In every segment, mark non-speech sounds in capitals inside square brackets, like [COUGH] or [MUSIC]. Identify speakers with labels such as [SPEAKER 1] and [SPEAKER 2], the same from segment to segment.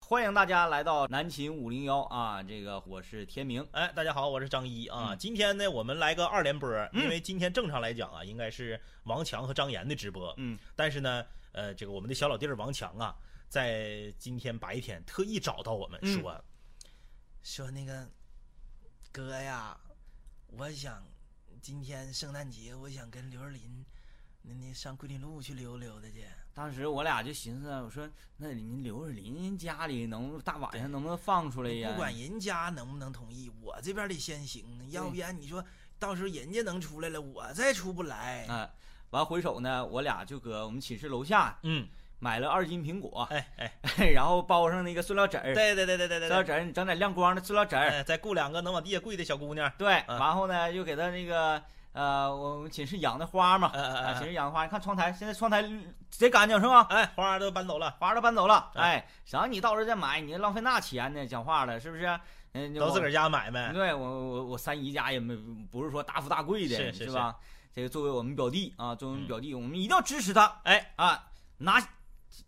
[SPEAKER 1] 欢迎大家来到南秦五零幺啊，这个我是天明。
[SPEAKER 2] 哎，大家好，我是张一啊。
[SPEAKER 1] 嗯
[SPEAKER 2] 今天呢，我们来个二连播，因为今天正常来讲啊，应该是王强和张岩的直播。
[SPEAKER 1] 嗯，
[SPEAKER 2] 但是呢，呃，这个我们的小老弟儿王强啊，在今天白天特意找到我们
[SPEAKER 1] 嗯
[SPEAKER 2] 说，说那个哥呀，我想今天圣诞节，我想跟刘若琳，那那上桂林路去溜溜达去。
[SPEAKER 1] 当时我俩就寻思，我说那你们刘若琳家里能大晚上能不能放出来呀？
[SPEAKER 3] 不管人家能不能同意，我这边得先行，要不然你说到时候人家能出来了，我再出不
[SPEAKER 2] 哎
[SPEAKER 3] 来。
[SPEAKER 1] 啊，完回首呢，我俩就搁我们寝室楼下
[SPEAKER 2] 嗯，
[SPEAKER 1] 买了二斤苹果，
[SPEAKER 2] 哎哎，
[SPEAKER 1] [LAUGHS] 然后包上那个塑料纸儿，
[SPEAKER 2] 对对对对对对
[SPEAKER 1] 塑料
[SPEAKER 2] 对，
[SPEAKER 1] 纸儿你整点亮光的塑料纸儿，
[SPEAKER 2] 哎，再雇两个能往地下跪的小姑娘。
[SPEAKER 1] 对，
[SPEAKER 2] 嗯
[SPEAKER 1] 然后呢又给他那个呃我们寝室养的花嘛，
[SPEAKER 2] 嗯嗯嗯
[SPEAKER 1] 啊
[SPEAKER 2] 嗯
[SPEAKER 1] 寝室养的花，你看窗台现在窗台贼干净是吧？
[SPEAKER 2] 哎，花儿都搬走了。
[SPEAKER 1] 花都搬走了，
[SPEAKER 2] 嗯
[SPEAKER 1] 哎，想让你到时候再买，你浪费那钱呢？讲话了是不是？嗯，
[SPEAKER 2] 都自个
[SPEAKER 1] 儿。
[SPEAKER 2] 儿家买呗。
[SPEAKER 1] 对我我我三姨家也没不是说大富大贵的，
[SPEAKER 2] 是是
[SPEAKER 1] 吧？这个作为我们表弟啊，作为我们
[SPEAKER 2] 嗯
[SPEAKER 1] 表弟，我们一定要支持他。
[SPEAKER 2] 哎
[SPEAKER 1] 啊，拿，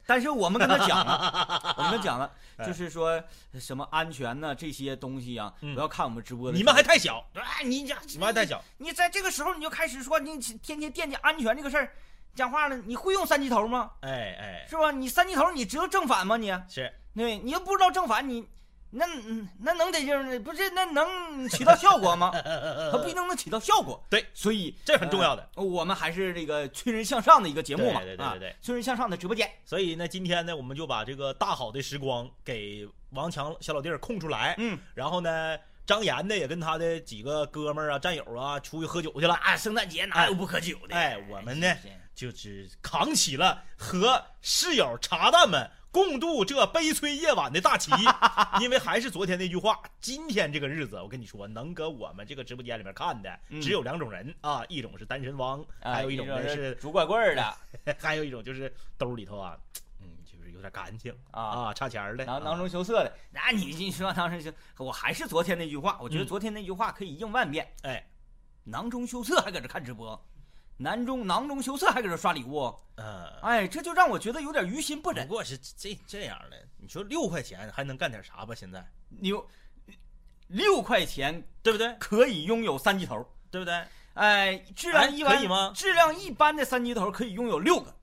[SPEAKER 1] 但是我们跟他讲了，我们跟他
[SPEAKER 2] [LAUGHS]
[SPEAKER 1] 讲了，
[SPEAKER 2] 哎
[SPEAKER 1] 就是说什么安全呐这些东西啊，
[SPEAKER 2] 嗯
[SPEAKER 1] 不要看我们直播的时候。
[SPEAKER 2] 你们还太小，
[SPEAKER 1] 哎，你这
[SPEAKER 2] 你们还太小。
[SPEAKER 1] 你在这个时候你就开始说你天天惦记安全这个事儿，讲话了，你会用三级头吗？
[SPEAKER 2] 哎哎，
[SPEAKER 1] 是吧？你三级头你知道正反吗？你？
[SPEAKER 2] 是
[SPEAKER 1] 对你又不知道正反，你那嗯那能得劲儿不是那能起到效
[SPEAKER 2] [LAUGHS]
[SPEAKER 1] 果吗？ [LAUGHS] 它不一定能起到效果。
[SPEAKER 2] 对，
[SPEAKER 1] 所以
[SPEAKER 2] 这很重要的。
[SPEAKER 1] 呃我们还是这个催人向上的一个节目嘛，
[SPEAKER 2] 对对对对对
[SPEAKER 1] 啊，催人向上的直播间。
[SPEAKER 2] 所以呢，今天呢，我们就把这个大好的时光给王强小老弟儿空出来，
[SPEAKER 1] 嗯
[SPEAKER 2] 然后呢，张岩呢也跟他的几个哥们儿啊、战友啊出去喝酒去了，
[SPEAKER 1] 啊，圣诞节哪有不喝酒的？
[SPEAKER 2] 哎我们呢
[SPEAKER 1] 是不是
[SPEAKER 2] 就是扛起了和室友茶蛋们。共度这悲催夜晚的大旗， [LAUGHS] 因为还是昨天那句话，今天这个日子，我跟你说，能搁我们这个直播间里面看的
[SPEAKER 1] 嗯
[SPEAKER 2] 只有两种人啊，一种是单身汪，
[SPEAKER 1] 哎
[SPEAKER 2] 还有一种呢是
[SPEAKER 1] 拄拐棍儿的，
[SPEAKER 2] [LAUGHS] 还有一种就是兜里头啊，嗯，就是有点感情
[SPEAKER 1] 啊。
[SPEAKER 2] 啊，差钱儿的，
[SPEAKER 1] 囊
[SPEAKER 2] 啊
[SPEAKER 1] 囊中羞涩的，那、你你说当时就，我还是昨天那句话，我觉得
[SPEAKER 2] 嗯
[SPEAKER 1] 昨天那句话可以应万变。
[SPEAKER 2] 哎，
[SPEAKER 1] 囊中羞涩还搁这看直播，囊中囊中羞涩还搁这刷礼物，
[SPEAKER 2] 嗯，
[SPEAKER 1] 哎，这就让我觉得有点于心不忍
[SPEAKER 2] 不。过是这这样的，你说六块钱还能干点啥吧？现在
[SPEAKER 1] 你有六块钱
[SPEAKER 2] 对不对？
[SPEAKER 1] 可以拥有三级头，
[SPEAKER 2] 对不对？
[SPEAKER 1] 哎，质量一般、
[SPEAKER 2] 哎可以吗
[SPEAKER 1] 质量一般的三级头可以拥有六个，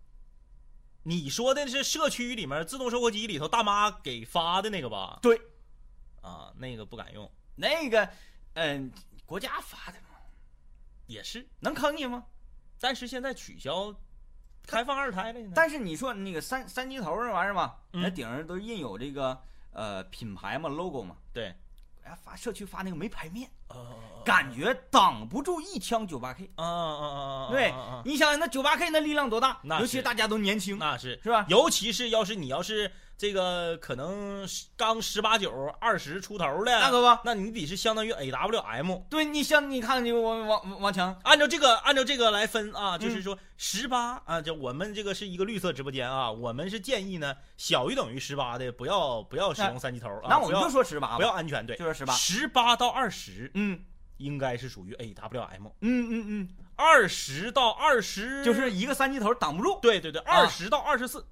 [SPEAKER 2] 你说的是社区里面自动售货机里头大妈给发的那个吧？
[SPEAKER 1] 对，
[SPEAKER 2] 啊，那个不敢用，
[SPEAKER 1] 那个，嗯、国家发的嘛，
[SPEAKER 2] 也是，
[SPEAKER 1] 能坑你吗？
[SPEAKER 2] 但是现在取消开放二胎了，现在
[SPEAKER 1] 但是你说那个三三级头那玩意儿嘛，
[SPEAKER 2] 嗯
[SPEAKER 1] 那顶上都印有这个呃品牌嘛，logo 嘛，
[SPEAKER 2] 对，
[SPEAKER 1] 哎，发社区发那个没牌面，
[SPEAKER 2] 哦
[SPEAKER 1] 感觉挡不住一枪九八 K。
[SPEAKER 2] 啊啊啊啊，
[SPEAKER 1] 对
[SPEAKER 2] 啊啊啊
[SPEAKER 1] 你想想那九八 K 那力量多大，
[SPEAKER 2] 那
[SPEAKER 1] 尤其
[SPEAKER 2] 是
[SPEAKER 1] 大家都年轻，
[SPEAKER 2] 那是
[SPEAKER 1] 是吧？
[SPEAKER 2] 尤其是要是你要是这个可能是刚十八九、二十出头的，
[SPEAKER 1] 那可不，
[SPEAKER 2] 那你得是相当于 A W M。
[SPEAKER 1] 对你像你看你王王王王强，
[SPEAKER 2] 按照这个，按照这个来分啊，就是
[SPEAKER 1] 嗯
[SPEAKER 2] 说十八、啊，就我们这个是一个绿色直播间啊，我们是建议呢，小于等于十八的不要不要使用三级头啊，
[SPEAKER 1] 哎那我们
[SPEAKER 2] 不
[SPEAKER 1] 就
[SPEAKER 2] 要
[SPEAKER 1] 说十八吧，
[SPEAKER 2] 不要安全，对，
[SPEAKER 1] 就说十八，
[SPEAKER 2] 十八到二十
[SPEAKER 1] 嗯
[SPEAKER 2] 应该是属于 A W M，
[SPEAKER 1] 嗯嗯
[SPEAKER 2] 二十到二十
[SPEAKER 1] 嗯，就是一个三级头挡不住，
[SPEAKER 2] 对对对，
[SPEAKER 1] 啊
[SPEAKER 2] 二十到二十四，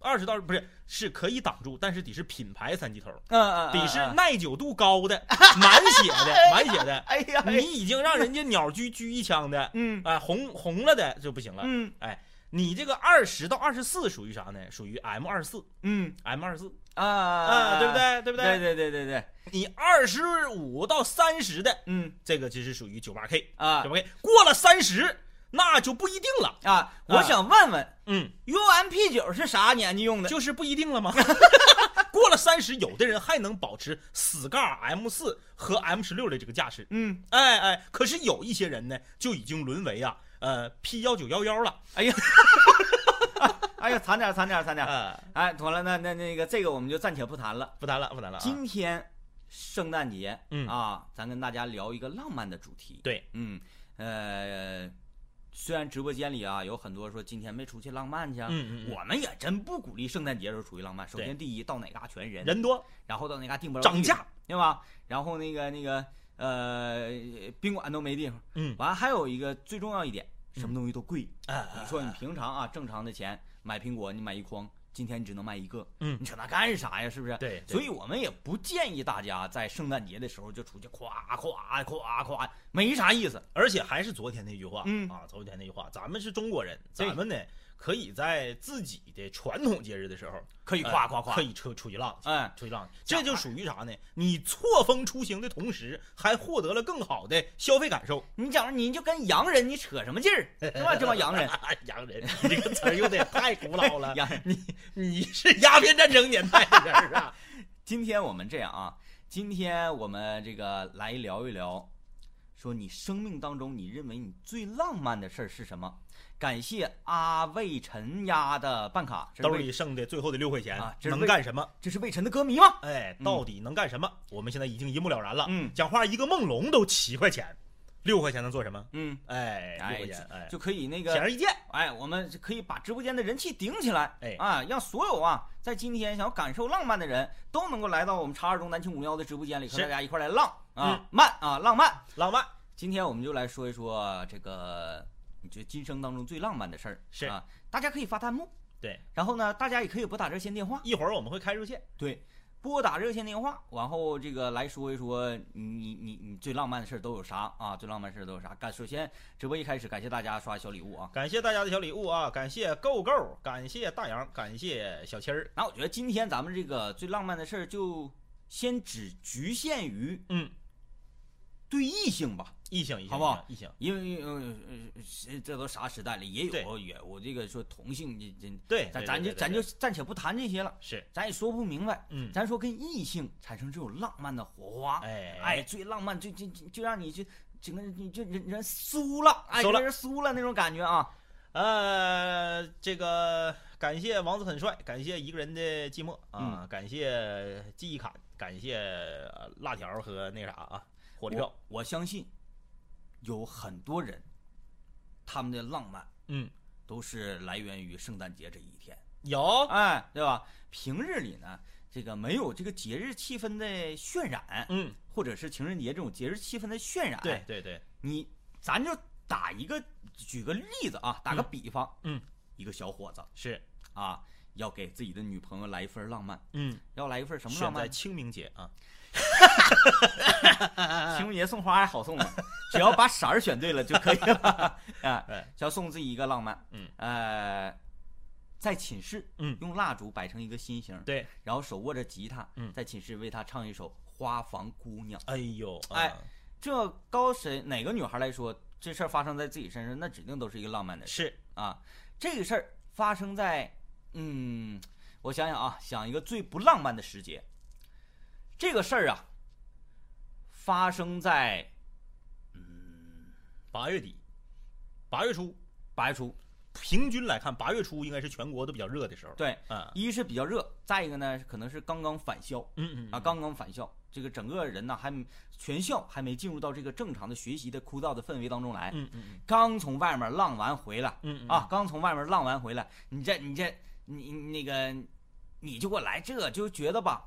[SPEAKER 2] 二十到不是是可以挡住，但是得是品牌三级头。
[SPEAKER 1] 嗯嗯，嗯
[SPEAKER 2] 得是
[SPEAKER 1] 嗯
[SPEAKER 2] 耐久度高
[SPEAKER 1] [LAUGHS]
[SPEAKER 2] 的、满血的、满血的，
[SPEAKER 1] 哎呀，哎
[SPEAKER 2] 你已经让人家鸟狙狙一枪的，
[SPEAKER 1] 嗯
[SPEAKER 2] 啊，红红了的就不行了。哎
[SPEAKER 1] 嗯
[SPEAKER 2] 你这个二十到二十四属于啥呢？属于 M 二四
[SPEAKER 1] 嗯
[SPEAKER 2] ，M 二四
[SPEAKER 1] 啊
[SPEAKER 2] 啊，
[SPEAKER 1] 啊
[SPEAKER 2] 对不？对？对不
[SPEAKER 1] 对
[SPEAKER 2] 对？
[SPEAKER 1] 对对对对，
[SPEAKER 2] 你二十五到三十的
[SPEAKER 1] 嗯
[SPEAKER 2] 这个就是属于九八 K，
[SPEAKER 1] 啊
[SPEAKER 2] 九八 K 过了三十那就不一定了，
[SPEAKER 1] 啊，我想问问
[SPEAKER 2] 嗯，
[SPEAKER 1] ，UMP 九是啥年纪用的？
[SPEAKER 2] 就是不一定
[SPEAKER 1] [LAUGHS]
[SPEAKER 2] 了吗？过了三十，有的人还能保持死杠 M 四和 M 十六的这个架势，
[SPEAKER 1] 嗯，
[SPEAKER 2] 哎哎，可是有一些人呢，就已经沦为啊，呃，P 幺九幺幺了。
[SPEAKER 1] 哎呀，惨点儿惨点儿惨点儿，
[SPEAKER 2] 啊，
[SPEAKER 1] 哎，妥了，那那那个这个我们就暂且不谈了。
[SPEAKER 2] 不谈了，不谈了啊。[LAUGHS]
[SPEAKER 1] 今天圣诞节，
[SPEAKER 2] 嗯
[SPEAKER 1] 啊，咱跟大家聊一个浪漫的主题。
[SPEAKER 2] 对，
[SPEAKER 1] 嗯，呃，虽然直播间里啊有很多说今天没出去浪漫去啊，
[SPEAKER 2] 嗯嗯嗯
[SPEAKER 1] 我们也真不鼓励圣诞节的时候出去浪漫。首先，
[SPEAKER 2] 对
[SPEAKER 1] 第一，到哪嘎全人，
[SPEAKER 2] 人多，
[SPEAKER 1] 然后到哪嘎订不着
[SPEAKER 2] 涨
[SPEAKER 1] 地
[SPEAKER 2] 价
[SPEAKER 1] 方，对吧？然后那个那个呃，宾馆都没地方。
[SPEAKER 2] 嗯，
[SPEAKER 1] 完，还有一个最重要一点，什么东西都贵。
[SPEAKER 2] 啊
[SPEAKER 1] 你说你平常啊，正常的钱买苹果，你买一筐今天只能卖一个，
[SPEAKER 2] 嗯
[SPEAKER 1] 你扯那干啥呀？是不是？
[SPEAKER 2] 对对
[SPEAKER 1] 所以我们也不建议大家在圣诞节的时候就出去夸夸夸夸，没啥意思。
[SPEAKER 2] 而且还是昨天那句话、
[SPEAKER 1] 嗯
[SPEAKER 2] 啊，昨天那句话，咱们是中国人，
[SPEAKER 1] 对
[SPEAKER 2] 咱们呢可以在自己的传统节日的时候
[SPEAKER 1] 可以
[SPEAKER 2] 呃
[SPEAKER 1] 夸夸夸
[SPEAKER 2] 可以出出去浪去，
[SPEAKER 1] 哎，
[SPEAKER 2] 出去浪去，这就属于啥呢？你错峰出行的同时，还获得了更好的消费感受。
[SPEAKER 1] 你讲你就跟洋人你扯什么劲
[SPEAKER 2] [LAUGHS]
[SPEAKER 1] 儿，是吧？这帮洋人，。
[SPEAKER 2] 洋人，你这个词儿用的也太古老了
[SPEAKER 1] [LAUGHS] 洋人。
[SPEAKER 2] 你是鸦片战争年代的人儿啊？
[SPEAKER 1] 今天我们这样啊，今天我们这个来聊一聊，说你生命当中你认为你最浪漫的事儿是什么？感谢阿魏晨丫的办卡，这是
[SPEAKER 2] 兜
[SPEAKER 1] 魏
[SPEAKER 2] 里剩的最后的六块钱
[SPEAKER 1] 啊这是
[SPEAKER 2] 能
[SPEAKER 1] 为
[SPEAKER 2] 干什么？
[SPEAKER 1] [LAUGHS] 这是魏晨的歌迷吗？
[SPEAKER 2] 哎
[SPEAKER 1] 嗯，
[SPEAKER 2] 到底能干什么？我们现在已经一目了然了。
[SPEAKER 1] 嗯
[SPEAKER 2] 讲话一个梦龙都七块钱，六块钱能做什么？
[SPEAKER 1] 嗯，
[SPEAKER 2] 哎，
[SPEAKER 1] 哎
[SPEAKER 2] 六块钱，哎，
[SPEAKER 1] 就可以那
[SPEAKER 2] 显
[SPEAKER 1] 个，
[SPEAKER 2] 而易见。
[SPEAKER 1] 哎，我们可以把直播间的人气顶起来，
[SPEAKER 2] 哎
[SPEAKER 1] 啊，让所有啊在今天想要感受浪漫的人都能够来到我们茶二中南青五零幺的直播间里，和
[SPEAKER 2] 是
[SPEAKER 1] 大家一块儿来浪啊
[SPEAKER 2] 嗯，
[SPEAKER 1] 慢啊，浪漫。
[SPEAKER 2] 浪漫
[SPEAKER 1] 今天我们就来说一说这个，你觉得今生当中最浪漫的事儿
[SPEAKER 2] 是
[SPEAKER 1] 啊？大家可以发弹幕，
[SPEAKER 2] 对。
[SPEAKER 1] 然后呢，大家也可以拨打热线电话，
[SPEAKER 2] 一会儿我们会开热线，
[SPEAKER 1] 对，拨打热线电话，然后这个来说一说你你你你最浪漫的事儿都有啥啊？最浪漫的事儿都有啥？感首先直播一开始感谢大家刷小礼物啊。
[SPEAKER 2] 感谢大家的小礼物啊！感谢够够，感谢大洋，感谢小七儿。
[SPEAKER 1] 那我觉得今天咱们这个最浪漫的事儿就先只局限于
[SPEAKER 2] 嗯，
[SPEAKER 1] 对异性吧，
[SPEAKER 2] 异性异啊性，
[SPEAKER 1] 好不好
[SPEAKER 2] 异性？
[SPEAKER 1] 因为呃呃是这都啥时代了，也
[SPEAKER 2] 对
[SPEAKER 1] 有也我这个说同性这这，
[SPEAKER 2] 对，
[SPEAKER 1] 咱
[SPEAKER 2] 对对
[SPEAKER 1] 咱就
[SPEAKER 2] 对
[SPEAKER 1] 咱
[SPEAKER 2] 对
[SPEAKER 1] 就暂且不谈这些了。
[SPEAKER 2] 是，
[SPEAKER 1] 咱也说不明白，
[SPEAKER 2] 嗯，
[SPEAKER 1] 咱说跟异性产生这种浪漫的火花，
[SPEAKER 2] 哎
[SPEAKER 1] 哎，，最浪漫，最就就就让你就整个人你就人人酥了，哎，
[SPEAKER 2] 酥了
[SPEAKER 1] 整个人酥了那种感觉啊，
[SPEAKER 2] 呃，这个感谢王子很帅，感谢一个人的寂寞
[SPEAKER 1] 嗯
[SPEAKER 2] 啊，感谢记忆卡，感谢呃辣条和那啥啊，火力票。
[SPEAKER 1] 我相信有很多人，他们的浪漫
[SPEAKER 2] 嗯，
[SPEAKER 1] 都是来源于圣诞节这一天，
[SPEAKER 2] 有，
[SPEAKER 1] 哎，对吧？平日里呢，这个没有这个节日气氛的渲染，
[SPEAKER 2] 嗯，
[SPEAKER 1] 或者是情人节这种节日气氛的渲染，
[SPEAKER 2] 对对对，
[SPEAKER 1] 你，咱就打一个，举个例子啊，打个
[SPEAKER 2] 嗯
[SPEAKER 1] 比方，
[SPEAKER 2] 嗯，
[SPEAKER 1] 一个小伙子
[SPEAKER 2] 是，
[SPEAKER 1] 啊，要给自己的女朋友来一份浪漫，
[SPEAKER 2] 嗯，
[SPEAKER 1] 要来一份什么
[SPEAKER 2] 选
[SPEAKER 1] 浪
[SPEAKER 2] 在
[SPEAKER 1] 漫？
[SPEAKER 2] 清明节啊，
[SPEAKER 1] 情人节送花还好送吗？ [LAUGHS] 只要把色儿选对了就可以
[SPEAKER 2] [LAUGHS]
[SPEAKER 1] 了啊
[SPEAKER 2] 哎！
[SPEAKER 1] 要送自己一个浪漫，
[SPEAKER 2] 嗯，
[SPEAKER 1] 呃，在寝室，
[SPEAKER 2] 嗯
[SPEAKER 1] 用蜡烛摆成一个心形，
[SPEAKER 2] 对，
[SPEAKER 1] 然后手握着吉他，
[SPEAKER 2] 嗯
[SPEAKER 1] 在寝室为他唱一首《花房姑娘》。
[SPEAKER 2] 哎呦，啊
[SPEAKER 1] 哎，这高谁哪个女孩来说，这事儿发生在自己身上，那指定都是一个浪漫的事。
[SPEAKER 2] 是，
[SPEAKER 1] 啊，这个事儿发生在，嗯，我想想啊，想一个最不浪漫的时节。这个事儿啊，发生在
[SPEAKER 2] 八月底，八月初，
[SPEAKER 1] 八月初，
[SPEAKER 2] 平均来看，八月初应该是全国都比较热的时候。
[SPEAKER 1] 对，
[SPEAKER 2] 啊，
[SPEAKER 1] 一是比较热，再一个呢，可能是刚刚返校
[SPEAKER 2] 嗯嗯
[SPEAKER 1] 啊，刚刚返校，这个整个人呢还全校还没进入到这个正常的学习的枯燥的氛围当中来，
[SPEAKER 2] 嗯嗯嗯
[SPEAKER 1] 刚从外面浪完回来，
[SPEAKER 2] 嗯嗯
[SPEAKER 1] 啊，，刚从外面浪完回来，你这你这你你那个你就给我来这，就觉得吧，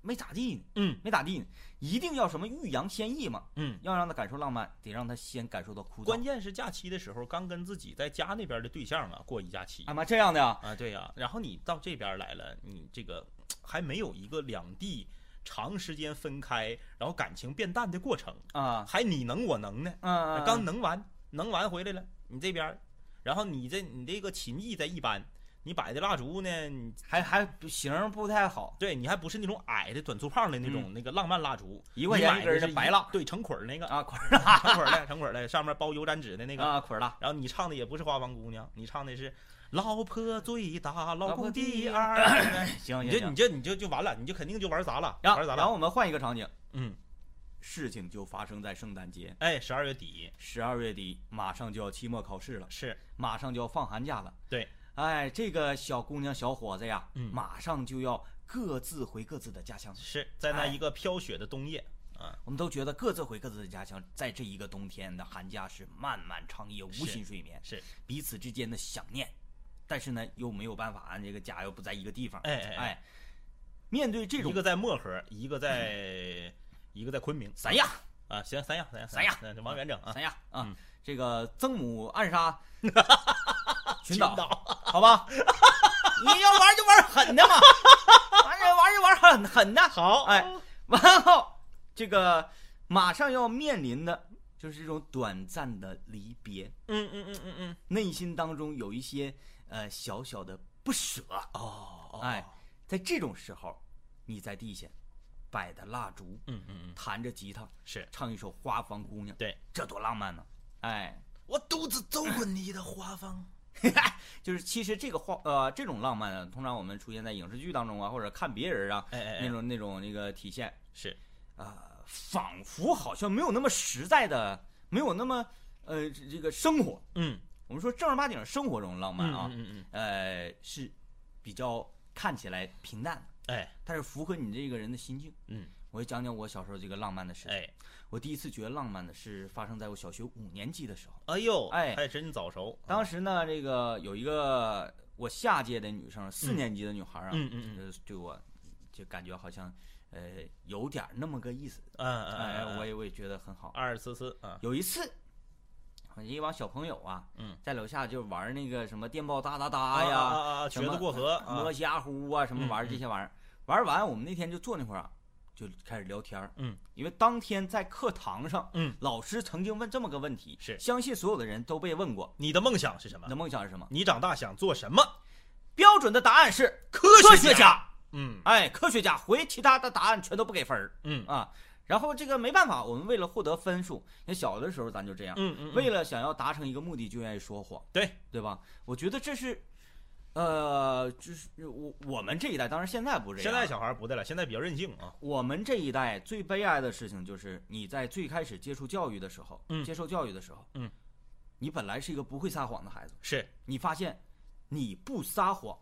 [SPEAKER 1] 没咋地呢，
[SPEAKER 2] 嗯，
[SPEAKER 1] 没咋地呢，一定要什么欲扬先抑嘛，
[SPEAKER 2] 嗯。
[SPEAKER 1] 要让他感受浪漫，得让他先感受到枯燥。
[SPEAKER 2] 关键是假期的时候，刚跟自己在家那边的对象啊过一假期
[SPEAKER 1] 啊妈这样的啊，
[SPEAKER 2] 啊，对呀、然后你到这边来了，你这个还没有一个两地长时间分开，然后感情变淡的过程，
[SPEAKER 1] 啊，
[SPEAKER 2] 还你能我能呢，
[SPEAKER 1] 嗯、啊，
[SPEAKER 2] 刚能完能完回来了，你这边，然后你这你这个琴艺在一般，你摆的蜡烛呢，你
[SPEAKER 1] 还还不型儿不太好，嗯
[SPEAKER 2] 对你还不是那种矮的短粗胖的那种、那个浪漫蜡烛，
[SPEAKER 1] 一块
[SPEAKER 2] 你
[SPEAKER 1] 钱
[SPEAKER 2] 买
[SPEAKER 1] 一
[SPEAKER 2] 的
[SPEAKER 1] 根儿
[SPEAKER 2] 是
[SPEAKER 1] 的白蜡
[SPEAKER 2] 对成捆儿那个，
[SPEAKER 1] 啊，捆儿
[SPEAKER 2] 成捆儿的成捆儿的，上面包油毡纸的那个。
[SPEAKER 1] 啊，捆儿了。
[SPEAKER 2] 然后你唱的也不是花房姑娘，你唱的是老婆最大，老
[SPEAKER 1] 婆
[SPEAKER 2] 公
[SPEAKER 1] 第
[SPEAKER 2] 第
[SPEAKER 1] 二
[SPEAKER 2] 二。
[SPEAKER 1] [COUGHS] 行
[SPEAKER 2] 你
[SPEAKER 1] 行
[SPEAKER 2] 就
[SPEAKER 1] 行
[SPEAKER 2] 你，就你就就完了，你就肯定就玩砸了，
[SPEAKER 1] 然
[SPEAKER 2] 玩
[SPEAKER 1] 后
[SPEAKER 2] 砸
[SPEAKER 1] 然后
[SPEAKER 2] 了。
[SPEAKER 1] 我们换一个场景，
[SPEAKER 2] 嗯，
[SPEAKER 1] 事情就发生在圣诞节，
[SPEAKER 2] 哎，十二月底
[SPEAKER 1] 十二月底马上就要期末考试了。
[SPEAKER 2] 是
[SPEAKER 1] 马上就要放寒假了。
[SPEAKER 2] 对，
[SPEAKER 1] 哎，这个小姑娘小伙子呀，
[SPEAKER 2] 嗯
[SPEAKER 1] 马上就要各自回各自的家乡。
[SPEAKER 2] 是在那
[SPEAKER 1] 哎
[SPEAKER 2] 一个飘雪的冬夜啊，
[SPEAKER 1] 我们都觉得各自回各自的家乡，在这一个冬天的寒假是漫漫长夜，无
[SPEAKER 2] 是
[SPEAKER 1] 心睡眠，
[SPEAKER 2] 是
[SPEAKER 1] 彼此之间的想念，但是呢，又没有办法，俺这个家又不在一个地方。
[SPEAKER 2] 哎哎哎
[SPEAKER 1] 哎，面对这
[SPEAKER 2] 一
[SPEAKER 1] 种
[SPEAKER 2] 个在漠河，一个在一个在昆明，
[SPEAKER 1] 三亚，
[SPEAKER 2] 啊，行，三亚，三亚，
[SPEAKER 1] 三亚
[SPEAKER 2] 那这王源整啊，
[SPEAKER 1] 三亚啊
[SPEAKER 2] 嗯，
[SPEAKER 1] [LAUGHS] 这个曾母暗杀群岛，
[SPEAKER 2] 岛，
[SPEAKER 1] 好吧， [LAUGHS] 你要玩就玩狠的嘛，玩就 [LAUGHS] 玩就玩狠狠的。
[SPEAKER 2] 好，
[SPEAKER 1] 哎，完后这个马上要面临的就是这种短暂的离别，
[SPEAKER 2] 嗯嗯嗯嗯嗯，
[SPEAKER 1] 内心当中有一些呃小小的不舍。
[SPEAKER 2] 哦，
[SPEAKER 1] 哎，在这种时候，你在地下摆的蜡烛，
[SPEAKER 2] 嗯嗯嗯，
[SPEAKER 1] 弹着吉他，
[SPEAKER 2] 是
[SPEAKER 1] 唱一首《花房姑娘》，
[SPEAKER 2] 对，
[SPEAKER 1] 这多浪漫呢！哎，
[SPEAKER 3] 我肚子走滚你的花房。
[SPEAKER 1] 就是其实这个花呃这种浪漫啊，通常我们出现在影视剧当中啊，或者看别人啊
[SPEAKER 2] 哎哎哎
[SPEAKER 1] 那种那种那个体现，
[SPEAKER 2] 是，
[SPEAKER 1] 呃，仿佛好像没有那么实在的，没有那么呃这这个生活。
[SPEAKER 2] 嗯
[SPEAKER 1] 我们说正儿八经生活中浪漫
[SPEAKER 2] 嗯
[SPEAKER 1] 啊，
[SPEAKER 2] 嗯嗯，
[SPEAKER 1] 呃是比较看起来平淡的，
[SPEAKER 2] 哎
[SPEAKER 1] 但是符合你这个人的心境。
[SPEAKER 2] [LAUGHS] 嗯，
[SPEAKER 1] 我就讲讲我小时候这个浪漫的事情。
[SPEAKER 2] 哎，
[SPEAKER 1] 我第一次觉得浪漫的是发生在我小学五年级的时候。
[SPEAKER 2] 哎呦，
[SPEAKER 1] 哎
[SPEAKER 2] 还真早熟，
[SPEAKER 1] 当时呢，这个有一个我下届的女生，四年级的女孩啊，
[SPEAKER 2] 嗯嗯
[SPEAKER 1] 就是对我就感觉好像呃有点儿那么个意思，
[SPEAKER 2] 嗯嗯
[SPEAKER 1] 哎，
[SPEAKER 2] 嗯，
[SPEAKER 1] 我也我也觉得很好。
[SPEAKER 2] 二思思啊，
[SPEAKER 1] 有一次，一帮小朋友啊，
[SPEAKER 2] 嗯，
[SPEAKER 1] 在楼下就玩那个什么电报哒哒哒
[SPEAKER 2] 哎
[SPEAKER 1] 呀，
[SPEAKER 2] 呀，
[SPEAKER 1] 什
[SPEAKER 2] 瘸
[SPEAKER 1] 么
[SPEAKER 2] 子过河
[SPEAKER 1] 摸
[SPEAKER 2] 啊，
[SPEAKER 1] 虾糊啊，什么
[SPEAKER 2] 嗯
[SPEAKER 1] 玩儿
[SPEAKER 2] 嗯
[SPEAKER 1] 这些玩意儿。玩完，我们那天就坐那会儿啊，就开始聊天儿
[SPEAKER 2] 嗯，
[SPEAKER 1] 因为当天在课堂上，
[SPEAKER 2] 嗯，
[SPEAKER 1] 老师曾经问这么个问题，
[SPEAKER 2] 是
[SPEAKER 1] 相信所有的人都被问过，
[SPEAKER 2] 你的梦想是什
[SPEAKER 1] 你
[SPEAKER 2] 么？
[SPEAKER 1] 的梦想是什么？
[SPEAKER 2] 你长大想做什么？
[SPEAKER 1] 标准的答案是
[SPEAKER 2] 科
[SPEAKER 1] 科
[SPEAKER 2] 学
[SPEAKER 1] 学
[SPEAKER 2] 家，
[SPEAKER 1] 家，
[SPEAKER 2] 嗯
[SPEAKER 1] 哎，科学家，回其他的答案全都不给分儿
[SPEAKER 2] 嗯
[SPEAKER 1] 啊。然后这个没办法，我们为了获得分数，那小的时候咱就这样，
[SPEAKER 2] 嗯嗯，
[SPEAKER 1] 为了想要达成一个目的，就愿意说谎，
[SPEAKER 2] 对
[SPEAKER 1] 对吧？我觉得这是，呃，就是我我们这一代，当然现在不是这
[SPEAKER 2] 现
[SPEAKER 1] 样了，
[SPEAKER 2] 在小孩不对了，现在比较任性啊，
[SPEAKER 1] 我们这一代最悲哀的事情就是，你在最开始接触教育的时候，
[SPEAKER 2] 嗯
[SPEAKER 1] 接受教育的时候，
[SPEAKER 2] 嗯，
[SPEAKER 1] 你本来是一个不会撒谎的孩子，
[SPEAKER 2] 是，
[SPEAKER 1] 你发现你不撒谎，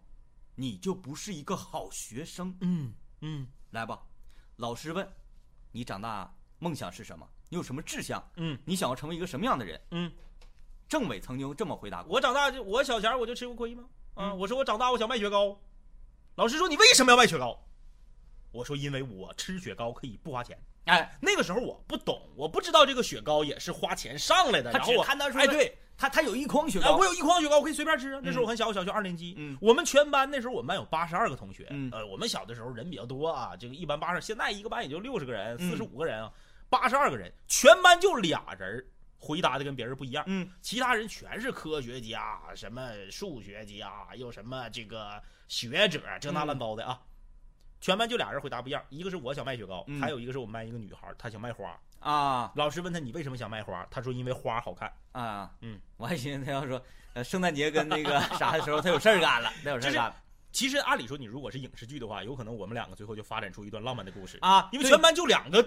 [SPEAKER 1] 你就不是一个好学生。
[SPEAKER 2] 嗯嗯
[SPEAKER 1] 来吧，老师问你长大梦想是什么？你有什么志向？
[SPEAKER 2] 嗯
[SPEAKER 1] 你想要成为一个什么样的人？
[SPEAKER 2] 嗯，
[SPEAKER 1] 政委曾经这么回答过。
[SPEAKER 2] 我长大就我小前儿我就吃过亏吗？啊，
[SPEAKER 1] 嗯
[SPEAKER 2] 我说我长大我想卖雪糕，老师说你为什么要卖雪糕？我说因为我吃雪糕可以不花钱。
[SPEAKER 1] 哎，
[SPEAKER 2] 那个时候我不懂，我不知道这个雪糕也是花钱上来的。
[SPEAKER 1] 他
[SPEAKER 2] 然后
[SPEAKER 1] 只
[SPEAKER 2] 我
[SPEAKER 1] 看到说，
[SPEAKER 2] 哎对，
[SPEAKER 1] 他他有一筐雪
[SPEAKER 2] 哎
[SPEAKER 1] 糕，
[SPEAKER 2] 我有一筐雪糕，我可以随便吃啊。那时候我很小，我小学二年级。
[SPEAKER 1] 嗯
[SPEAKER 2] 我们全班那时候我们班有八十二个同学。
[SPEAKER 1] 嗯
[SPEAKER 2] 呃，我们小的时候人比较多啊，这个一般八十，现在一个班也就六十个人，
[SPEAKER 1] 嗯
[SPEAKER 2] 四十五个人啊，八十二个人，全班就俩人儿回答的跟别人不一样。
[SPEAKER 1] 嗯
[SPEAKER 2] 其他人全是科学家，什么数学家，又什么这个学者，这
[SPEAKER 1] 嗯
[SPEAKER 2] 那乱糟的啊。全班就俩人回答不一样，一个是我想卖雪糕，
[SPEAKER 1] 嗯
[SPEAKER 2] 还有一个是我们班一个女孩，她想卖花。
[SPEAKER 1] 啊
[SPEAKER 2] 老师问她你为什么想卖花，她说因为花好看。
[SPEAKER 1] 啊，
[SPEAKER 2] 嗯，
[SPEAKER 1] 我还寻思他要说，呃，圣诞节跟那个 [LAUGHS] 啥的时候，他有事儿干了，他有事儿干了。
[SPEAKER 2] 其实按理说，你如果是影视剧的话，有可能我们两个最后就发展出一段浪漫的故事，
[SPEAKER 1] 啊，
[SPEAKER 2] 因为
[SPEAKER 1] 对
[SPEAKER 2] 全班就两个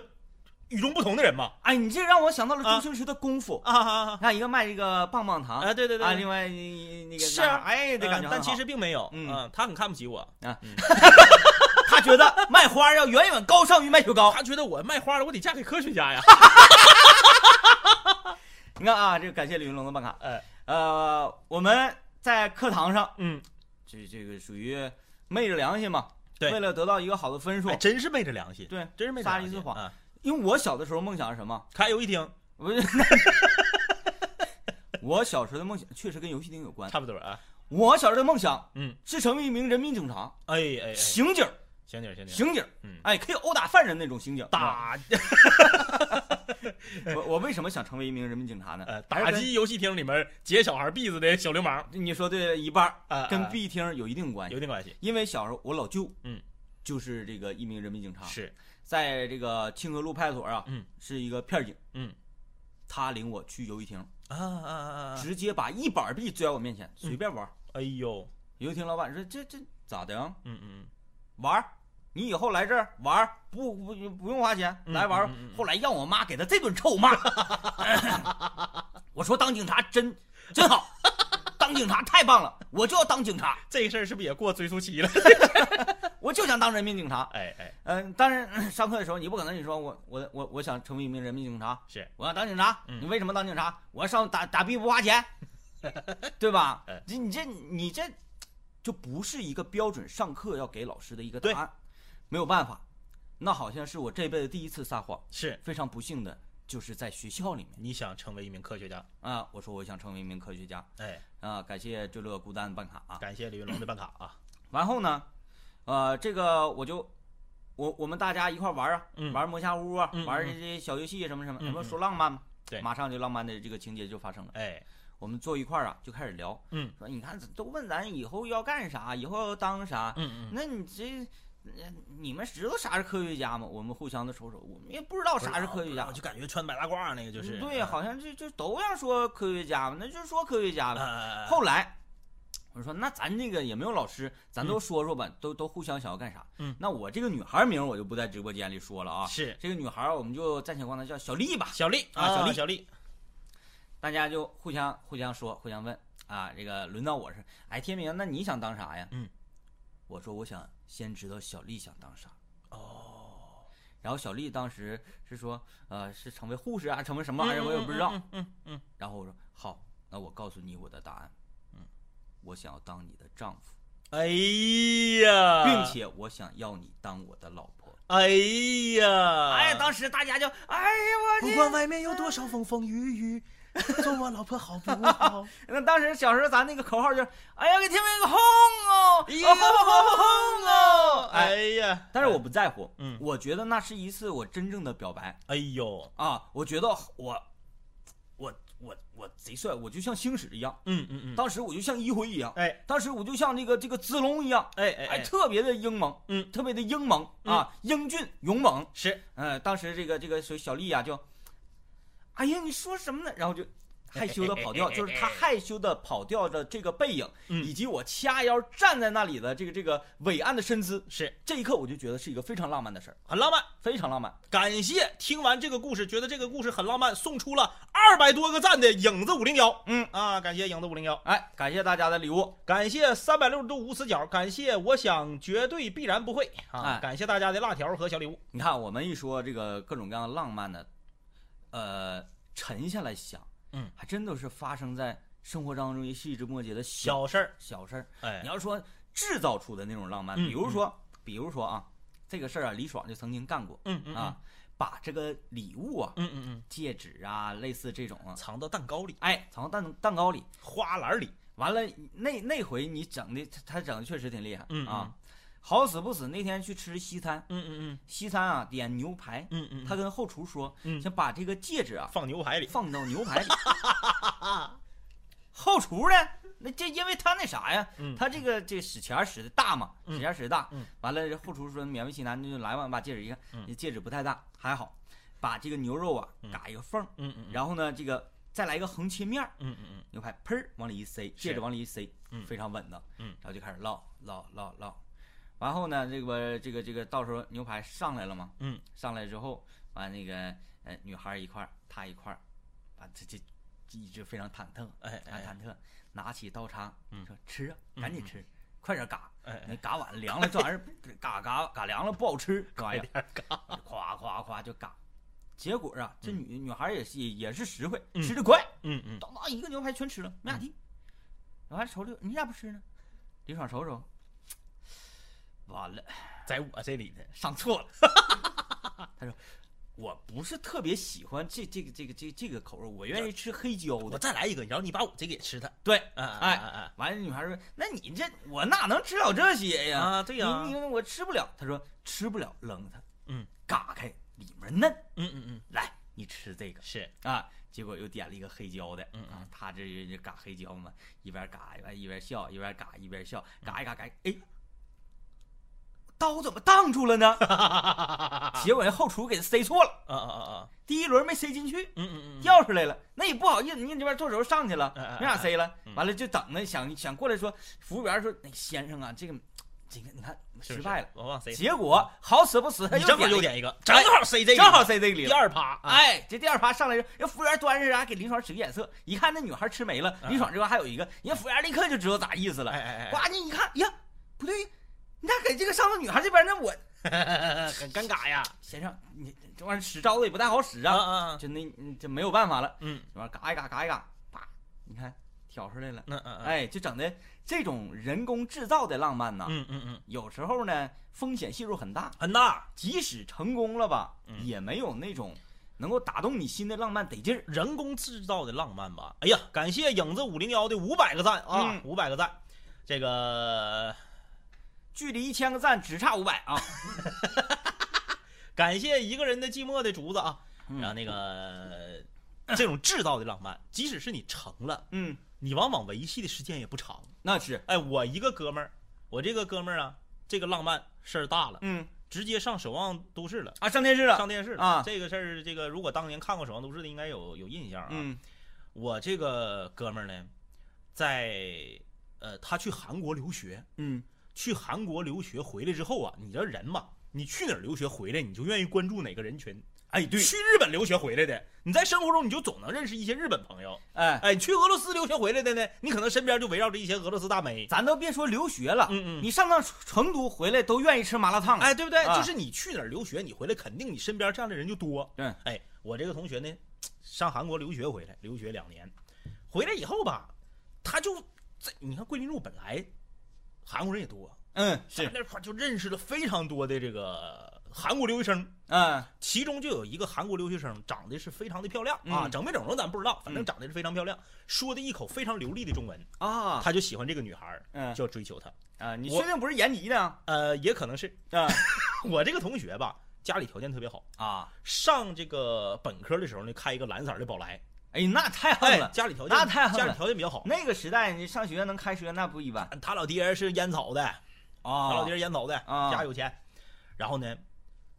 [SPEAKER 2] 与众不同的人嘛。
[SPEAKER 1] 哎，你这让我想到了
[SPEAKER 2] 啊
[SPEAKER 1] 周星驰的功夫，
[SPEAKER 2] 啊啊
[SPEAKER 1] 看一个卖这个棒棒糖
[SPEAKER 2] 啊！对对对，
[SPEAKER 1] 啊，另外一那个
[SPEAKER 2] 是啊
[SPEAKER 1] 那哎，这感
[SPEAKER 2] 嗯
[SPEAKER 1] 觉很好
[SPEAKER 2] 但其实并没有，
[SPEAKER 1] 嗯
[SPEAKER 2] 嗯，他很看不起我，
[SPEAKER 1] 啊 [LAUGHS] 他觉得卖花要远远高尚于卖雪糕。
[SPEAKER 2] 他觉得我卖花了，我得嫁给科学
[SPEAKER 1] [LAUGHS]
[SPEAKER 2] 家呀。
[SPEAKER 1] 你看啊，这个感谢李云龙的办卡。
[SPEAKER 2] 哎，
[SPEAKER 1] 呃，我们在课堂上，
[SPEAKER 2] 嗯，
[SPEAKER 1] 这这个属于昧着良心嘛，
[SPEAKER 2] 对
[SPEAKER 1] 为了得到一个好的分数
[SPEAKER 2] 哎，，真是昧着良心，
[SPEAKER 1] 对，
[SPEAKER 2] 真是昧着良
[SPEAKER 1] 撒了一
[SPEAKER 2] 心
[SPEAKER 1] 次谎
[SPEAKER 2] 啊！
[SPEAKER 1] 因为我小的时候梦想是什么？
[SPEAKER 2] 卡友一听
[SPEAKER 1] 我 [LAUGHS] 我小时候的梦想确实跟游戏厅有关。
[SPEAKER 2] 差不多啊，
[SPEAKER 1] 我小时候的梦想，
[SPEAKER 2] 嗯，
[SPEAKER 1] 是成为一名人民警察，
[SPEAKER 2] 哎哎哎，行
[SPEAKER 1] 刑警，
[SPEAKER 2] 行点行点，
[SPEAKER 1] 刑警，
[SPEAKER 2] 嗯
[SPEAKER 1] 哎，可以殴打犯人那种刑警。
[SPEAKER 2] 打
[SPEAKER 1] [LAUGHS] 我我为什么想成为一名人民警察呢？
[SPEAKER 2] 呃
[SPEAKER 1] 还
[SPEAKER 2] 打
[SPEAKER 1] 是跟
[SPEAKER 2] 击游戏厅里面劫小孩篦子的小流氓
[SPEAKER 1] 你说对了一半儿，
[SPEAKER 2] 啊，
[SPEAKER 1] 跟
[SPEAKER 2] 啊
[SPEAKER 1] B 厅有一定关
[SPEAKER 2] 有
[SPEAKER 1] 系。
[SPEAKER 2] 点关系，
[SPEAKER 1] 因为小时候我老舅，
[SPEAKER 2] 嗯，
[SPEAKER 1] 就是这个一名人民警察，
[SPEAKER 2] 是
[SPEAKER 1] 在这个清河路派出所啊，
[SPEAKER 2] 嗯，
[SPEAKER 1] 是一个片儿警，
[SPEAKER 2] 嗯，
[SPEAKER 1] 他领我去游戏厅，
[SPEAKER 2] 啊啊啊啊！
[SPEAKER 1] 直接把一板币撅我面前，随便玩儿。
[SPEAKER 2] 哎呦，
[SPEAKER 1] 游戏厅老板说：“这这咋的啊？
[SPEAKER 2] 嗯嗯。
[SPEAKER 1] 玩儿，你以后来这儿玩儿，不不不用花钱，
[SPEAKER 2] 嗯
[SPEAKER 1] 来玩儿。
[SPEAKER 2] 嗯嗯嗯
[SPEAKER 1] 后来让我妈给他这顿
[SPEAKER 2] [LAUGHS]
[SPEAKER 1] 臭骂，我说当警察真真好，当警察太棒了，我就要当警察，
[SPEAKER 2] 这个事儿是不是也过追溯期了？ [LAUGHS]
[SPEAKER 1] 我就想当人民警察。
[SPEAKER 2] 哎哎，
[SPEAKER 1] 嗯、当然、上课的时候你不可能你说我我我我想成为一名人民警察，
[SPEAKER 2] 是
[SPEAKER 1] 我要当警察，
[SPEAKER 2] 嗯
[SPEAKER 1] 你为什么当警察？我要上打打币不
[SPEAKER 2] [LAUGHS]
[SPEAKER 1] 花钱，对吧
[SPEAKER 2] 哎？
[SPEAKER 1] 你你这你这就不是一个标准上课要给老师的一个答案，没有办法，那好像是我这辈子第一次撒谎，
[SPEAKER 2] 是，
[SPEAKER 1] 非常不幸的就是在学校里面
[SPEAKER 2] 你想成为一名科学家？
[SPEAKER 1] 啊，我说我想成为一名科学家
[SPEAKER 2] 哎，
[SPEAKER 1] 啊，感谢坠落孤单办卡啊， [COUGHS]
[SPEAKER 2] 感谢李云龙的办卡啊！
[SPEAKER 1] 完后呢，呃，这个我就我我们大家一块儿玩啊，
[SPEAKER 2] 嗯
[SPEAKER 1] 玩魔下屋啊，
[SPEAKER 2] 嗯
[SPEAKER 1] 玩
[SPEAKER 2] 嗯
[SPEAKER 1] 这些小游戏什么什么，
[SPEAKER 2] 嗯
[SPEAKER 1] 什么
[SPEAKER 2] 嗯
[SPEAKER 1] 说浪漫嘛，
[SPEAKER 2] 对
[SPEAKER 1] 马上就浪漫的这个情节就发生了。
[SPEAKER 2] 哎，
[SPEAKER 1] 我们坐一块儿啊，就开始聊，
[SPEAKER 2] 嗯，
[SPEAKER 1] 说你看都问咱以后要干啥，以后要当啥，
[SPEAKER 2] 嗯嗯，
[SPEAKER 1] 那你这。呃你们知道啥是科学家吗？我们互相的瞅瞅，我们也不知道啥是科学家嗯
[SPEAKER 3] 我，就感觉穿白大褂那个就是。嗯
[SPEAKER 1] 对呀，好像这这都让说科学家嘛，那就说科学家呗。
[SPEAKER 3] 啊，
[SPEAKER 1] 后来我说，那咱这个也没有老师，
[SPEAKER 3] 嗯
[SPEAKER 1] 咱都说说吧，都都互相想要干啥。
[SPEAKER 2] 嗯，
[SPEAKER 1] 那我这个女孩名我就不在直播间里说了啊。
[SPEAKER 2] 是
[SPEAKER 1] 这个女孩我们就暂且管她叫小丽吧。
[SPEAKER 2] 小丽
[SPEAKER 1] 啊小丽
[SPEAKER 2] 小丽，
[SPEAKER 1] 大家就互相互相说，互相问啊。这个轮到我是，哎，天明，那你想当啥呀？
[SPEAKER 2] 嗯，
[SPEAKER 1] 我说我想先知道小丽想当啥。
[SPEAKER 2] 哦，
[SPEAKER 1] 然后小丽当时是说，呃，是成为护士啊，成为什么玩意儿我也不知道。
[SPEAKER 2] 嗯嗯嗯，
[SPEAKER 1] 然后我说好，那我告诉你我的答案。
[SPEAKER 2] 嗯，
[SPEAKER 1] 我想要当你的丈夫，
[SPEAKER 2] 哎呀，
[SPEAKER 1] 并，且我想要你当我的老婆。
[SPEAKER 2] 哎呀，
[SPEAKER 1] 哎，当时大家就哎呀我
[SPEAKER 3] 不
[SPEAKER 1] 这
[SPEAKER 3] 管外面有多少风风
[SPEAKER 1] [LAUGHS]
[SPEAKER 3] 雨雨，做我老婆好不好？
[SPEAKER 1] 那当时小时候咱那个口号就是哎呀给天明个轰哦，
[SPEAKER 2] 哎
[SPEAKER 1] 轰
[SPEAKER 2] 呀
[SPEAKER 1] 轰轰轰哦，
[SPEAKER 2] 哎
[SPEAKER 1] 哎，
[SPEAKER 2] 呀，
[SPEAKER 1] 但是我不在乎，
[SPEAKER 2] 嗯
[SPEAKER 1] 我觉得那是一次我真正的表白
[SPEAKER 2] 哎呦，
[SPEAKER 1] 啊，我觉得我我我我贼帅，我就像星矢一样，
[SPEAKER 2] 嗯嗯嗯，
[SPEAKER 1] 当时我就像一辉一样，
[SPEAKER 2] 哎
[SPEAKER 1] 当时我就像这个这个子龙一样，
[SPEAKER 2] 哎哎
[SPEAKER 1] 哎，特别的英猛，
[SPEAKER 2] 嗯，
[SPEAKER 1] 特别的英猛啊，英俊勇猛。
[SPEAKER 2] 是，
[SPEAKER 1] 呃，当时这个这个小小丽啊，就，哎呀，你说什么呢？然后就害羞的 [LAUGHS] 跑掉，就是她害羞的跑掉的这个背影，
[SPEAKER 2] 嗯
[SPEAKER 1] 以及我掐腰站在那里的这个这个伟岸的身姿，
[SPEAKER 2] 是
[SPEAKER 1] 这一刻我就觉得是一个非常浪漫的事儿，
[SPEAKER 2] 很浪漫。
[SPEAKER 1] 非常浪漫。
[SPEAKER 2] 感谢听完这个故事，觉得这个故事很浪漫，送出了二百多个赞的影子五零幺。
[SPEAKER 1] 嗯
[SPEAKER 2] 啊，感谢影子五零幺，
[SPEAKER 1] 哎，感谢大家的礼物，
[SPEAKER 2] 感谢三百六十度无死角，感谢我想绝对必然不会啊，
[SPEAKER 1] 哎
[SPEAKER 2] 感谢大家的辣条和小礼物。
[SPEAKER 1] 你看我们一说这个各种各样的浪漫的，呃，沉下来想，
[SPEAKER 2] 嗯，
[SPEAKER 1] 还真都是发生在生活当中一些细枝末节的小
[SPEAKER 2] 小事儿，
[SPEAKER 1] 小事儿。
[SPEAKER 2] 哎
[SPEAKER 1] 你，要说制造出的那种浪漫，
[SPEAKER 2] 嗯
[SPEAKER 1] 比如说，比如说啊，这个事儿啊，李爽就曾经干过
[SPEAKER 2] 嗯嗯，
[SPEAKER 1] 啊，把这个礼物啊，
[SPEAKER 2] 嗯嗯嗯，
[SPEAKER 1] 戒指啊，类似这种啊，
[SPEAKER 2] 藏到蛋糕里、
[SPEAKER 1] 哎，藏到蛋蛋糕里。
[SPEAKER 2] 花篮里。
[SPEAKER 1] 完了，那那回你整的，他他整的确实挺厉害
[SPEAKER 2] 嗯
[SPEAKER 1] 啊，好死不死那天去吃西餐，
[SPEAKER 2] 嗯嗯
[SPEAKER 1] 西餐啊点牛排，
[SPEAKER 2] 嗯嗯
[SPEAKER 1] 他跟后厨说
[SPEAKER 2] 嗯
[SPEAKER 1] 想把这个戒指啊
[SPEAKER 2] 放牛排里。
[SPEAKER 1] 放到牛排
[SPEAKER 2] [LAUGHS]
[SPEAKER 1] 里。后厨呢？那这因为他那啥呀，
[SPEAKER 2] 嗯
[SPEAKER 1] 他这个这使钱儿使的大嘛，
[SPEAKER 2] 嗯
[SPEAKER 1] 使钱儿使的大。
[SPEAKER 2] 嗯
[SPEAKER 1] 完了，这后厨说勉为其难，那就来吧，把戒指一看，
[SPEAKER 2] 嗯
[SPEAKER 1] 这戒指不太大，还好，把这个牛肉啊
[SPEAKER 2] 嗯
[SPEAKER 1] 嘎一个缝儿，
[SPEAKER 2] 嗯嗯
[SPEAKER 1] 然后呢，这个再来一个横切面儿，
[SPEAKER 2] 嗯嗯
[SPEAKER 1] 牛排砰儿往里一塞，戒指往里一塞，
[SPEAKER 2] 嗯
[SPEAKER 1] 非常稳当。
[SPEAKER 2] 嗯
[SPEAKER 1] 然后就开始唠唠唠唠，然后呢，这个这个这个到时候牛排上来了嘛，
[SPEAKER 2] 嗯，
[SPEAKER 1] 上来之后，完那个呃女孩一块儿，他一块儿，完这这一直非常忐忑，
[SPEAKER 2] 哎
[SPEAKER 1] 啊
[SPEAKER 2] 哎
[SPEAKER 1] 忐忑，拿起刀叉，
[SPEAKER 2] 嗯
[SPEAKER 1] 说吃啊，
[SPEAKER 2] 嗯
[SPEAKER 1] 赶紧吃，快点嘎，
[SPEAKER 2] 哎哎
[SPEAKER 1] 你嘎晚了凉了，这玩意儿 [LAUGHS] 嘎嘎嘎凉了不好吃，这玩意儿嘎，夸夸夸就嘎，结果啊，这女女孩也是也也是实惠，
[SPEAKER 2] 嗯
[SPEAKER 1] 吃的快，
[SPEAKER 2] 嗯嗯，
[SPEAKER 1] 当当啊一个牛排全吃了，没咋地。我还瞅瞅，你咋不吃呢？李爽瞅瞅，完了，
[SPEAKER 2] 在我这里呢。
[SPEAKER 1] 上错了。 [LAUGHS] 他说，我不是特别喜欢这这个这个这个这个口味，我愿意吃黑椒
[SPEAKER 2] 我
[SPEAKER 1] 的。
[SPEAKER 2] 再来一个，然后你把我这个也吃它。
[SPEAKER 1] 对，
[SPEAKER 2] 啊
[SPEAKER 1] 哎
[SPEAKER 2] 啊
[SPEAKER 1] 完了，女孩说，那你这我哪能吃了这
[SPEAKER 2] 啊
[SPEAKER 1] 些呀？
[SPEAKER 2] 啊！对呀，
[SPEAKER 1] 你
[SPEAKER 2] 嗯
[SPEAKER 1] 你我吃不了。他说吃不了，扔它。
[SPEAKER 2] 嗯，
[SPEAKER 1] 嘎开，里面嫩，
[SPEAKER 2] 嗯嗯，
[SPEAKER 1] 来，你吃这个。
[SPEAKER 2] 是，
[SPEAKER 1] 啊，结果又点了一个黑椒的，
[SPEAKER 2] 嗯
[SPEAKER 1] 啊，他这人家嘎黑椒嘛，一边嘎一边一边笑，一边嘎一边笑，
[SPEAKER 2] 嗯
[SPEAKER 1] 嘎一嘎嘎，哎，刀怎么挡住
[SPEAKER 2] [LAUGHS]
[SPEAKER 1] 了呢？ [LAUGHS] 结果人后厨给他塞错了，
[SPEAKER 2] 啊啊啊啊，
[SPEAKER 1] 第一轮没塞进去，
[SPEAKER 2] 嗯嗯嗯，
[SPEAKER 1] 掉出来了，那也不好意思，你这边做手上去了
[SPEAKER 2] 哎哎，
[SPEAKER 1] 没法塞了
[SPEAKER 2] 嗯，
[SPEAKER 1] 完了就等着想想过来说，服务员说，那先生啊，这个这个你看
[SPEAKER 2] 是
[SPEAKER 1] 失
[SPEAKER 2] 不是
[SPEAKER 1] 败了，，
[SPEAKER 2] 我往谁？
[SPEAKER 1] 结果好死不死，他
[SPEAKER 2] 你正好又
[SPEAKER 1] 又点
[SPEAKER 2] 点一个，正好塞这
[SPEAKER 1] 了
[SPEAKER 2] 个，
[SPEAKER 1] 哎正好塞这个里了
[SPEAKER 2] 第。二趴，啊，
[SPEAKER 1] 哎，这第二趴上来之后，人服务员端着啥给林爽使个眼色，一看那女孩吃没了，
[SPEAKER 2] 啊
[SPEAKER 1] 林爽这边还有一个，人家服务员立刻就知道咋意思
[SPEAKER 2] 哎
[SPEAKER 1] 了。
[SPEAKER 2] 哎
[SPEAKER 1] 呱，你一看，呀，不对，你咋给这个上到女孩这边？那我
[SPEAKER 2] 哎， [LAUGHS] 很尴尬呀，
[SPEAKER 1] 先生，你这玩意儿使招子也不太好使啊，
[SPEAKER 2] 啊啊，
[SPEAKER 1] 就那嗯这没有办法了，
[SPEAKER 2] 嗯
[SPEAKER 1] 这玩意儿嘎一嘎嘎一嘎，啪，你看挑出来了。
[SPEAKER 2] 嗯嗯，，
[SPEAKER 1] 哎，就整的这种人工制造的浪漫呐，
[SPEAKER 2] 嗯嗯嗯，
[SPEAKER 1] 有时候呢风险系数很大，
[SPEAKER 2] 很大，
[SPEAKER 1] 即使成功了吧，
[SPEAKER 2] 嗯
[SPEAKER 1] 也没有那种能够打动你心的浪漫得劲儿。
[SPEAKER 2] 人工制造的浪漫吧。哎呀，感谢影子五零幺的五百个赞啊
[SPEAKER 1] 嗯，
[SPEAKER 2] 五百个赞。这个距离一千个赞只差五百啊！
[SPEAKER 1] [LAUGHS] 感谢一个人的寂寞的竹子啊，
[SPEAKER 2] 嗯
[SPEAKER 1] 然后那个这种制造的浪漫，即使是你成了，
[SPEAKER 2] 嗯，
[SPEAKER 1] 你往往维系的时间也不长。
[SPEAKER 2] 那是，
[SPEAKER 1] 哎，我一个哥们儿，我这个哥们儿啊，这个浪漫事儿大了，
[SPEAKER 2] 嗯
[SPEAKER 1] 直接上《守望都市》了，
[SPEAKER 2] 啊，上电视了，
[SPEAKER 1] 上电视了
[SPEAKER 2] 啊
[SPEAKER 1] 这个事儿，这个如果当年看过《守望都市》的，应该有有印象啊。
[SPEAKER 2] 嗯
[SPEAKER 1] 我这个哥们儿呢，在呃，他去韩国留学，
[SPEAKER 2] 嗯
[SPEAKER 1] 去韩国留学回来之后啊，你这人嘛，你去哪儿留学回来，你就愿意关注哪个人群。哎，对，去日本留学回来的，你在生活中你就总能认识一些日本朋友。
[SPEAKER 2] 哎，
[SPEAKER 1] 哎，你去俄罗斯留学回来的呢，你可能身边就围绕着一些俄罗斯大妹。
[SPEAKER 2] 咱都别说留学了，
[SPEAKER 1] 嗯嗯
[SPEAKER 2] 你上趟成都回来都愿意吃麻辣烫了，
[SPEAKER 1] 哎，对不对？
[SPEAKER 2] 啊
[SPEAKER 1] 就是你去哪儿留学，你回来肯定你身边这样的人就多。
[SPEAKER 2] 嗯，
[SPEAKER 1] 哎，我这个同学呢，上韩国留学回来，留学两年，回来以后吧，他就在你看桂林路本来韩国人也多，
[SPEAKER 2] 嗯
[SPEAKER 1] 在
[SPEAKER 2] 是，
[SPEAKER 1] 那块儿就认识了非常多的这个韩国留学生，
[SPEAKER 2] 嗯
[SPEAKER 1] 其中就有一个韩国留学生长得是非常的漂亮啊，
[SPEAKER 2] 嗯
[SPEAKER 1] 整没整容咱不知道，反正
[SPEAKER 2] 嗯
[SPEAKER 1] 长得是非常漂亮，说的一口非常流利的中文，
[SPEAKER 2] 啊，
[SPEAKER 1] 他就喜欢这个女孩儿，
[SPEAKER 2] 嗯
[SPEAKER 1] 就要追求她。
[SPEAKER 2] 啊，你
[SPEAKER 1] 我
[SPEAKER 2] 确定不是延吉的啊？
[SPEAKER 1] 呃，也可能是
[SPEAKER 2] 啊
[SPEAKER 1] [LAUGHS] 我这个同学吧，家里条件特别好，
[SPEAKER 2] 啊，
[SPEAKER 1] 上这个本科的时候呢，开一个蓝色儿的宝来，
[SPEAKER 2] 哎，那太
[SPEAKER 1] 哎
[SPEAKER 2] 横，了，
[SPEAKER 1] 家里条件
[SPEAKER 2] 那太横了
[SPEAKER 1] 家里条件比较好。
[SPEAKER 2] 那个时代你上学能开车那不一般
[SPEAKER 1] 他老爹是烟草
[SPEAKER 2] [LAUGHS]
[SPEAKER 1] 的，他
[SPEAKER 2] 啊
[SPEAKER 1] 老爹是烟草的，
[SPEAKER 2] 啊
[SPEAKER 1] 家有钱。然后呢，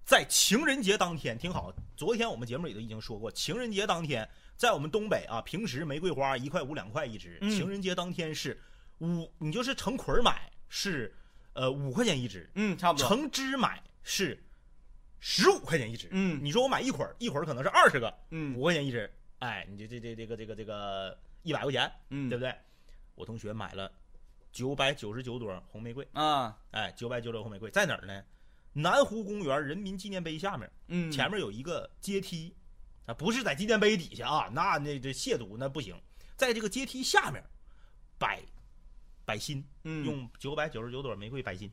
[SPEAKER 1] 在情人节当天，听好，昨天我们节目里都已经说过，情人节当天在我们东北啊，平时玫瑰花一块五两块一支，
[SPEAKER 2] 嗯
[SPEAKER 1] 情人节当天是五，你就是成捆儿买是呃五块钱一支，
[SPEAKER 2] 嗯，差不多，
[SPEAKER 1] 成支买是十五块钱一支。
[SPEAKER 2] 嗯
[SPEAKER 1] 你说我买一捆儿，一捆儿可能是二十个，
[SPEAKER 2] 嗯
[SPEAKER 1] 五块钱一支，哎，你这这这这个这个这个一百块钱，
[SPEAKER 2] 嗯，
[SPEAKER 1] 对不对？我同学买了九百九十九朵红玫瑰，
[SPEAKER 2] 啊，
[SPEAKER 1] 哎，九百九十九红玫瑰在哪儿呢？南湖公园人民纪念碑下面，
[SPEAKER 2] 嗯，
[SPEAKER 1] 前面有一个阶梯，啊，不是在纪念碑底下啊，那那这亵渎那不行，在这个阶梯下面摆摆心，
[SPEAKER 2] 嗯
[SPEAKER 1] 用九百九十九朵玫瑰摆心。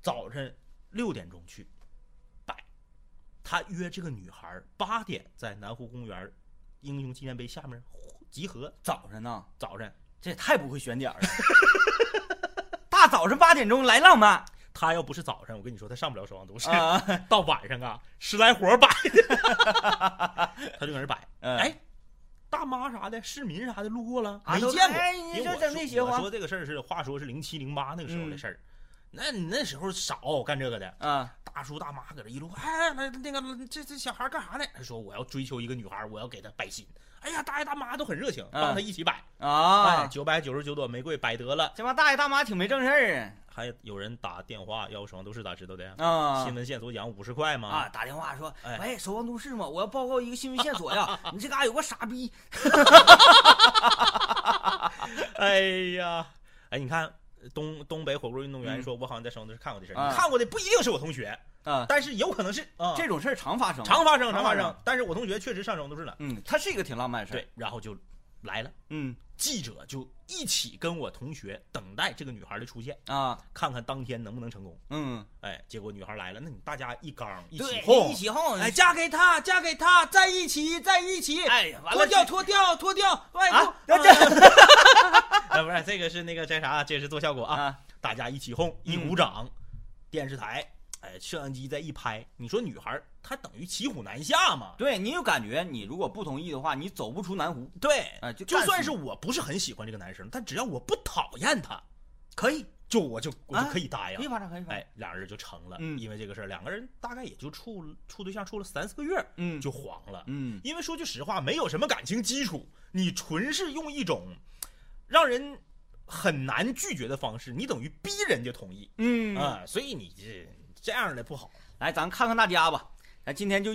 [SPEAKER 1] 早晨六点钟去摆，他约这个女孩八点在南湖公园英雄纪念碑下面集合。
[SPEAKER 2] 早晨呢，
[SPEAKER 1] 早晨，
[SPEAKER 2] 这也太不会选点儿了，
[SPEAKER 1] [LAUGHS]
[SPEAKER 2] 大早上八点钟来浪漫
[SPEAKER 1] 他要不是早晨，我跟你说他上不了守望都市，
[SPEAKER 2] 啊，
[SPEAKER 1] 到晚上啊十来活摆的，他就搁那儿摆。
[SPEAKER 2] [LAUGHS] 嗯
[SPEAKER 1] 哎，大妈啥的，市民啥的路过了，
[SPEAKER 2] 啊
[SPEAKER 1] 没
[SPEAKER 2] 都
[SPEAKER 1] 见过。
[SPEAKER 2] 哎
[SPEAKER 1] 因
[SPEAKER 2] 你
[SPEAKER 1] 为
[SPEAKER 2] 这
[SPEAKER 1] 我
[SPEAKER 2] 整那邪
[SPEAKER 1] 说我
[SPEAKER 2] 话
[SPEAKER 1] 说这个事儿是，话说是零七零八那个时候的
[SPEAKER 2] 嗯
[SPEAKER 1] 事儿，那你那时候少干这个的，
[SPEAKER 2] 啊，
[SPEAKER 1] 大叔大妈搁这一路，哎，来那个这这小孩干啥呢？他说我要追求一个女孩，我要给她摆心。哎呀，大爷大妈都很热情，
[SPEAKER 2] 嗯
[SPEAKER 1] 帮他一起摆。哎，
[SPEAKER 2] 啊，
[SPEAKER 1] 九百九十九朵玫瑰摆得了。
[SPEAKER 2] 这帮大爷大妈挺没正事儿
[SPEAKER 1] 还有人打电话要什么都是咋知道的呀？
[SPEAKER 2] 啊
[SPEAKER 1] 新。闻线索讲五十块吗？
[SPEAKER 2] 啊！打电话说，
[SPEAKER 1] 哎
[SPEAKER 2] 喂，守望都市嘛，我要报告一个新闻线索
[SPEAKER 1] [LAUGHS]
[SPEAKER 2] 呀，你这嘎有个傻逼， [LAUGHS]
[SPEAKER 1] 哎呀，哎，你看东东北火锅运动员
[SPEAKER 2] 嗯
[SPEAKER 1] 说，我好像在生活中是看过这事儿。
[SPEAKER 2] 啊
[SPEAKER 1] 你看过的不一定是我同学，
[SPEAKER 2] 啊，
[SPEAKER 1] 但是有可能是啊，
[SPEAKER 2] 这种事儿常发生，
[SPEAKER 1] 常发生，常
[SPEAKER 2] 常
[SPEAKER 1] 发
[SPEAKER 2] 发
[SPEAKER 1] 生
[SPEAKER 2] 生。
[SPEAKER 1] 但是我同学确实上升都是了。
[SPEAKER 2] 嗯，它是一个挺浪漫的事儿，
[SPEAKER 1] 对，然后就来了，
[SPEAKER 2] 嗯
[SPEAKER 1] 记者就一起跟我同学等待这个女孩的出现，
[SPEAKER 2] 啊，
[SPEAKER 1] 看看当天能不能成功。
[SPEAKER 2] 嗯，
[SPEAKER 1] 哎，结果女孩来了，那你大家一刚一起
[SPEAKER 2] 对，
[SPEAKER 1] 哄
[SPEAKER 2] 一，起哄，
[SPEAKER 4] 哎，嫁给他，嫁给他，在一起，在一起，
[SPEAKER 2] 哎呀，完
[SPEAKER 4] 脱
[SPEAKER 2] 了
[SPEAKER 4] 掉，脱掉，脱掉，外
[SPEAKER 2] 啊
[SPEAKER 4] 公，
[SPEAKER 2] 这
[SPEAKER 1] [LAUGHS] 哎，不是这个是那个这啥，这是做效果啊，
[SPEAKER 2] 啊，嗯
[SPEAKER 1] 大家一起哄，一鼓掌，电视台。哎，摄像机再一拍，你说女孩她等于骑虎难下嘛？
[SPEAKER 2] 对你有感觉，你如果不同意的话，你走不出南湖，
[SPEAKER 1] 对，
[SPEAKER 2] 哎，就
[SPEAKER 1] 就
[SPEAKER 2] 干
[SPEAKER 1] 算
[SPEAKER 2] 死
[SPEAKER 1] 是
[SPEAKER 2] 你
[SPEAKER 1] 我不是很喜欢这个男生，但只要我不讨厌他，可以，就我就我就
[SPEAKER 2] 啊
[SPEAKER 1] 可以答应
[SPEAKER 2] 可以。发展，可以发展，
[SPEAKER 1] 哎，俩人就成了，
[SPEAKER 2] 嗯
[SPEAKER 1] 因为这个事儿，两个人大概也就处处对象处了三四个月
[SPEAKER 2] 嗯，
[SPEAKER 1] 就黄了，
[SPEAKER 2] 嗯
[SPEAKER 1] 因为说句实话，没有什么感情基础，你纯是用一种让人很难拒绝的方式，你等于逼人家同意
[SPEAKER 2] 嗯
[SPEAKER 1] 啊、所以你这这样的不好
[SPEAKER 2] 来，咱看看大家吧，咱今天就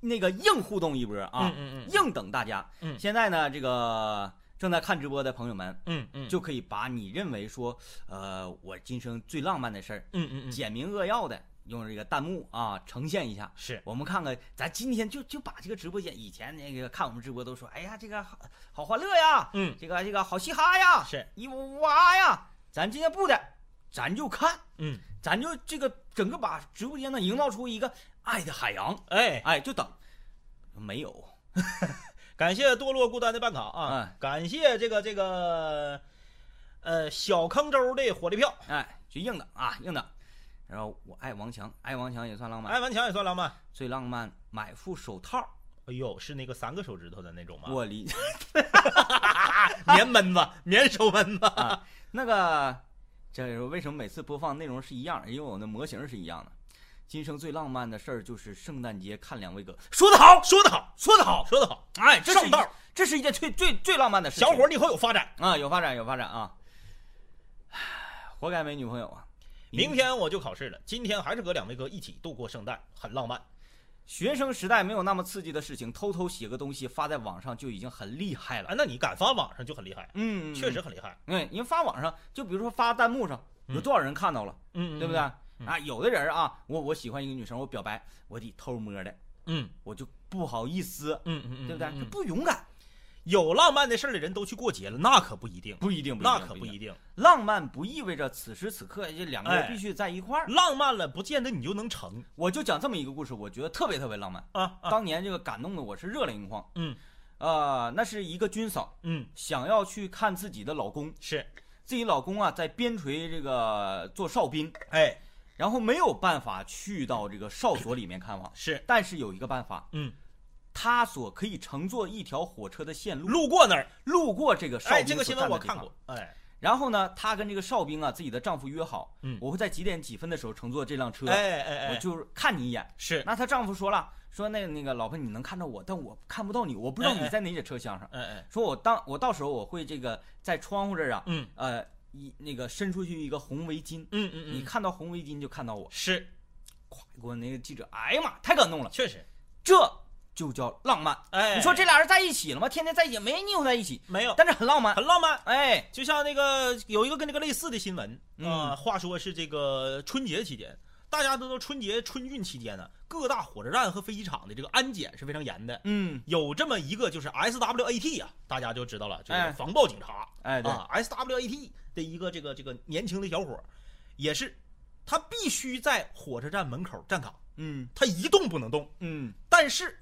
[SPEAKER 2] 那个硬互动一波啊，
[SPEAKER 1] 嗯嗯
[SPEAKER 2] 硬等大家。
[SPEAKER 1] 嗯
[SPEAKER 2] 现在呢，这个正在看直播的朋友
[SPEAKER 1] [LAUGHS]
[SPEAKER 2] 们，
[SPEAKER 1] 嗯嗯，
[SPEAKER 2] 就可以把你认为说，呃，我今生最浪漫的事儿，
[SPEAKER 1] 嗯嗯嗯，
[SPEAKER 2] 简明扼要的用这个弹幕啊呈现一下。
[SPEAKER 1] 是
[SPEAKER 2] 我们看看，咱今天就就把这个直播间，以前那个看我们直播都说，哎呀，这个好好欢乐呀，
[SPEAKER 1] 嗯
[SPEAKER 2] 这个这个好嘻哈呀，
[SPEAKER 1] 是
[SPEAKER 2] 一五五啊呀，咱今天不的，咱就看。
[SPEAKER 1] 嗯，
[SPEAKER 2] 咱就这个整个把直播间呢营造出一个爱的海洋，
[SPEAKER 1] 哎，
[SPEAKER 2] 哎，就等没有， [LAUGHS]
[SPEAKER 1] 感谢堕落孤单的办卡啊，
[SPEAKER 2] 哎
[SPEAKER 1] 感谢这个这个，
[SPEAKER 2] 呃小康州的火力票，
[SPEAKER 1] 哎，就硬的啊，硬的。然后我爱王强，爱王强也算浪漫，
[SPEAKER 2] 爱顽强也算浪漫。
[SPEAKER 1] 最浪漫买副手套，
[SPEAKER 2] 哎呦，是那个三个手指头的那种吗？
[SPEAKER 1] 我理
[SPEAKER 2] [LAUGHS] 棉闷子，棉手闷子。
[SPEAKER 1] 啊，那个，这是为什么每次播放内容是一样？因为我的模型是一样的。今生最浪漫的事儿就是圣诞节看两位哥，
[SPEAKER 2] 说得好，说得好，说得好，说得好。
[SPEAKER 1] 哎，这是
[SPEAKER 2] 上
[SPEAKER 1] 一
[SPEAKER 2] 道儿
[SPEAKER 1] 这是一件最最最浪漫的事情。
[SPEAKER 2] 小伙儿，你以后有发展。
[SPEAKER 1] 啊，有发展有发展啊！唉活该没女朋友啊！
[SPEAKER 2] 明天我就考试了，今天还是和两位哥一起度过圣诞，很浪漫。
[SPEAKER 1] 学生时代没有那么刺激的事情，偷偷写个东西发在网上就已经很厉害了。
[SPEAKER 2] 哎，那你敢发网上就很厉害，啊
[SPEAKER 1] 嗯，
[SPEAKER 2] 确实很厉害。
[SPEAKER 1] 嗯，因为发网上，就比如说发弹幕上，有
[SPEAKER 2] 嗯
[SPEAKER 1] 多少人看到了，
[SPEAKER 2] 嗯
[SPEAKER 1] 对不对？？啊，有的人啊，我我喜欢一个女生，我表白，我得偷摸的，
[SPEAKER 2] 嗯
[SPEAKER 1] 我就不好意思，
[SPEAKER 2] 嗯嗯，
[SPEAKER 1] 对不对？这
[SPEAKER 2] 嗯
[SPEAKER 1] 不勇敢，
[SPEAKER 2] 有浪漫的事儿的人都去过节了，那可不一定，
[SPEAKER 1] 不一定，不一定
[SPEAKER 2] 那可
[SPEAKER 1] 不
[SPEAKER 2] 不一
[SPEAKER 1] 定。
[SPEAKER 2] 定。
[SPEAKER 1] 浪漫不意味着此时此刻这两个人
[SPEAKER 2] 哎
[SPEAKER 1] 必须在一块儿。
[SPEAKER 2] 浪漫了不见得你就能成
[SPEAKER 1] 我就讲这么一个故事，我觉得特别特别浪漫。
[SPEAKER 2] 啊啊！
[SPEAKER 1] 当年这个感动的我是热泪盈眶。
[SPEAKER 2] 嗯，
[SPEAKER 1] 呃，那是一个军嫂
[SPEAKER 2] 嗯，
[SPEAKER 1] 想要去看自己的老公，
[SPEAKER 2] 是，
[SPEAKER 1] 自己老公啊在边陲这个做哨兵，
[SPEAKER 2] 哎，
[SPEAKER 1] 然后没有办法去到这个哨所里面看望，
[SPEAKER 2] 是
[SPEAKER 1] 但是有一个办法，
[SPEAKER 2] 嗯，
[SPEAKER 1] 他所可以乘坐一条火车的线路
[SPEAKER 2] 路过那儿，
[SPEAKER 1] 路过这个哨兵
[SPEAKER 2] 哎，这个
[SPEAKER 1] 所
[SPEAKER 2] 新闻
[SPEAKER 1] 站的
[SPEAKER 2] 我
[SPEAKER 1] 地
[SPEAKER 2] 看
[SPEAKER 1] 方
[SPEAKER 2] 过，哎，
[SPEAKER 1] 然后呢，她跟这个哨兵啊，自己的丈夫约好，
[SPEAKER 2] 嗯
[SPEAKER 1] 我会在几点几分的时候乘坐这辆车，
[SPEAKER 2] 哎哎
[SPEAKER 1] 我
[SPEAKER 2] 哎，
[SPEAKER 1] 就是看你一眼。
[SPEAKER 2] 是，
[SPEAKER 1] 那她丈夫说了，说那那个老婆你能看到我，但我看不到你，我不知道
[SPEAKER 2] 哎哎
[SPEAKER 1] 你在哪节车厢上。
[SPEAKER 2] 哎哎，
[SPEAKER 1] 说我当我到时候我会这个在窗户这儿啊，
[SPEAKER 2] 嗯
[SPEAKER 1] 呃，一那个伸出去一个红围巾，
[SPEAKER 2] 嗯嗯
[SPEAKER 1] 你
[SPEAKER 2] 嗯，
[SPEAKER 1] 看到红围巾就看到我。
[SPEAKER 2] 是，
[SPEAKER 1] 咵，给我那个记者，哎呀妈，太感动了，
[SPEAKER 2] 确实，
[SPEAKER 1] 这就叫浪漫。
[SPEAKER 2] 哎，
[SPEAKER 1] 你说这俩人在一起了吗？天天在一起没腻乎在一起，
[SPEAKER 2] 没有，
[SPEAKER 1] 但是很浪漫。
[SPEAKER 2] 很浪漫。
[SPEAKER 1] 哎，
[SPEAKER 2] 就像那个有一个跟这个类似的新闻
[SPEAKER 1] 嗯
[SPEAKER 2] 啊、话说是这个春节期间，大家都知道春节春运期间呢，各大火车站和飞机场的这个安检是非常严的。
[SPEAKER 1] 嗯，
[SPEAKER 2] 有这么一个就是 SWAT 啊，大家就知道了，就
[SPEAKER 1] 哎
[SPEAKER 2] 是防暴警察、
[SPEAKER 1] 哎对，
[SPEAKER 2] 啊，SWAT 的一个这个这个年轻的小伙儿，也是他必须在火车站门口站岗，
[SPEAKER 1] 嗯
[SPEAKER 2] 他一动不能动。
[SPEAKER 1] 嗯
[SPEAKER 2] 但是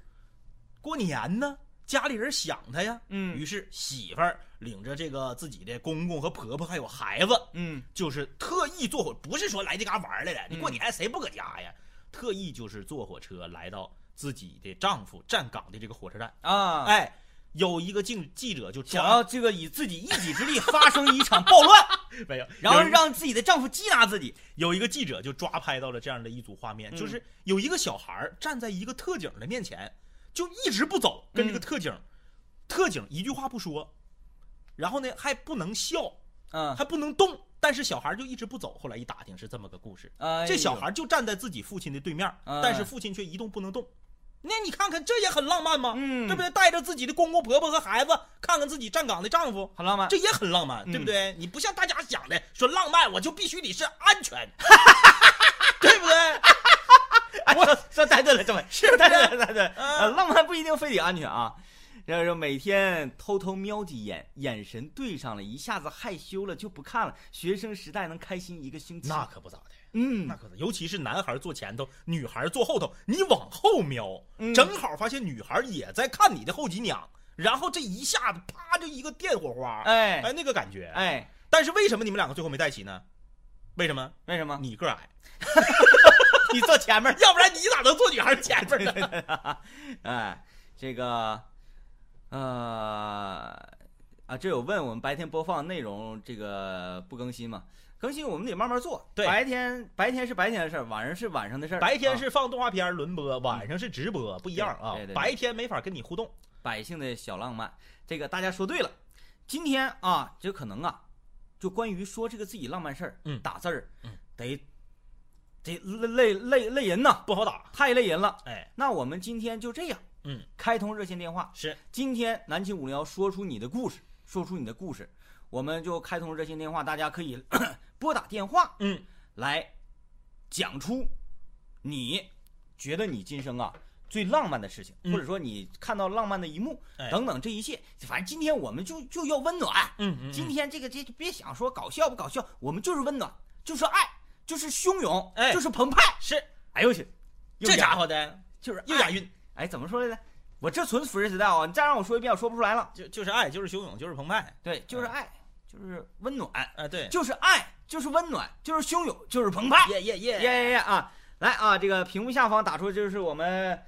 [SPEAKER 2] 过年呢，家里人想他呀，
[SPEAKER 1] 嗯
[SPEAKER 2] 于是媳妇儿领着这个自己的公公和婆婆还有孩子，
[SPEAKER 1] 嗯
[SPEAKER 2] 就是特意坐火，不是说来这嘎玩儿来了，你
[SPEAKER 1] 嗯
[SPEAKER 2] 过年谁不搁家呀？特意就是坐火车来到自己的丈夫站岗的这个火车站。
[SPEAKER 1] 啊，
[SPEAKER 2] 哎，有一个记记者就
[SPEAKER 1] 想
[SPEAKER 2] 抓
[SPEAKER 1] 要这个以自己一己之力发生一场暴乱，
[SPEAKER 2] 没有，
[SPEAKER 1] 然后
[SPEAKER 2] 有一
[SPEAKER 1] 让自己的丈夫缉拿自己。
[SPEAKER 2] 有一个记者就抓拍到了这样的一组画面，
[SPEAKER 1] 嗯
[SPEAKER 2] 就是有一个小孩儿站在一个特警的面前，就一直不走，跟这个
[SPEAKER 1] 嗯
[SPEAKER 2] 特警，特警一句话不说，然后呢还不能笑，
[SPEAKER 1] 嗯，
[SPEAKER 2] 还不能动，但是小孩就一直不走。后来一打听是这么个故事，
[SPEAKER 1] 哎
[SPEAKER 2] 这
[SPEAKER 1] 呦
[SPEAKER 2] 小孩就站在自己父亲的对面，
[SPEAKER 1] 哎
[SPEAKER 2] 但是父亲却一动不能动。那你看看，这也很浪漫吗？
[SPEAKER 1] 嗯
[SPEAKER 2] 对不对？带着自己的公公婆婆和孩子，看看自己站岗的丈夫，
[SPEAKER 1] 很浪漫
[SPEAKER 2] 这。也很浪漫，
[SPEAKER 1] 嗯
[SPEAKER 2] 对不对？你不像大家想的说浪漫，我就必须得是安全， [LAUGHS] 对不对？
[SPEAKER 1] 我哎说太对了，这位是太对了，太对了。
[SPEAKER 2] 嗯
[SPEAKER 1] 呃，浪漫不一定非得安全啊。然后说每天偷偷瞄几眼，眼神对上了，一下子害羞了就不看了。学生时代能开心一个星期，
[SPEAKER 2] 那可不咋的，
[SPEAKER 1] 嗯
[SPEAKER 2] 那可不，尤其是男孩坐前头，女孩坐后头，你往后瞄，
[SPEAKER 1] 嗯
[SPEAKER 2] 正好发现女孩也在看你的后脊梁，然后这一下子啪就一个电火花，
[SPEAKER 1] 哎
[SPEAKER 2] 哎，那个感觉。
[SPEAKER 1] 哎，
[SPEAKER 2] 但是为什么你们两个最后没在一起呢？为什么？
[SPEAKER 1] 为什么？
[SPEAKER 2] 你个儿矮，。
[SPEAKER 1] 你坐前面
[SPEAKER 2] 要不然你咋能坐女孩前面呢？
[SPEAKER 1] [LAUGHS] 哎，这个，呃，啊，这有问我们白天播放内容这个不更新吗？更新我们得慢慢做。
[SPEAKER 2] 对
[SPEAKER 1] 白天白天是白天的事儿，晚上是晚上的事儿。
[SPEAKER 2] 白天
[SPEAKER 1] 啊嗯
[SPEAKER 2] 是放动画片轮播，晚上是直播，不一样啊
[SPEAKER 1] 对对对。
[SPEAKER 2] 白天没法跟你互动，
[SPEAKER 1] 百姓的小浪漫，这个大家说对了。今天啊，这可能啊，就关于说这个自己浪漫事儿，
[SPEAKER 2] 嗯
[SPEAKER 1] 打字儿，
[SPEAKER 2] 嗯
[SPEAKER 1] 得得累累累累人呐，
[SPEAKER 2] 不好打。
[SPEAKER 1] 太累人了。
[SPEAKER 2] 哎，
[SPEAKER 1] 那我们今天就这样，
[SPEAKER 2] 嗯，
[SPEAKER 1] 开通热线电话，
[SPEAKER 2] 是
[SPEAKER 1] 今天南秦五零幺说出你的故事，说出你的故事，我们就开通热线电话，大家可以 [COUGHS] 拨打电话
[SPEAKER 2] 嗯，
[SPEAKER 1] 来讲出你觉得你今生啊最浪漫的事情，
[SPEAKER 2] 嗯
[SPEAKER 1] 或者说你看到浪漫的一幕、
[SPEAKER 2] 哎
[SPEAKER 1] 等等这一切，反正今天我们就就要温暖。
[SPEAKER 2] 嗯嗯，
[SPEAKER 1] 今天这个这别想说搞笑不搞笑，我们就是温暖，就是爱，就是汹涌，
[SPEAKER 2] 哎
[SPEAKER 1] 就是澎湃。
[SPEAKER 2] 是
[SPEAKER 1] 哎呦我去，又
[SPEAKER 2] 这
[SPEAKER 1] 押
[SPEAKER 2] 家伙的
[SPEAKER 1] 就是
[SPEAKER 2] 又
[SPEAKER 1] 爱
[SPEAKER 2] 押韵，
[SPEAKER 1] 哎，怎么说来着？我这纯 freestyle 啊！你再让我说一遍，我说不出来了。
[SPEAKER 2] 就就是爱，就是汹涌，就是澎湃。嗯
[SPEAKER 1] 对，就是爱，就是温暖，
[SPEAKER 2] 哎，对，
[SPEAKER 1] 就是爱，就是温暖，就是汹涌，就是澎湃。
[SPEAKER 2] 耶耶
[SPEAKER 1] 耶
[SPEAKER 2] 耶，
[SPEAKER 1] 耶耶啊！来啊，这个屏幕下方打出就是我们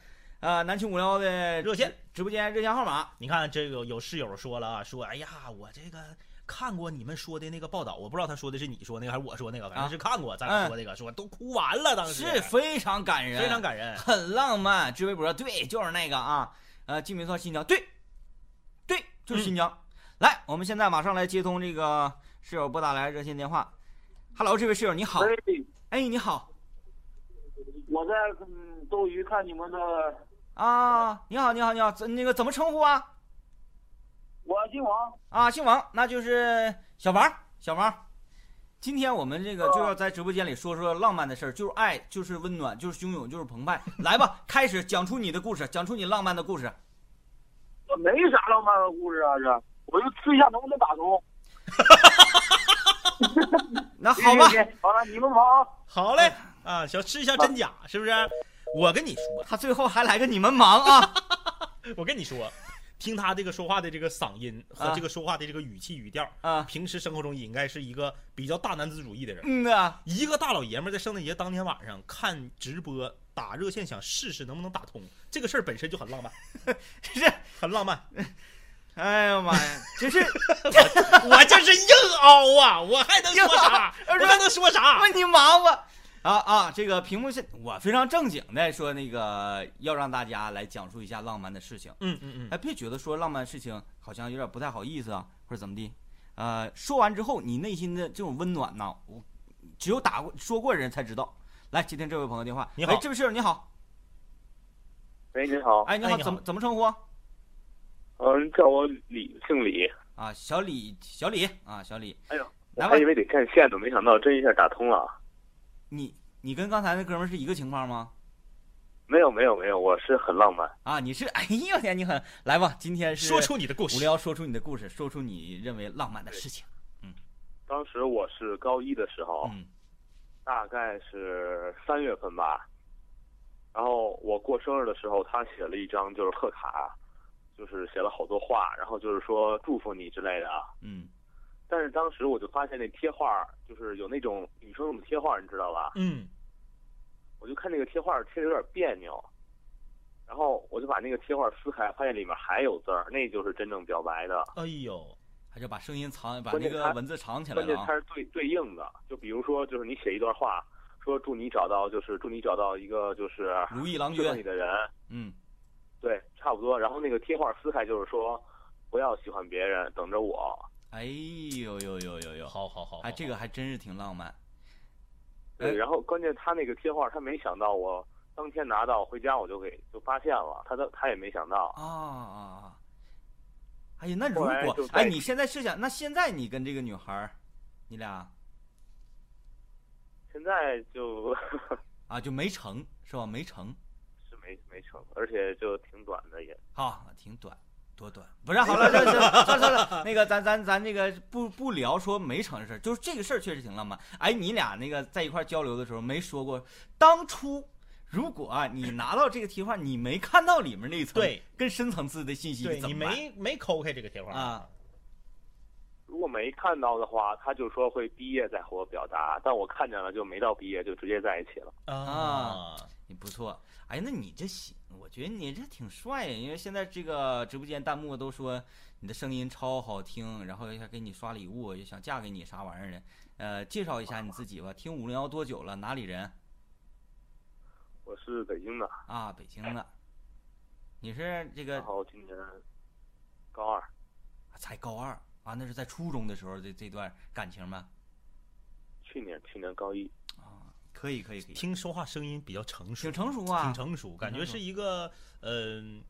[SPEAKER 1] 呃南青五聊的
[SPEAKER 2] 热线
[SPEAKER 1] 直播间热线号码。
[SPEAKER 2] 你看这个有室友说了啊，说哎呀，我这个看过你们说的那个报道，我不知道他说的是你说那个还是我说那个，反
[SPEAKER 1] 啊
[SPEAKER 2] 正是看过，咱俩说那个，说都哭完了，当时
[SPEAKER 1] 是非常感人，
[SPEAKER 2] 非常感人。
[SPEAKER 1] 很浪漫。追微博，对，就是那个啊，呃，记没错，新疆，对，对，就是新疆。来，我们现在马上来接通这个室友拨打来热线电话。Hello，这位室友你好，
[SPEAKER 5] 喂，
[SPEAKER 1] 哎，你好
[SPEAKER 5] 我在嗯斗鱼看你们的，
[SPEAKER 1] 啊，你好，你好，你好，怎那个怎么称呼啊？
[SPEAKER 5] 我姓王，
[SPEAKER 1] 啊，姓王，那就是小王，小王。今天我们这个就要在直播间里说说浪漫的事儿，就是爱，就是温暖，就是汹涌，就是澎湃。来吧，开始讲出你的故事，讲出你浪漫的故事。
[SPEAKER 5] 呃没啥浪漫的故事啊，这我就试一下能不能打通。
[SPEAKER 1] 那好吧，
[SPEAKER 5] 行，行好了，你们忙啊。
[SPEAKER 2] 好
[SPEAKER 1] 哎
[SPEAKER 2] 嘞，啊，想吃一下真假是不是？我跟你说，
[SPEAKER 1] 他最后还来个你们忙啊！
[SPEAKER 2] [LAUGHS] 我跟你说，听他这个说话的这个嗓音和
[SPEAKER 1] 啊
[SPEAKER 2] 这个说话的这个语气语调，
[SPEAKER 1] 啊，
[SPEAKER 2] 平时生活中也应该是一个比较大男子主义的人。
[SPEAKER 1] 嗯啊，
[SPEAKER 2] 一个大老爷们儿在圣诞节当天晚上看直播打热线，想试试能不能打通，这个事儿本身就很浪漫，
[SPEAKER 1] [LAUGHS] 是，
[SPEAKER 2] 很浪漫。
[SPEAKER 1] 哎呀妈呀，真
[SPEAKER 2] [LAUGHS]
[SPEAKER 1] 是
[SPEAKER 2] 我这是硬凹啊，我还能说啥？
[SPEAKER 1] 硬凹
[SPEAKER 2] 我还能说啥？
[SPEAKER 1] [LAUGHS] 问你忙吧。啊啊！这个屏幕是我非常正经的说，那个要让大家来讲述一下浪漫的事情。
[SPEAKER 2] 嗯嗯嗯，
[SPEAKER 1] 哎，别觉得说浪漫事情好像有点不太好意思啊，或者怎么地。呃，说完之后，你内心的这种温暖呐，我只有打过说过的人才知道。来接听这位朋友电话。
[SPEAKER 2] 你好
[SPEAKER 1] 哎，这位室友你好。
[SPEAKER 5] 喂，你好，
[SPEAKER 1] 哎，你
[SPEAKER 2] 哎
[SPEAKER 1] 好，
[SPEAKER 2] 你好
[SPEAKER 1] 怎么怎么称呼啊？
[SPEAKER 6] 呃
[SPEAKER 5] 嗯、叫我李，姓李。
[SPEAKER 1] 啊，小李，小李啊，小
[SPEAKER 6] [LAUGHS]
[SPEAKER 1] 李，
[SPEAKER 5] 我
[SPEAKER 1] 来吧
[SPEAKER 5] 还以为得占线呢，没想到真一下打通了。
[SPEAKER 1] 你你跟刚才那哥们儿是一个情况吗？
[SPEAKER 5] 没有没有没有，我是很浪漫。
[SPEAKER 1] 啊，你是 [LAUGHS] 哎呦我天，你很来吧，今天是
[SPEAKER 2] 说出你的故
[SPEAKER 1] 无
[SPEAKER 2] 事。
[SPEAKER 1] 聊，说出你的故事，说出你认为浪漫的事情。
[SPEAKER 5] 当时我是高一的时候，
[SPEAKER 1] 嗯
[SPEAKER 5] 大概是三月份吧。然后我过生日的时候，他写了一张就是贺卡，就是写了好多话，然后就是说祝福你之类的。
[SPEAKER 1] 嗯
[SPEAKER 5] 但是当时我就发现那贴画，就是有那种女生用的贴画，你知道吧？
[SPEAKER 2] 嗯，
[SPEAKER 5] 我就看那个贴画贴的有点别扭，然后我就把那个贴画撕开，发现里面还有字儿，那就是真正表白的。
[SPEAKER 2] 哎呦，
[SPEAKER 1] 他就把声音藏，把
[SPEAKER 5] 关
[SPEAKER 1] 那
[SPEAKER 5] 键
[SPEAKER 1] 个
[SPEAKER 5] 他
[SPEAKER 1] 文字藏起来
[SPEAKER 5] 关键
[SPEAKER 1] 了啊
[SPEAKER 5] 它。是对对应的，就比如说，就是你写一段话，说祝你找到，就是祝你找到一个就是
[SPEAKER 1] 如意郎
[SPEAKER 5] 适合
[SPEAKER 1] 君，
[SPEAKER 5] 你的人，
[SPEAKER 1] 嗯，
[SPEAKER 5] 对，差不多。然后那个贴画撕开就是说，不要喜欢别人，等着我。
[SPEAKER 1] 哎呦呦呦呦呦，
[SPEAKER 2] 好好好，
[SPEAKER 1] 哎，这个还真是挺浪漫。哎
[SPEAKER 5] 对，然后关键他那个贴画，他没想到我当天拿到回家我就给就发现了，他的他也没想到。
[SPEAKER 1] 啊啊啊！哎呀，那如
[SPEAKER 5] 后来
[SPEAKER 1] 果
[SPEAKER 5] 就在
[SPEAKER 1] 哎，你现在设想，那现在你跟这个女孩儿，你俩
[SPEAKER 5] 现在就
[SPEAKER 1] 啊就没成是吧？没成，
[SPEAKER 5] 是没没成，而且就挺短的也。
[SPEAKER 1] 好，挺短，多短，不是好了，这这算了算了，
[SPEAKER 5] [LAUGHS]
[SPEAKER 1] 那个咱咱咱这个不不聊说没成的事儿，就是这个事儿确实挺浪漫。哎，你俩那个在一块儿交流的时候没说过，当初如果啊你拿到这个题画，你没看到里面那一层
[SPEAKER 2] 对
[SPEAKER 1] 更深层次的信息，
[SPEAKER 2] 对
[SPEAKER 1] 怎
[SPEAKER 2] 你
[SPEAKER 1] 么办
[SPEAKER 2] 没没抠开这个贴画
[SPEAKER 1] 啊？
[SPEAKER 5] 如果没看到的话，他就说会毕业再和我表达，但我看见了就没到毕业，就直接在一起了。
[SPEAKER 2] 啊
[SPEAKER 1] 啊，你不错，哎，那你这行，我觉得你这挺帅呀，因为现在这个直播间弹幕都说你的声音超好听，然后还给你刷礼物，也想嫁给你啥玩意儿的。呃，介绍一下你自己吧，听五零幺多久了？哪里人
[SPEAKER 5] 我是北京的，
[SPEAKER 1] 啊？北京的。你是这
[SPEAKER 5] 然
[SPEAKER 1] 个
[SPEAKER 5] 后今年高二，
[SPEAKER 1] 才高二啊？那是在初中的时候的这段感情吧？
[SPEAKER 5] 去年去年高一，
[SPEAKER 1] 啊，可以可以可以，
[SPEAKER 2] 听说话声音比较成熟，
[SPEAKER 1] 挺成熟啊
[SPEAKER 2] 挺成熟，感觉是一个
[SPEAKER 1] 呃
[SPEAKER 2] 嗯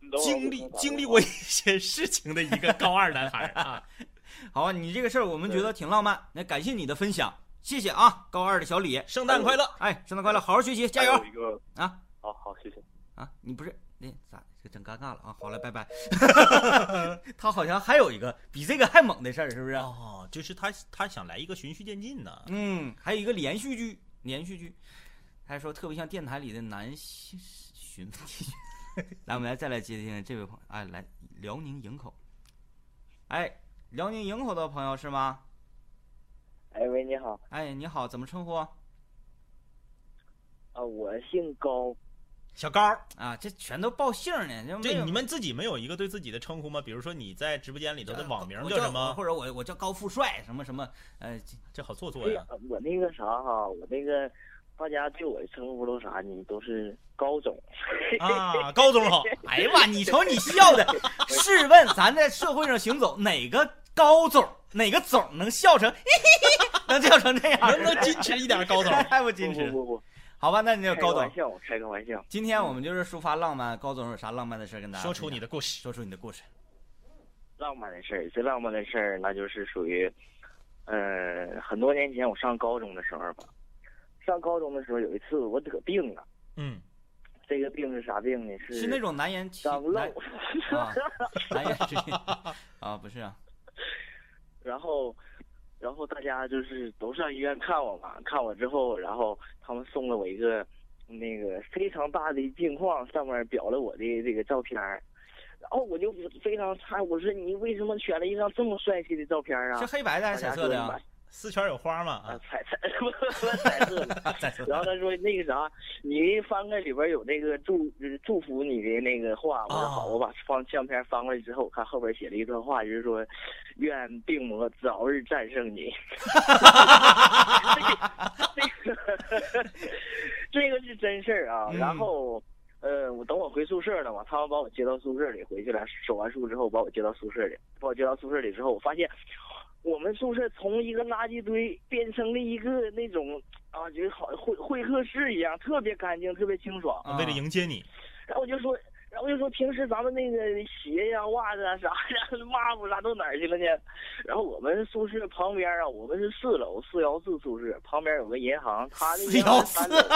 [SPEAKER 5] 你等会儿我
[SPEAKER 2] 经
[SPEAKER 5] 给
[SPEAKER 2] 历
[SPEAKER 5] 他打
[SPEAKER 2] 经历
[SPEAKER 5] 电话
[SPEAKER 2] 过一些事情的一个高二男孩啊。
[SPEAKER 1] 好啊，你这个事儿我们觉
[SPEAKER 5] 对
[SPEAKER 1] 得挺浪漫，那感谢你的分享，谢谢啊，高二的小李，
[SPEAKER 2] 圣诞快乐！哎
[SPEAKER 1] 哎，圣诞快乐，好好学习，加油
[SPEAKER 5] 还有一个
[SPEAKER 1] 啊！
[SPEAKER 5] 好好，谢谢。
[SPEAKER 1] 啊，你不是那咋这整尴尬了啊？好了，拜
[SPEAKER 2] [LAUGHS]
[SPEAKER 1] 拜。他好像还有一个比这个还猛的事儿，是不是？
[SPEAKER 2] 哦，就是他他想来一个循序渐进呢。
[SPEAKER 1] 嗯，还有一个连续剧，连续剧，他说特别像电台里的男巡巡。来，我们来再来接听这位朋友，哎，来辽宁营口，哎，辽宁营口的朋友是吗？
[SPEAKER 7] 哎喂，你好
[SPEAKER 1] 哎，你好，怎么称呼？
[SPEAKER 7] 啊，我姓高，
[SPEAKER 2] 小高，
[SPEAKER 1] 啊，这全都报姓呢，这没
[SPEAKER 2] 这
[SPEAKER 1] 有
[SPEAKER 2] 你们自己没有一个对自己的称呼吗？比如说你在直播间里头的网名
[SPEAKER 1] 我
[SPEAKER 2] 叫什么？
[SPEAKER 1] 或者我我叫高富帅什么什么，呃，
[SPEAKER 2] 这好做作
[SPEAKER 7] 哎
[SPEAKER 2] 呀
[SPEAKER 7] [LAUGHS] 呀。，我那个啥哈，我那个大家对我的称呼都啥呢？都是高总。
[SPEAKER 2] 啊，高总
[SPEAKER 7] [LAUGHS]
[SPEAKER 2] 好，
[SPEAKER 1] 哎呀妈，你瞅你笑的，试问咱在社会上行走，哪个高总哪个总能笑成，嘿 [LAUGHS] 嘿嘿能笑成这样？
[SPEAKER 2] 能不能矜持一点，高总？
[SPEAKER 1] [LAUGHS] 太不
[SPEAKER 7] 不
[SPEAKER 1] 矜
[SPEAKER 7] 不
[SPEAKER 1] 持。
[SPEAKER 7] 不不，
[SPEAKER 1] 好吧，那你就
[SPEAKER 7] 开
[SPEAKER 1] 高
[SPEAKER 7] 个玩
[SPEAKER 1] 总。
[SPEAKER 7] 笑，我开个玩笑。
[SPEAKER 1] 今天我们就是抒发浪漫，高总有啥浪漫的事儿跟大家
[SPEAKER 2] 说出你
[SPEAKER 1] 的，
[SPEAKER 2] 的故事。
[SPEAKER 1] 说出你的故事。
[SPEAKER 7] 浪漫的事儿，最浪漫的事儿那就是属于，呃，很多年前我上高中的时候吧，上高中的时候有一次我得病了，
[SPEAKER 2] 嗯，
[SPEAKER 7] 这个病是啥病呢？是
[SPEAKER 1] 是那种难言之
[SPEAKER 7] 长
[SPEAKER 1] 难
[SPEAKER 7] [LAUGHS] 漏，
[SPEAKER 1] 啊，难言之隐啊，不是啊，
[SPEAKER 7] 然后，然后大家就是都上医院看我嘛，看我之后，然后他们送了我一个那个非常大的镜框，上面裱了我的这个照片儿然后我就非常诧，我说你为什么选了一张这么帅气的照片儿啊
[SPEAKER 1] 是？黑白的还
[SPEAKER 7] 大
[SPEAKER 1] 是彩
[SPEAKER 7] 家
[SPEAKER 1] 色
[SPEAKER 7] 说你
[SPEAKER 1] 的
[SPEAKER 7] 把
[SPEAKER 1] 啊？
[SPEAKER 2] 四圈有花嘛？
[SPEAKER 7] 啊
[SPEAKER 1] 呃
[SPEAKER 2] 啊，
[SPEAKER 7] 彩彩不不彩色的。
[SPEAKER 1] 彩色的
[SPEAKER 7] 然后他说那个啥，你翻开里边有那个祝就是祝福你的那个话，我
[SPEAKER 1] 哦
[SPEAKER 7] 说好，我把方相片翻过来之后，我看后边写了一段话，就是说，愿病魔早日战胜你。这个这个是真事儿啊。
[SPEAKER 1] 嗯
[SPEAKER 7] 然后，呃，我等我回宿舍了嘛，他们把我接到宿舍里回去了，手完术之后把我接到宿舍里，把我接到宿舍里之后，我发现我们宿舍从一个垃圾堆变成了一个那种啊，就是好像会会客室一样，特别干净，特别清爽。
[SPEAKER 1] 啊
[SPEAKER 2] 为了迎接你，
[SPEAKER 7] 然后我就说，然后我就说平时咱们那个鞋呀、袜子啊啥呀、抹布啥都哪儿去了呢？然后我们宿舍旁边啊，我们是四楼四幺四宿舍，旁边有个银行，他那银行三楼，
[SPEAKER 2] [LAUGHS]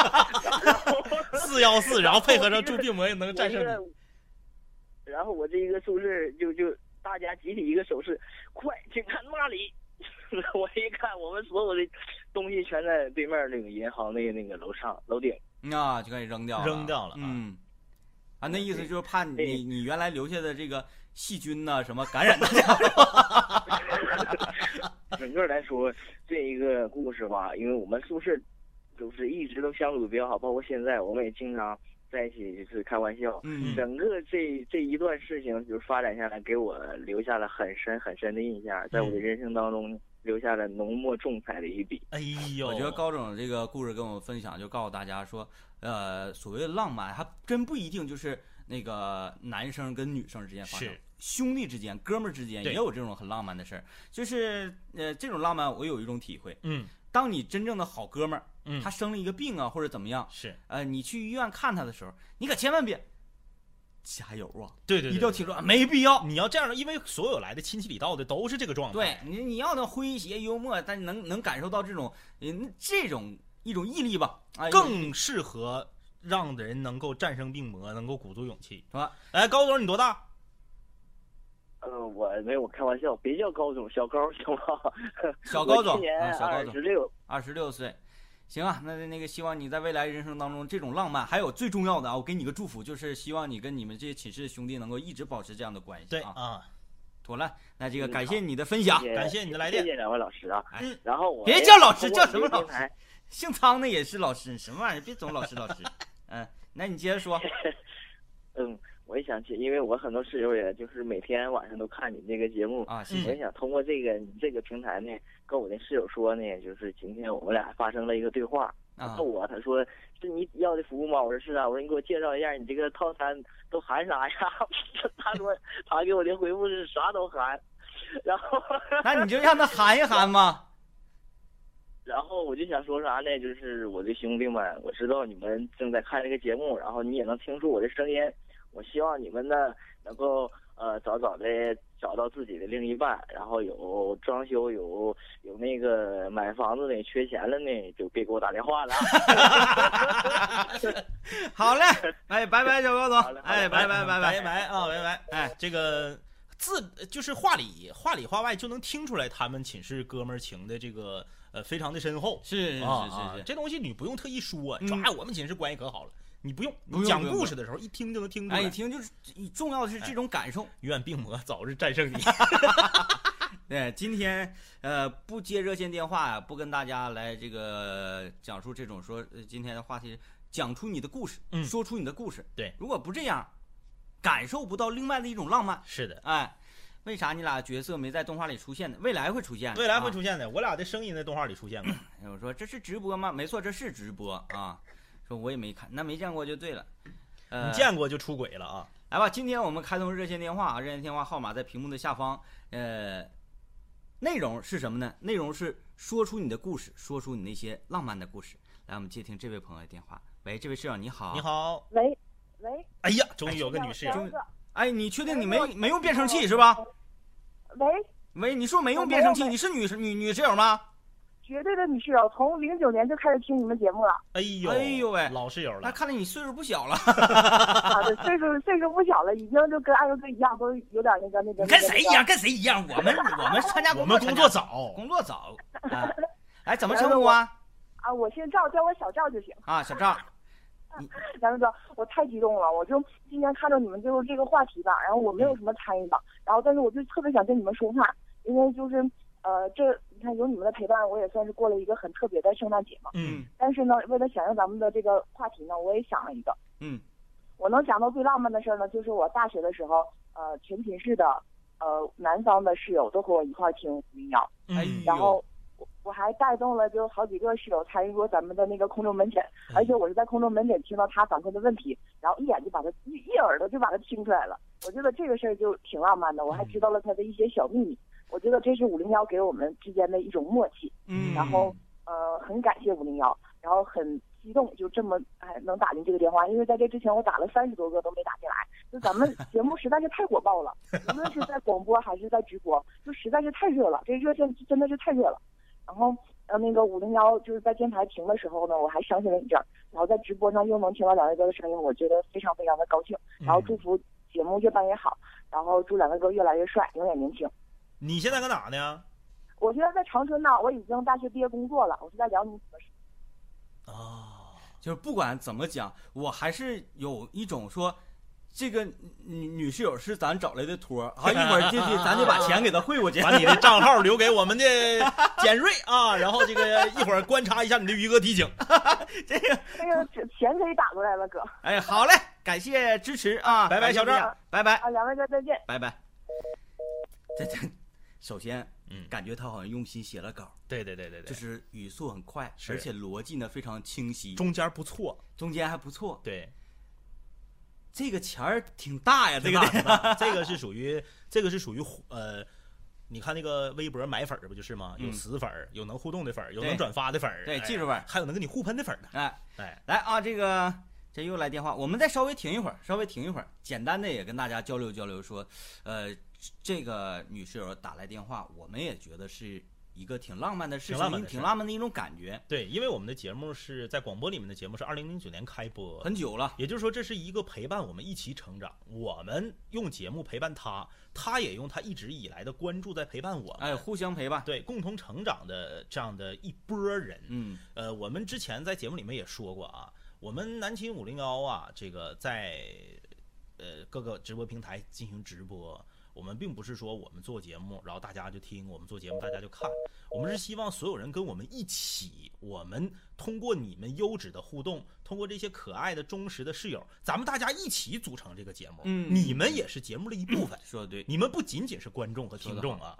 [SPEAKER 7] 然后
[SPEAKER 2] 四幺四，然后配合上祝病魔也能战胜
[SPEAKER 7] 我这
[SPEAKER 2] 你。
[SPEAKER 7] 个然后我这一个宿舍就就大家集体一个手势，快，请看那里。 [LAUGHS] 我一看，我们所有的东西全在对面那个银行那个那个楼上楼顶。 [LAUGHS]
[SPEAKER 1] 啊，就可以扔掉了，
[SPEAKER 2] 扔掉了啊
[SPEAKER 1] 嗯，啊，那意思就是怕你
[SPEAKER 7] 对
[SPEAKER 1] 你你原来留下的这个细菌呐、什么感染大家。 [LAUGHS]
[SPEAKER 7] [LAUGHS] 整个来说，这一个故事吧，因为我们宿舍就是一直都相处比较好，包括现在我们也经常在一起就是开玩笑。
[SPEAKER 1] 嗯
[SPEAKER 7] 整个这这一段事情就是发展下来，给我留下了很深很深的印象，在我
[SPEAKER 1] 嗯
[SPEAKER 7] 的人生当中留下了浓墨重彩的一笔。
[SPEAKER 2] 哎呦，
[SPEAKER 1] 我觉得高总这个故事跟我们分享，就告诉大家说，呃，所谓的浪漫，还真不一定就是那个男生跟女生之间发生
[SPEAKER 2] 是，
[SPEAKER 1] 兄弟之间、哥们儿之间
[SPEAKER 2] 对
[SPEAKER 1] 也有这种很浪漫的事儿。就是呃，这种浪漫我有一种体会，
[SPEAKER 2] 嗯
[SPEAKER 1] 当你真正的好哥们儿，
[SPEAKER 2] 嗯
[SPEAKER 1] 他，生了一个病啊或者怎么样，
[SPEAKER 2] 是
[SPEAKER 1] 呃，你去医院看他的时候，你可千万别加
[SPEAKER 5] [LAUGHS]
[SPEAKER 1] 油啊，
[SPEAKER 2] 对对，
[SPEAKER 1] 一定要听说，没必要。
[SPEAKER 2] 你要这样，因为所有来的亲戚里到的都是这个状态。
[SPEAKER 1] 对你，你要能诙谐幽默，但能能感受到这种，嗯，这种一种毅力吧，啊，一种
[SPEAKER 2] 更适合让人能够战胜病魔，能够鼓足勇气，
[SPEAKER 1] 是吧？
[SPEAKER 2] 哎，高总，你多大？
[SPEAKER 7] 呃，我没有开玩笑，别叫高总，小高行吗？
[SPEAKER 1] 小高
[SPEAKER 7] [LAUGHS] 我
[SPEAKER 1] 总
[SPEAKER 7] 今年
[SPEAKER 1] 啊，小高
[SPEAKER 7] 二
[SPEAKER 1] 总
[SPEAKER 7] 十，六，
[SPEAKER 1] 二十六岁，行啊，那那个希望你在未来人生当中这种浪漫，还有最重要的啊，我给你个祝福，就是希望你跟你们这些寝室兄弟能够一直保持这样的关系。
[SPEAKER 2] 对
[SPEAKER 1] 啊，
[SPEAKER 2] 啊，
[SPEAKER 1] 妥了，那这个
[SPEAKER 7] 嗯
[SPEAKER 1] 啊感谢你的分享，
[SPEAKER 7] 谢
[SPEAKER 2] 感谢你的来电
[SPEAKER 7] 谢。谢两位老师啊。
[SPEAKER 1] 哎
[SPEAKER 7] 嗯，然后我
[SPEAKER 1] 别叫老师
[SPEAKER 7] 通过
[SPEAKER 1] 叫什么
[SPEAKER 7] 你的
[SPEAKER 1] 老
[SPEAKER 7] 平台
[SPEAKER 1] 姓苍的也是老师，什么玩意儿？别总老师老
[SPEAKER 7] [LAUGHS]
[SPEAKER 1] 师，嗯，那你接着说，
[SPEAKER 7] 嗯，我也想去，因为我很多室友也就是每天晚上都看你这个节目，
[SPEAKER 1] 啊，谢
[SPEAKER 7] 我
[SPEAKER 1] 谢
[SPEAKER 7] 也想通过这个你这个平台呢，跟我的室友说呢，就是今天我们俩发生了一个对话。他
[SPEAKER 1] 啊
[SPEAKER 7] 问，我，他说是你要的服务吗？我说是啊。我说你给我介绍一下，你这个套餐都含啥呀？ [LAUGHS] 他说他给我的回复是啥都含， [LAUGHS] 然后
[SPEAKER 1] 那你就让他喊一喊嘛，
[SPEAKER 7] 然后我就想说啥呢？就是我的兄弟们，我知道你们正在看这个节目，然后你也能听出我的声音。我希望你们呢能够呃早早的找到自己的另一半，然后有装修有有那个买房子的缺钱了呢，就别给我打电话了啊。
[SPEAKER 2] [LAUGHS]
[SPEAKER 1] 好嘞，哎，拜拜，小
[SPEAKER 7] 好
[SPEAKER 1] 高总
[SPEAKER 7] 嘞，好嘞
[SPEAKER 1] 哎，拜拜拜
[SPEAKER 2] 拜
[SPEAKER 1] 拜。
[SPEAKER 2] 拜啊，拜拜！
[SPEAKER 1] 哎，
[SPEAKER 2] 这个字就是话里话里话外就能听出来他们寝室哥们儿情的这个呃非常的深厚。
[SPEAKER 1] 是是
[SPEAKER 2] 啊
[SPEAKER 1] 是
[SPEAKER 2] 啊
[SPEAKER 1] 是是，
[SPEAKER 2] 这东西你不用特意说，
[SPEAKER 1] 嗯
[SPEAKER 2] 你说哎我们寝室关系可好了，你不用，
[SPEAKER 1] 不用
[SPEAKER 2] 你讲
[SPEAKER 1] 不用
[SPEAKER 2] 故事的时候一听就能听出
[SPEAKER 1] 哎，一
[SPEAKER 2] 来。哎
[SPEAKER 1] 听就是，重要的是这种感受，
[SPEAKER 2] 愿病魔早日战胜你。
[SPEAKER 1] [LAUGHS] 对，今天呃不接热线电话，不跟大家来这个讲述这种说呃今天的话题，讲出你的故事，
[SPEAKER 2] 嗯
[SPEAKER 1] 说出你的故事。
[SPEAKER 2] 对，
[SPEAKER 1] 如果不这样，感受不到另外的一种浪漫。
[SPEAKER 2] 是的，
[SPEAKER 1] 哎，为啥你俩角色没在动画里出现呢？未来会出现的，
[SPEAKER 2] 未来
[SPEAKER 1] 啊
[SPEAKER 2] 会出现的。我俩的声音在动画里出现过，
[SPEAKER 1] 哎我说这是直播吗？没错，这是直播啊。说我也没看，那没见过就对了。呃，
[SPEAKER 2] 你见过就出轨了啊！
[SPEAKER 1] 来吧，今天我们开通热线电话，啊，热线电话号码在屏幕的下方。呃，内容是什么呢？内容是说出你的故事，说出你那些浪漫的故事。来，我们接听这位朋友的电话。喂，这位室友你好。
[SPEAKER 2] 你。好，
[SPEAKER 8] 喂喂，
[SPEAKER 2] 哎呀，终于有个女士
[SPEAKER 8] 小
[SPEAKER 2] 了，
[SPEAKER 1] 终于
[SPEAKER 8] 哥
[SPEAKER 1] 哎，你确定你没没用变声器是吧？
[SPEAKER 8] 喂，
[SPEAKER 1] 喂，你说没用变声器，
[SPEAKER 8] 我没
[SPEAKER 1] 你是女女女室友吗？
[SPEAKER 8] 绝对的女室友，从零九年就开始听你们节
[SPEAKER 1] [LAUGHS]
[SPEAKER 8] 目了
[SPEAKER 2] 哎呦，
[SPEAKER 1] 哎呦喂
[SPEAKER 2] 老室友
[SPEAKER 1] 那
[SPEAKER 2] 了，
[SPEAKER 1] 看来你岁数不小了。
[SPEAKER 8] 啊，对，岁数岁数不小了，已经就跟二哥哥一样，都有点那个那个。
[SPEAKER 1] 你跟谁一样？？跟谁一样？我们我们参加
[SPEAKER 2] 我们工作
[SPEAKER 1] 早，
[SPEAKER 2] 早，
[SPEAKER 1] 工作早。啊，哎，怎么称呼啊？
[SPEAKER 8] 啊，我姓赵，叫我小赵就行。
[SPEAKER 1] 啊，小赵。
[SPEAKER 8] 然后哥，我太激动了，我就今天看到你们就是这个话题吧，然后我
[SPEAKER 1] 嗯
[SPEAKER 8] 没有什么参与吧，然后但是我就特别想跟你们说话，因为就是呃，这你看有你们的陪伴，我也算是过了一个很特别的圣诞节嘛。
[SPEAKER 2] 嗯，
[SPEAKER 8] 但是呢，为了响应咱们的这个话题呢，我也想了一个。
[SPEAKER 1] 嗯，
[SPEAKER 8] 我能想到最浪漫的事儿呢，就是我大学的时候，呃，全寝室的呃南方的室友都和我一块儿听民谣，
[SPEAKER 1] 哎
[SPEAKER 2] 嗯
[SPEAKER 8] 然后我我还带动了就好几个室友参与过咱们的那个空中门诊，而且我是在空中门诊听到他反馈的问题，然后一眼就把他一一耳朵就把他听出来了。我觉得这个事儿就挺浪漫的，我还知道了他的一些小秘密。我觉得这是五零幺给我们之间的一种默契。
[SPEAKER 1] 嗯，
[SPEAKER 8] 然后呃，很感谢五零幺，然后很激动，就这么哎能打进这个电话，因为在这之前我打了三十多个都没打进来，就咱们节目实在是太火爆了，无论是在广播还是在直播，就实在是太热了，这热线真的是太热了。然后呃那个五零幺就是在电台停的时候呢，我还伤心了一阵儿，然后在直播上又能听到两位哥的声音，我觉得非常非常的高兴，然后祝福节目越办越好，然后祝两位哥越来越帅，永远年轻。
[SPEAKER 2] 你现在搁哪呢？
[SPEAKER 8] 我现在在长春呢，我已经大学毕业工作了，我是在辽宁主持
[SPEAKER 2] 啊，
[SPEAKER 1] 就是不管怎么讲，我还是有一种说，这个女女室友是咱找来的托儿，啊，一会儿就得咱就把钱给她汇过去。
[SPEAKER 2] 把你的账号留给我
[SPEAKER 1] [LAUGHS]
[SPEAKER 2] 们的简瑞啊，然后这个一会儿观察一下你的于哥提醒，
[SPEAKER 1] [LAUGHS] 这个，
[SPEAKER 8] 那个这钱可以打过来了，哥
[SPEAKER 1] 哎，好嘞，感谢支持啊，
[SPEAKER 2] 拜拜
[SPEAKER 1] 感谢
[SPEAKER 2] 小赵
[SPEAKER 1] 支持，拜拜，
[SPEAKER 8] 啊，两位哥再见。
[SPEAKER 1] 拜拜。这这，首先，
[SPEAKER 2] 嗯
[SPEAKER 1] 感觉他好像用心写了稿，
[SPEAKER 2] 对对对对
[SPEAKER 1] 就
[SPEAKER 2] 对，
[SPEAKER 1] 是语速很快，
[SPEAKER 2] 是
[SPEAKER 1] 而且逻辑呢非常清晰，中
[SPEAKER 2] 中间不错，
[SPEAKER 1] 中间还不错。
[SPEAKER 2] 对，
[SPEAKER 1] 这个钱儿挺大呀，这个
[SPEAKER 2] 挺大
[SPEAKER 1] [LAUGHS]
[SPEAKER 2] 挺大这个是属于这个是属于互呃。你看那个微博买粉儿不就是吗？有
[SPEAKER 1] 嗯
[SPEAKER 2] 死粉儿，有能互动的粉儿，有
[SPEAKER 1] 对
[SPEAKER 2] 能转发的粉儿，
[SPEAKER 1] 对
[SPEAKER 2] 哎
[SPEAKER 1] 技术粉儿
[SPEAKER 2] 还有能跟你互喷的粉儿呢。
[SPEAKER 1] 哎，
[SPEAKER 2] 哎，
[SPEAKER 1] 来啊，这个这又来电话，我们再稍微停一会儿，稍微停一会儿，简单的也跟大家交流交流，说，呃，这个女室友打来电话，我们也觉得是一个挺浪漫的事
[SPEAKER 2] 挺浪
[SPEAKER 1] 情，
[SPEAKER 2] 漫的
[SPEAKER 1] 挺
[SPEAKER 2] 事
[SPEAKER 1] 浪漫的一种感觉，
[SPEAKER 2] 对，因为我们的节目是在广播里面的节目是二零零九年开播，
[SPEAKER 1] 很久了，
[SPEAKER 2] 也就是说，这是一个陪伴我们一起成长，我们用节目陪伴他，他也用他一直以来的关注在陪伴我们，
[SPEAKER 1] 哎，互相陪伴，
[SPEAKER 2] 对，共同成长的这样的一波人。
[SPEAKER 1] 嗯
[SPEAKER 2] 呃，我们之前在节目里面也说过啊，我们南秦五零幺啊，这个在呃各个直播平台进行直播。我们并不是说我们做节目，然后大家就听我们做节目，大家就看。我们是希望所有人跟我们一起，我们通过你们优质的互动，通过这些可爱的忠实的室友，咱们大家一起组成这个节目。
[SPEAKER 1] 嗯
[SPEAKER 2] 你们也是节目的一部分，
[SPEAKER 1] [CLEARS THROAT] 说的对，
[SPEAKER 2] 你们不仅仅是观众和听众啊。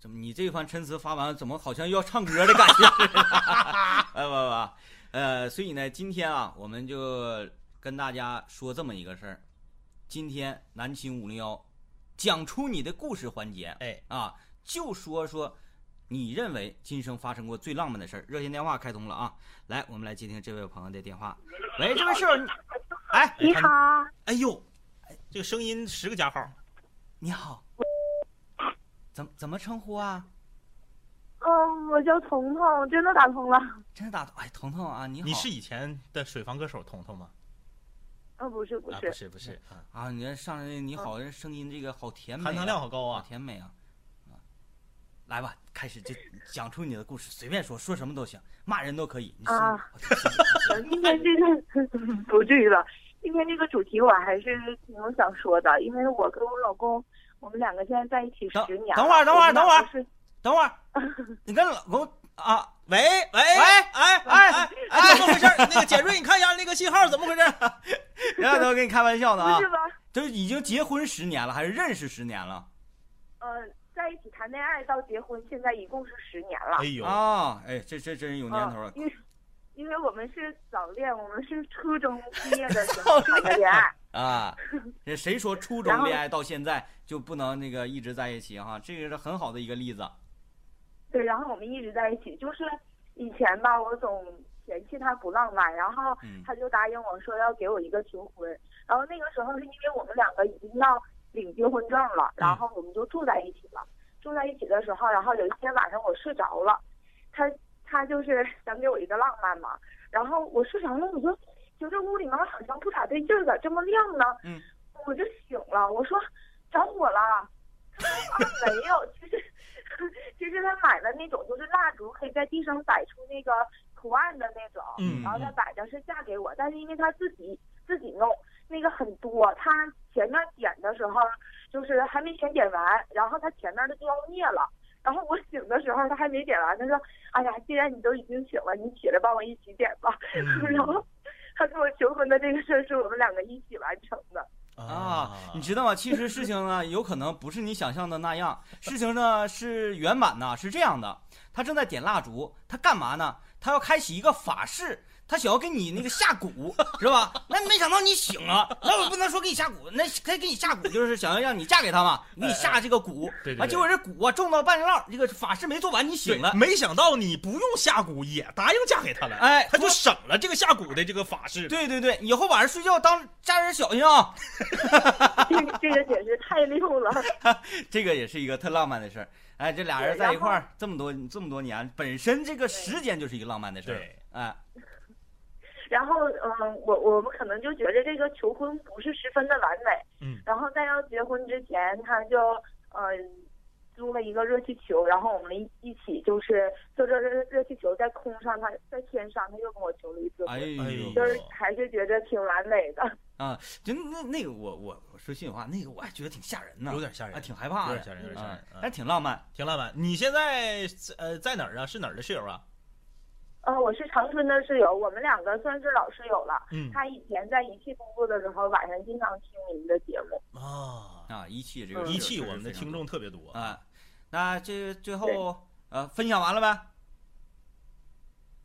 [SPEAKER 1] 怎么你这番陈词发完，怎么好像要唱歌的感觉似的？ [LAUGHS] 哎不不，呃，所以呢，今天啊，我们就跟大家说这么一个事儿。今天南青五零幺讲出你的故事环节，
[SPEAKER 2] 哎，
[SPEAKER 1] 啊，就说说你认为今生发生过最浪漫的事儿。热线电话开通了啊，来，我们来接听这位朋友的电话。喂，这位室友，你哎，
[SPEAKER 8] 你好，
[SPEAKER 2] 哎呦，这个声音十个加号。
[SPEAKER 1] 你好，怎么怎么称呼啊？
[SPEAKER 8] 嗯，我叫彤彤，真的打通了。
[SPEAKER 1] 真打哎，彤彤啊，你好，
[SPEAKER 2] 你是以前的水房歌手彤彤吗？
[SPEAKER 8] 嗯，不是不
[SPEAKER 2] 啊，
[SPEAKER 8] 是
[SPEAKER 2] 不，是不是，啊
[SPEAKER 1] 啊？你这上来你好，这声音这个好甜美、啊，
[SPEAKER 2] 含糖量好高
[SPEAKER 1] 好
[SPEAKER 2] 啊！
[SPEAKER 1] 甜美啊！啊，来吧，开始就讲出你的故事，随便说，说什么都行，骂人都
[SPEAKER 8] [LAUGHS]
[SPEAKER 1] 可以。你是
[SPEAKER 8] 啊今天这 [LAUGHS] 个不至于吧？今天这个主题我还是挺有想说的，因为我跟我老公，我们两个现在在一起
[SPEAKER 1] 等
[SPEAKER 8] 十年了。
[SPEAKER 1] 等会儿等会儿
[SPEAKER 8] 我们两个
[SPEAKER 1] 等会儿
[SPEAKER 8] 是
[SPEAKER 1] 等会儿，你跟老公啊，
[SPEAKER 3] 喂喂
[SPEAKER 1] 喂
[SPEAKER 3] 哎哎哎哎，怎么回事儿？那个简瑞，你看一下那个信号怎么回事儿？
[SPEAKER 1] 人家都跟你开玩笑呢啊
[SPEAKER 8] 不是，吧？
[SPEAKER 1] 都已经结婚十年了，还是认识十年了
[SPEAKER 8] 呃，在一起谈恋爱到结婚，现在一共是十年了。
[SPEAKER 2] 哎呦，
[SPEAKER 1] 啊？哎，这这真是有年头
[SPEAKER 8] 啊
[SPEAKER 1] 了，
[SPEAKER 8] 因为因为我们是早恋，我们是初中毕业的时候谈的恋爱。 [LAUGHS]
[SPEAKER 1] 啊！这谁说初中恋爱到现在就不能那个一直在一起哈？这个是很好的一个例子。
[SPEAKER 8] 对，然后我们一直在一起。就是以前吧，我总嫌弃他不浪漫，然后
[SPEAKER 1] 嗯
[SPEAKER 8] 他就答应我说要给我一个求婚。然后那个时候是因为我们两个已经要领结婚证了，
[SPEAKER 1] 嗯
[SPEAKER 8] 然后我们就住在一起了。住在一起的时候，然后有一天晚上我睡着了，他他就是 [LAUGHS] 想给我一个浪漫嘛。然后我睡着了，我就觉着屋里面好像不咋对劲儿，咋这么亮呢？
[SPEAKER 1] 嗯，
[SPEAKER 8] 我就醒了，我说着火了。他说啊，没有，就是 [LAUGHS] 就是他买的那种，就是蜡烛可以在地上摆出那个图案的那种，
[SPEAKER 2] 嗯
[SPEAKER 8] 然后他摆着是嫁给我，但是因为他自己自己弄那个很多，他前面点的时候就是还没全点完，然后他前面的就要灭了。然后我醒的时候，他还没点完，他说：“哎呀，既然你都已经醒了，你起来帮我一起点吧。
[SPEAKER 2] 嗯
[SPEAKER 8] [LAUGHS] 然后他跟我求婚的这个事儿是我们两个一起完成的。
[SPEAKER 1] 啊，你知道吗？其实事情呢，有可能不是你想象的那样。事情呢是圆满呢，是这样的。他正在点蜡烛，他干嘛呢？他要开启一个法事，他想要给你那个下蛊，是吧？那没想到你醒了，那我不能说给你下蛊，那可以给你下蛊，就是想要让你嫁给他嘛，给你下这个蛊。
[SPEAKER 2] 哎对对对
[SPEAKER 1] 啊，结果这蛊啊中到半道儿，这个法事没做完，你
[SPEAKER 2] 对
[SPEAKER 1] 醒了，
[SPEAKER 2] 没想到你不用下蛊也答应嫁给他了，
[SPEAKER 1] 哎
[SPEAKER 2] 他就省了这个下蛊的这个法事。
[SPEAKER 1] 对对对，以后晚上睡觉当家人小心啊。
[SPEAKER 8] 这个这个简直太溜了。
[SPEAKER 1] [LAUGHS] 这个也是一个特浪漫的事儿。哎，这俩人在一块儿这么多这么多年，本身这个时间就是一个浪漫的事儿
[SPEAKER 2] 对。
[SPEAKER 1] 哎，
[SPEAKER 8] 然后，嗯，我我们可能就觉着这个求婚不是十分的完美，
[SPEAKER 2] 嗯，
[SPEAKER 8] 然后在要结婚之前，他就嗯、呃租了一个热气球，然后我们一一起就是坐着热热气球在空上，他在天上，他又跟我求了一次婚，
[SPEAKER 1] 哎
[SPEAKER 2] 哎
[SPEAKER 1] 呦
[SPEAKER 2] 呦，
[SPEAKER 8] 就是还是觉着挺完美的。
[SPEAKER 1] 就啊那那个我我我说心里话，那个我还觉得挺吓人呢，
[SPEAKER 2] 有点吓人
[SPEAKER 1] 啊，挺害怕
[SPEAKER 2] 有
[SPEAKER 1] 的，
[SPEAKER 2] 点吓人有点吓人
[SPEAKER 1] 啊
[SPEAKER 2] 嗯
[SPEAKER 1] 但挺浪漫。
[SPEAKER 2] 田老板，你现在呃在哪儿啊？是哪儿的室友啊？
[SPEAKER 8] 呃，我是长春的室友，我们两个算是老室友了。
[SPEAKER 2] 嗯
[SPEAKER 8] 他以前在一汽工作的时候，晚上经常听您的节目。
[SPEAKER 2] 啊，
[SPEAKER 1] 啊，一汽这个
[SPEAKER 2] 一
[SPEAKER 1] 事儿
[SPEAKER 2] 汽
[SPEAKER 1] 确实
[SPEAKER 2] 我们的
[SPEAKER 1] 非常
[SPEAKER 2] 听
[SPEAKER 1] 多
[SPEAKER 2] 众特别多，
[SPEAKER 1] 啊，那这最后呃分享完了呗，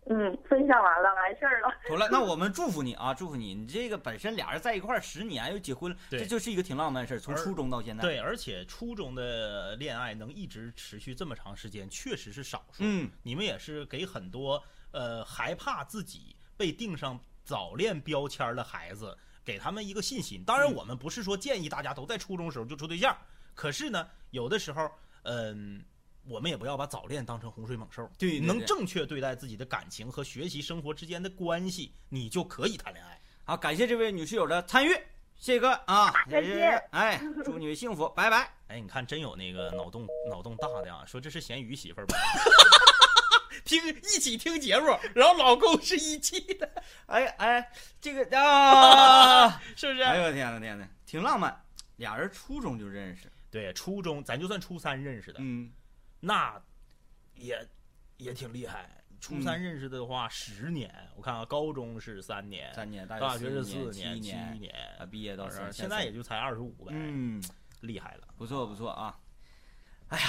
[SPEAKER 8] 嗯，分享完了，完事儿了。
[SPEAKER 1] [LAUGHS] 妥了。那我们祝福你啊，祝福你，你这个本身俩人在一块儿十年又结婚了，
[SPEAKER 2] 对
[SPEAKER 1] 这就是一个挺浪漫的事儿，从
[SPEAKER 2] 而
[SPEAKER 1] 初中到现在。，
[SPEAKER 2] 对，而且初中的恋爱能一直持续这么长时间，确实是少数。
[SPEAKER 1] 嗯，
[SPEAKER 2] 你们也是给很多呃害怕自己被定上早恋标签儿的孩子，给他们一个信心。当然，
[SPEAKER 1] 嗯
[SPEAKER 2] 我们不是说建议大家都在初中时候就处对象，可是呢，有的时候，嗯、我们也不要把早恋当成洪水猛兽，
[SPEAKER 1] 对对对
[SPEAKER 2] 能正确对待自己的感情和学习生活之间的关系，你就可以谈恋爱。
[SPEAKER 1] 好，感谢这位女室友的参与，谢谢哥啊，
[SPEAKER 8] 再见
[SPEAKER 1] 哎，祝你们幸福，拜拜。
[SPEAKER 2] 哎，你看，真有那个脑洞脑洞大的啊，说这是咸鱼媳妇儿吧？听一起听节目，然后老公是一气的，
[SPEAKER 1] 哎哎，这个
[SPEAKER 3] [LAUGHS]
[SPEAKER 1] 啊，
[SPEAKER 2] 是不是？
[SPEAKER 1] 哎呦天呐天呐，挺浪漫，俩人初中就认识，
[SPEAKER 2] 对，初中咱就算初三认识的，
[SPEAKER 1] 嗯，
[SPEAKER 2] 那也也挺厉害。初三
[SPEAKER 1] 嗯
[SPEAKER 2] 认识的话，十年，我看啊，高中是三年，
[SPEAKER 1] 三年，
[SPEAKER 2] 大学是
[SPEAKER 1] 四
[SPEAKER 2] 四
[SPEAKER 1] 年，
[SPEAKER 2] 七
[SPEAKER 1] 年，
[SPEAKER 2] 年，
[SPEAKER 1] 啊，毕业到
[SPEAKER 2] 是
[SPEAKER 1] 现
[SPEAKER 2] 现在也就才二十五呗，
[SPEAKER 1] 嗯，
[SPEAKER 2] 厉害了。
[SPEAKER 1] 不错不错啊。哎呀，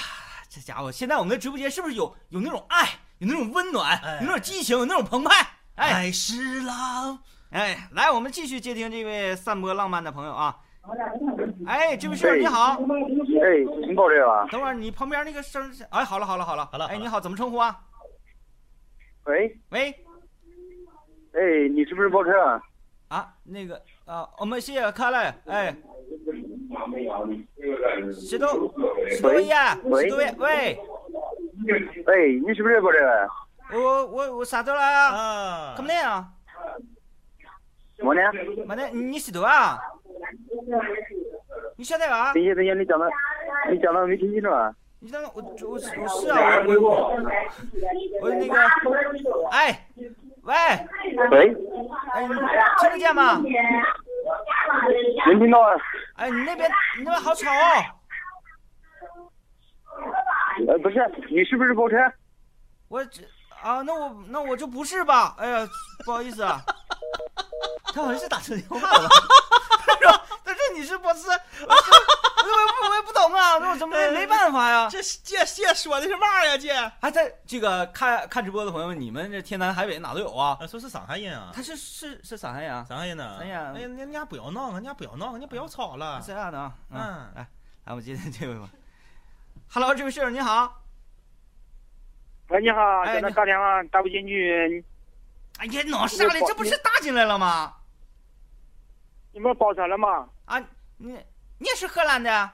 [SPEAKER 1] 这家伙，现在我们的直播间是不是有有那种爱，有那种温暖，
[SPEAKER 2] 哎
[SPEAKER 1] 有那种激情，有那种澎湃？哎
[SPEAKER 2] 爱是浪，
[SPEAKER 1] 哎，来，我们继续接听这位散播浪漫的朋友啊。哎，这位室友你好。
[SPEAKER 6] 哎，您够这个了？
[SPEAKER 1] 等会儿你旁边那个声儿，哎，好了好了好了
[SPEAKER 2] 好了
[SPEAKER 1] 哎，
[SPEAKER 2] 好了
[SPEAKER 1] 你好，怎么称呼啊？
[SPEAKER 6] 喂，
[SPEAKER 1] 喂，
[SPEAKER 6] 哎，你是不是包车？
[SPEAKER 1] 啊，那个啊，我们谢谢看嘞，哎，石头，石头爷，
[SPEAKER 6] 喂
[SPEAKER 1] 石头爷，喂，
[SPEAKER 6] 哎，你是不是包车？
[SPEAKER 1] 我我我啥子啦？
[SPEAKER 2] 啊，
[SPEAKER 1] 怎么的啊？
[SPEAKER 6] 我呢？
[SPEAKER 1] 没得，你石头啊？你晓得啊
[SPEAKER 6] 等？一下，等一下，你讲的，你讲的没听清楚啊？
[SPEAKER 1] 你等等，我我我是啊，我我我那个，哎，喂，
[SPEAKER 6] 喂，
[SPEAKER 1] 哎，你听得见吗？
[SPEAKER 6] 能听到啊？
[SPEAKER 1] 哎，你那边你那边好吵哦！
[SPEAKER 6] 呃，不是，你是不是包晨？
[SPEAKER 1] 我这啊，那我那我这不是吧？哎呀，不好意思啊，他好像是打错电话了。他说：“他说你是博士，我说我也不我也不懂啊，那我怎么也没办法呀？
[SPEAKER 2] 这这这说的是嘛呀？这
[SPEAKER 1] 啊哎，在这个看看直播的朋友们，你们这天南海北哪都有啊？
[SPEAKER 2] 啊，说是上海人啊，
[SPEAKER 1] 他是是是上海人啊，
[SPEAKER 2] 上海人呢？
[SPEAKER 1] 上海人
[SPEAKER 2] 哎呀，人家不要闹，人家不要闹，人啊家不要吵了。
[SPEAKER 1] 这样的啊，嗯
[SPEAKER 2] 嗯，
[SPEAKER 1] 来来，我们接这位吧。Hello，这位室友你好，
[SPEAKER 6] 喂，你好，
[SPEAKER 1] 哎
[SPEAKER 6] 在那
[SPEAKER 1] 你
[SPEAKER 6] 打电话打不进去，
[SPEAKER 1] 哎呀，哪上来这不是搭进来了吗？
[SPEAKER 6] 你们包车了吗？
[SPEAKER 1] 啊，你你也是荷兰的，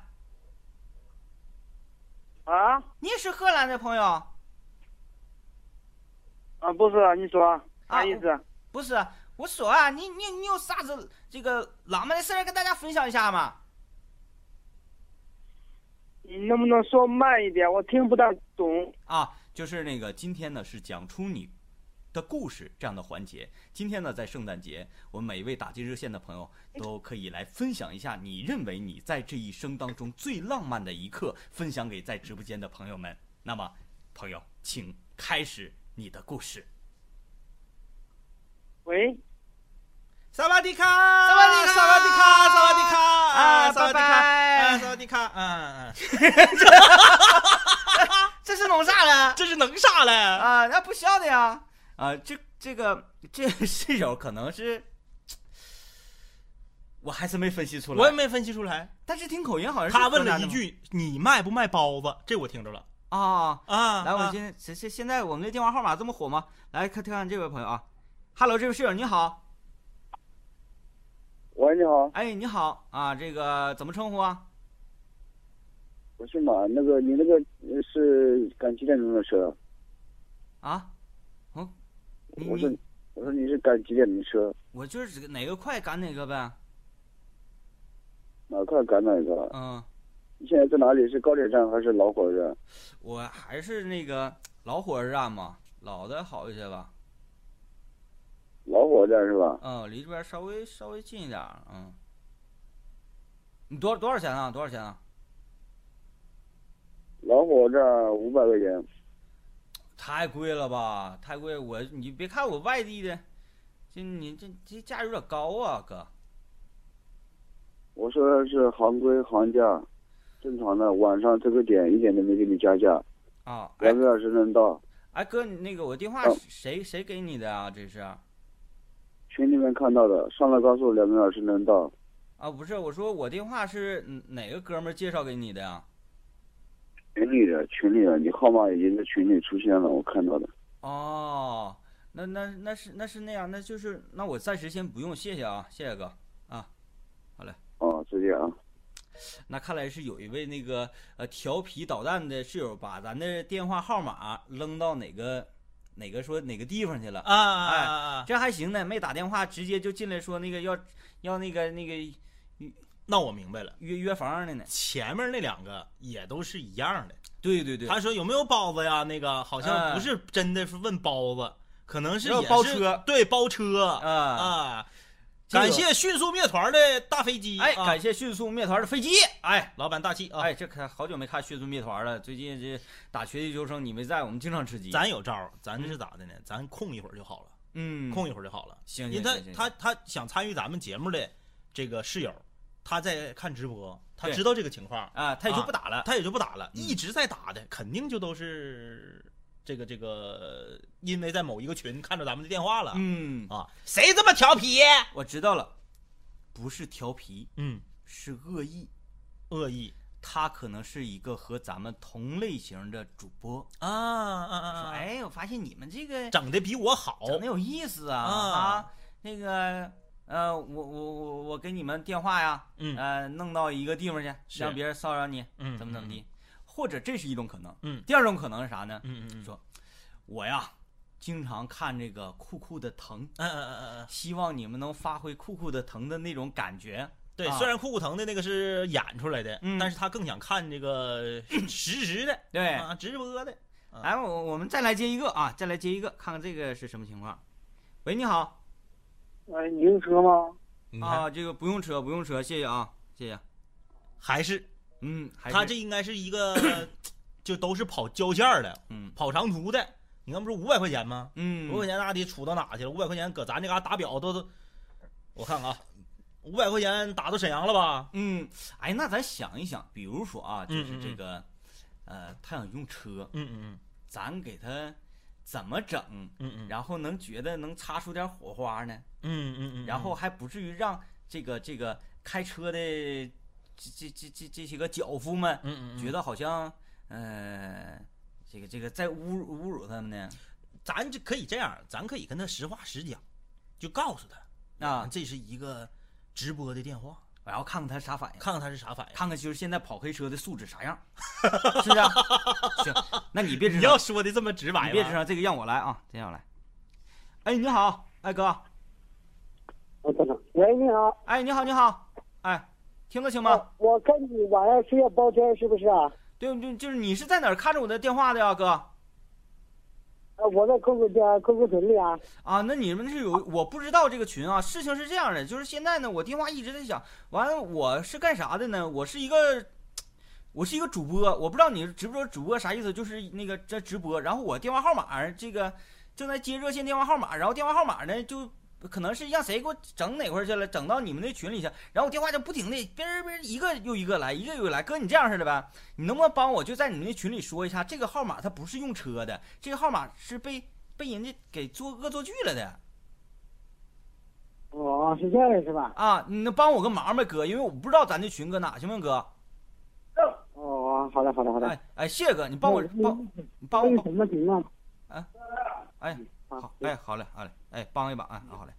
[SPEAKER 6] 啊
[SPEAKER 1] 你也是荷兰的朋友。
[SPEAKER 6] 啊，不是，你说啥意思？
[SPEAKER 1] 啊
[SPEAKER 6] 啊
[SPEAKER 1] 不是，我说啊，你你你有啥子这个浪漫的事儿跟大家分享一下嘛？
[SPEAKER 6] 你能不能说慢一点？我听不大懂。
[SPEAKER 1] 啊，就是那个今天呢是讲出你的故事这样的环节。今天呢在圣诞节，我们每一位打进热线的朋友都可以来分享一下你认为你在这一生当中最浪漫的一刻，分享给在直播间的朋友们。那么，朋友，请开始你的故事。
[SPEAKER 6] 喂，
[SPEAKER 2] 萨瓦迪卡，
[SPEAKER 1] 萨瓦迪卡
[SPEAKER 2] 萨瓦迪卡，萨瓦迪卡，
[SPEAKER 1] 啊
[SPEAKER 2] 萨瓦迪
[SPEAKER 1] 拜
[SPEAKER 2] 卡，
[SPEAKER 1] 拜
[SPEAKER 2] 啊萨瓦迪卡，嗯嗯，
[SPEAKER 1] 啊
[SPEAKER 2] 嗯
[SPEAKER 1] 这是弄啥了？
[SPEAKER 2] 这是能啥了？
[SPEAKER 1] 啊，那不笑的呀。 [LAUGHS] 啊，这这个这个室友可能是，我还是没分析出来。
[SPEAKER 2] 我也没分析出来。
[SPEAKER 1] 但是听口音好像是
[SPEAKER 2] 他问
[SPEAKER 1] 河
[SPEAKER 2] 了
[SPEAKER 1] 南
[SPEAKER 2] 一
[SPEAKER 1] 的
[SPEAKER 2] 句：“你卖不卖包子？”这我听着了
[SPEAKER 1] 嘛啊。
[SPEAKER 2] 啊。
[SPEAKER 1] 来，我们
[SPEAKER 2] 啊
[SPEAKER 1] 现在现现现在我们的电话号码这么火吗？来看看看这位朋友啊，Hello，这位室友你好，
[SPEAKER 6] 喂，你好，
[SPEAKER 1] 哎你好啊，这个怎么称呼啊？
[SPEAKER 6] 我是马，那个你那个呃是赶几点钟的车？
[SPEAKER 1] 啊，我、你
[SPEAKER 6] 我说
[SPEAKER 1] 你
[SPEAKER 6] 我说你是赶几点钟的车？
[SPEAKER 1] 我就是指哪个快赶哪个呗，
[SPEAKER 6] 哪块赶哪个？
[SPEAKER 1] 嗯，
[SPEAKER 6] 你现在在哪里？是高铁站还是老火车站？
[SPEAKER 1] 我还是那个老火车站嘛，老的好一些吧，
[SPEAKER 6] 老火车站是吧？
[SPEAKER 1] 嗯，离这边稍微稍微近一点儿，嗯，你多多少钱啊？多少钱啊？
[SPEAKER 6] 老火车站五百块钱。
[SPEAKER 1] 太贵了吧，太贵！我你别看我外地的，这你这这价有点高啊，哥。
[SPEAKER 6] 我说的是行规行价，正常的晚上这个点一点都没给你加价，
[SPEAKER 1] 啊，哎
[SPEAKER 6] 两个小时能到。
[SPEAKER 1] 哎哥，你那个我电话
[SPEAKER 6] 嗯
[SPEAKER 1] 谁谁给你的啊？这是啊，
[SPEAKER 6] 群里面看到的，上了高速两个小时能到。
[SPEAKER 1] 不是，我说我电话是嗯哪个哥们儿介绍给你的啊呀、
[SPEAKER 6] 群里的群里的，你号码已经在群里出现了，我看到的。
[SPEAKER 1] 哦，那那那是那是那样，那就是那我暂时先不用，谢谢啊，谢谢哥。
[SPEAKER 6] 啊，再见啊。
[SPEAKER 1] 那看来是有一位那个呃调皮捣蛋的室友把咱的电话号码扔到哪个哪个说哪个地方去了。哎
[SPEAKER 2] 啊啊啊啊！
[SPEAKER 1] 这还行呢，没打电话，直接就进来说那个要要那个那个
[SPEAKER 2] 那我明白了，
[SPEAKER 1] 约约房的呢。
[SPEAKER 2] 前面那两个也都是一样的。
[SPEAKER 1] 对对对，啊
[SPEAKER 2] 他说有没有包子呀？那个好像不是真的是问包子，可能是也
[SPEAKER 1] 要
[SPEAKER 2] 是
[SPEAKER 1] 包车，
[SPEAKER 2] 对包车
[SPEAKER 1] 啊，
[SPEAKER 2] 啊。
[SPEAKER 1] 这个
[SPEAKER 2] 感谢迅速灭团的大飞机，
[SPEAKER 1] 哎，
[SPEAKER 2] 啊
[SPEAKER 1] 感谢迅速灭团的飞机。
[SPEAKER 2] 哎，老板大气啊！
[SPEAKER 1] 哎，这看好久没看迅速灭团了，最近这打绝地求生你没在，我们经常吃鸡。
[SPEAKER 2] 咱有招儿，咱这是咋的呢？咱空一会儿就好了。
[SPEAKER 1] 嗯，
[SPEAKER 2] 空一会儿就好了。
[SPEAKER 1] 行
[SPEAKER 2] 因为
[SPEAKER 1] 行
[SPEAKER 2] 他
[SPEAKER 1] 行行
[SPEAKER 2] 他他想参与咱们节目的这个室友，他在看直播，他
[SPEAKER 1] 对
[SPEAKER 2] 知道这个情况，
[SPEAKER 1] 啊，他也就不打了。
[SPEAKER 2] 他也就不打了。
[SPEAKER 1] 嗯
[SPEAKER 2] 一直在打的，肯定就都是这个这个，因为在某一个群看着咱们的电话了
[SPEAKER 1] 嗯，
[SPEAKER 2] 啊，谁这么调皮？
[SPEAKER 1] 我知道了，不是调皮，
[SPEAKER 2] 嗯，
[SPEAKER 1] 是恶意。
[SPEAKER 2] 恶意
[SPEAKER 1] 他可能是一个和咱们同类型的主播，
[SPEAKER 2] 啊啊啊啊！，
[SPEAKER 1] 说哎，我发现你们这个
[SPEAKER 2] 整的比我好，
[SPEAKER 1] 整的有意思啊
[SPEAKER 2] 啊
[SPEAKER 1] 那个呃，我我我我给你们电话呀，
[SPEAKER 2] 嗯
[SPEAKER 1] 呃，弄到一个地方去，
[SPEAKER 2] 是
[SPEAKER 1] 让别人骚扰你，
[SPEAKER 2] 嗯
[SPEAKER 1] 怎么怎么地，或者这是一种可能，
[SPEAKER 2] 嗯
[SPEAKER 1] 第二种可能是啥呢？
[SPEAKER 2] 嗯嗯嗯，
[SPEAKER 1] 说我呀，经常看这个酷酷的疼，
[SPEAKER 2] 嗯嗯嗯嗯嗯，
[SPEAKER 1] 希望你们能发挥酷酷的疼的那种感觉，
[SPEAKER 2] 对，
[SPEAKER 1] 啊
[SPEAKER 2] 虽然酷酷疼的那个是演出来的，
[SPEAKER 1] 嗯
[SPEAKER 2] 但是他更想看这个实时的
[SPEAKER 1] 对，
[SPEAKER 2] 啊，直播的。啊
[SPEAKER 1] 来，我我们再来接一个啊，再来接一个，看看这个是什么情况。喂，你好
[SPEAKER 6] 哎，你用车吗？
[SPEAKER 2] 你看，
[SPEAKER 1] 啊，这个不用车，不用车，谢谢啊，谢谢。
[SPEAKER 2] 还是
[SPEAKER 1] 嗯，还
[SPEAKER 2] 他
[SPEAKER 1] 是 [COUGHS]
[SPEAKER 2] 这应该是一个，就都是跑郊县儿的、
[SPEAKER 1] 嗯
[SPEAKER 2] 跑长途的。你刚不是五百块钱吗？五百块
[SPEAKER 1] 嗯，
[SPEAKER 2] 钱那得杵到哪去了？五百块钱搁咱这嘎达表都都，我看看啊，五百块钱打到沈阳了吧？
[SPEAKER 1] 嗯，哎，那咱想一想，比如说啊，就
[SPEAKER 2] 嗯
[SPEAKER 1] 是
[SPEAKER 2] 嗯
[SPEAKER 1] 这
[SPEAKER 2] 嗯
[SPEAKER 1] 个，呃，他想用车，
[SPEAKER 2] 嗯嗯
[SPEAKER 1] 咱给他怎么整，
[SPEAKER 2] 嗯嗯嗯
[SPEAKER 1] 然后能觉得能擦出点火花呢？
[SPEAKER 2] 嗯嗯嗯，
[SPEAKER 1] 然后还不至于让这个这个开车的这这这这这些个脚夫们
[SPEAKER 2] 嗯嗯嗯
[SPEAKER 1] 觉得好像，呃，这个这个在侮辱侮辱他们呢？
[SPEAKER 2] 咱就可以这样，咱可以跟他实话实讲，就告诉他
[SPEAKER 1] 啊，
[SPEAKER 2] 这是一个直播的电话，
[SPEAKER 1] 然后看看他啥反应，
[SPEAKER 2] 看看他是啥反应。
[SPEAKER 1] 看看就是现在跑黑车的素
[SPEAKER 2] [LAUGHS]
[SPEAKER 1] 质啥样，是不是、啊？行，那你别吱
[SPEAKER 2] 你
[SPEAKER 1] 声
[SPEAKER 2] 要，说的这么直白
[SPEAKER 1] 你
[SPEAKER 2] 吗，
[SPEAKER 1] 别吱声，这个让我来啊，这让我来。哎，你好，哎哥，
[SPEAKER 9] 哎喂，你好，
[SPEAKER 1] 哎你好你好，哎，听得清吗？
[SPEAKER 9] 啊我跟你晚上睡觉包间是不是啊？
[SPEAKER 1] 对，就就是你是在哪儿看着我的电话的呀、哥？
[SPEAKER 9] 呃我在 QQ 群 QQ 群里啊。
[SPEAKER 1] 啊，那你们是有我不知道这个群啊。事情是这样的，就是现在呢，我电话一直在响。完了，我是干啥的呢？我是一个，我是一个主播，我不知道你直播主播啥意思，就是那个在直播。然后我电话号码儿这个正在接热线电话号码，然后电话号码呢就。可能是让谁给我整哪块儿去了，整到你们那群里去，然后我电话就不停的哔儿哔儿一个又一个来，一个又一个来。哥，你这样似的呗，你能不能帮我就在你们那群里说一下，这个号码它不是用车的，这个号码是被被人家给做恶作剧了的
[SPEAKER 9] 哦，是这样是吧？
[SPEAKER 1] 啊！你能帮我个忙吗，哥？因为我不知道咱这群搁哪，行吗，哥？
[SPEAKER 9] 哦，好的，好的，好的。嗯
[SPEAKER 1] 哎哎，谢哥，你帮我
[SPEAKER 9] 那
[SPEAKER 1] 帮你帮
[SPEAKER 9] 那
[SPEAKER 1] 我
[SPEAKER 9] 个什么情况？
[SPEAKER 1] 哎
[SPEAKER 9] 啊
[SPEAKER 1] 好哎好嘞好嘞哎帮一把啊好嘞。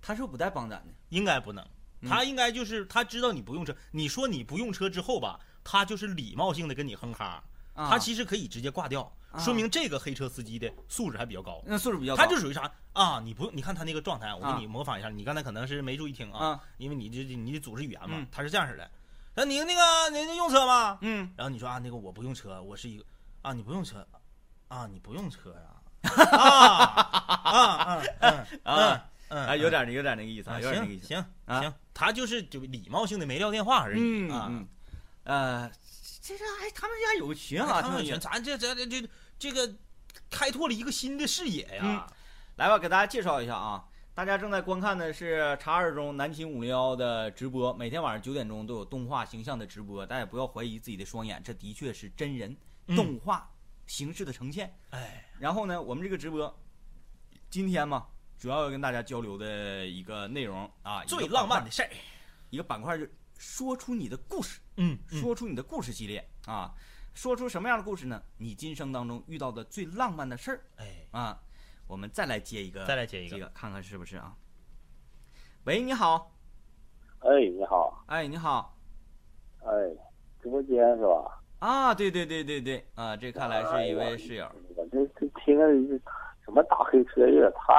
[SPEAKER 1] 他是不是不带帮咱的？
[SPEAKER 2] 应该不能，
[SPEAKER 1] 嗯
[SPEAKER 2] 他应该就是他知道你不用车，你说你不用车之后吧，他就是礼貌性的跟你哼哈，
[SPEAKER 1] 啊、
[SPEAKER 2] 他其实可以直接挂掉，
[SPEAKER 1] 啊
[SPEAKER 2] 说明这个黑车司机的素质还比较高。
[SPEAKER 1] 那素质比较高，
[SPEAKER 2] 他就属于啥啊？你不用，你看他那个状态，我
[SPEAKER 1] 啊
[SPEAKER 2] 给你模仿一下。你刚才可能是没注意听啊，
[SPEAKER 1] 啊
[SPEAKER 2] 因为你这你得组织语言嘛
[SPEAKER 1] 嗯。
[SPEAKER 2] 他是这样式的，那你那个您用车吗？
[SPEAKER 1] 嗯
[SPEAKER 2] 然后你说啊，那个我不用车，我是一个啊，你不用车啊，你不用车呀、
[SPEAKER 1] [LAUGHS]
[SPEAKER 2] 啊啊啊嗯嗯
[SPEAKER 1] 啊
[SPEAKER 2] 嗯，
[SPEAKER 1] 哎有点儿有点儿那个意思
[SPEAKER 2] 啊
[SPEAKER 1] 啊，有点儿那个意
[SPEAKER 2] 行
[SPEAKER 1] 思。
[SPEAKER 2] 行
[SPEAKER 1] 啊
[SPEAKER 2] 行，他就是就礼貌性的没撂电话而已
[SPEAKER 1] 嗯
[SPEAKER 2] 啊。
[SPEAKER 1] 嗯呃，这是哎他们家有群啊，
[SPEAKER 2] 哎他们
[SPEAKER 1] 挺有
[SPEAKER 2] 选
[SPEAKER 1] 意思
[SPEAKER 2] 咱这这这这这个开拓了一个新的视野呀。
[SPEAKER 1] 来吧，给大家介绍一下啊。大家正在观看的是茶二中南秦五零幺的直播，每天晚上九点钟都有动画形象的直播，大家也不要怀疑自己的双眼，这的确是真人
[SPEAKER 2] 嗯
[SPEAKER 1] 动画形式的呈现。
[SPEAKER 2] 哎，
[SPEAKER 1] 然后呢，我们这个直播今天嘛，主要要跟大家交流的一个内容啊，
[SPEAKER 2] 最浪漫
[SPEAKER 1] 的
[SPEAKER 2] 的事儿，
[SPEAKER 1] 一个板块就是说出你的故事。
[SPEAKER 2] 嗯，嗯
[SPEAKER 1] 说出你的故事系列啊，说出什么样的故事呢？你今生当中遇到的最浪漫的事儿
[SPEAKER 2] 哎，
[SPEAKER 1] 啊，我们再来接一个，
[SPEAKER 2] 再来接一
[SPEAKER 1] 这
[SPEAKER 2] 个，
[SPEAKER 1] 个，看看是不是啊？喂，你好，
[SPEAKER 7] 哎，你好，
[SPEAKER 1] 哎，你好
[SPEAKER 7] 哎，直播间是吧？
[SPEAKER 1] 啊，对对对对对啊，这看来是一位室友，
[SPEAKER 7] 我这这听着什么大黑车，有点太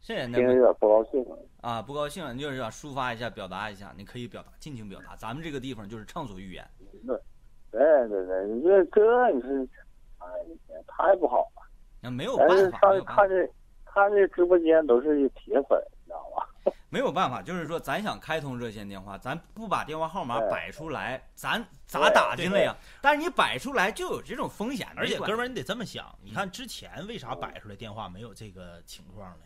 [SPEAKER 1] 是人的
[SPEAKER 7] 听着有点不高兴了。
[SPEAKER 1] 啊，不高兴了，你就是要抒发一下，表达一下，你可以表达，尽情表达，咱们这个地方就是畅所欲言，
[SPEAKER 7] 对对对，你这这你是，哎，太不好了。
[SPEAKER 1] 那没有
[SPEAKER 7] 但是
[SPEAKER 1] 办法，没
[SPEAKER 7] 上
[SPEAKER 1] 有
[SPEAKER 7] 去
[SPEAKER 1] 办法
[SPEAKER 7] 看。这看这直播间都是铁粉，你知道吧？
[SPEAKER 1] 没有办法，就是说，咱想开通热线电话，咱不把电话号码
[SPEAKER 7] 对
[SPEAKER 1] 摆出来，咱咋打进来呀？但是你摆出来就有这种风险，
[SPEAKER 2] 而且哥们
[SPEAKER 1] 儿，
[SPEAKER 2] 儿，你得这么想，你
[SPEAKER 1] 嗯
[SPEAKER 2] 看之前为啥摆出来电话没有这个情况呢？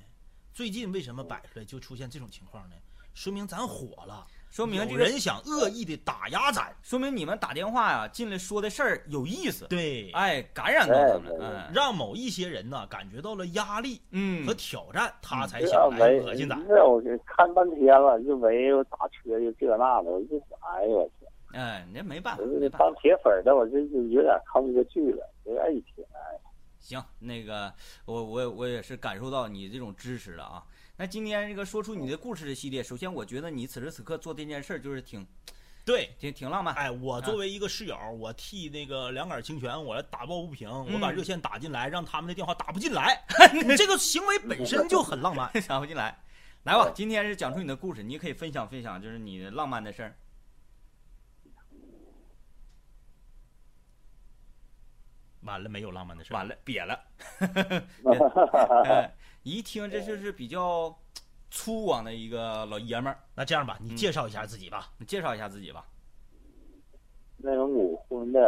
[SPEAKER 2] 最近为什么摆出来就出现这种情况呢？说明咱火了，
[SPEAKER 1] 说明这
[SPEAKER 2] 有
[SPEAKER 1] 个，
[SPEAKER 2] 人想恶意的打压咱。
[SPEAKER 1] 说明你们打电话呀、进来说的事儿有意思，
[SPEAKER 2] 对，
[SPEAKER 1] 哎，感染到他们
[SPEAKER 7] 对对对
[SPEAKER 1] 了，
[SPEAKER 2] 让某一些人呢感觉到了压力
[SPEAKER 1] 嗯
[SPEAKER 2] 和
[SPEAKER 1] 嗯，
[SPEAKER 2] 挑战，他才
[SPEAKER 7] 这
[SPEAKER 2] 想来
[SPEAKER 7] 没
[SPEAKER 2] 恶心咱。
[SPEAKER 7] 这我这看半天了，就没有打车，就这那的，我就哎呦我去，
[SPEAKER 1] 哎，你这没办法，
[SPEAKER 7] 我
[SPEAKER 1] 没
[SPEAKER 7] 这
[SPEAKER 1] 办法
[SPEAKER 7] 当。铁粉的，我这就有点看不下去了，哎不愿意听。
[SPEAKER 1] 行，那个我我我也是感受到你这种支持了啊。那今天这个说出你的故事的系列，首先我觉得你此时此刻做这件事儿就是挺
[SPEAKER 2] 对，
[SPEAKER 1] 挺挺浪漫，嗯
[SPEAKER 2] 哎，我作为一个室友，我替那个两杆清泉，我来打抱不平，我
[SPEAKER 1] 嗯
[SPEAKER 2] 把热线打进来，让他们的电话打不进来。你这个行为本身就很浪漫。
[SPEAKER 1] [LAUGHS] 想不进来。来吧，今天是讲出你的故事，你也可以分享分享，就是你浪漫的事儿。
[SPEAKER 2] 完了，没有浪漫的事儿。
[SPEAKER 1] 完了，瘪了。 [LAUGHS]
[SPEAKER 7] 哎
[SPEAKER 1] 哎一听这就是比较粗犷的一个老爷们儿。
[SPEAKER 2] 那这样吧，你
[SPEAKER 1] 嗯
[SPEAKER 2] 介绍一下自己吧。
[SPEAKER 1] 你介绍一下自己吧。
[SPEAKER 7] 内蒙古呼伦贝尔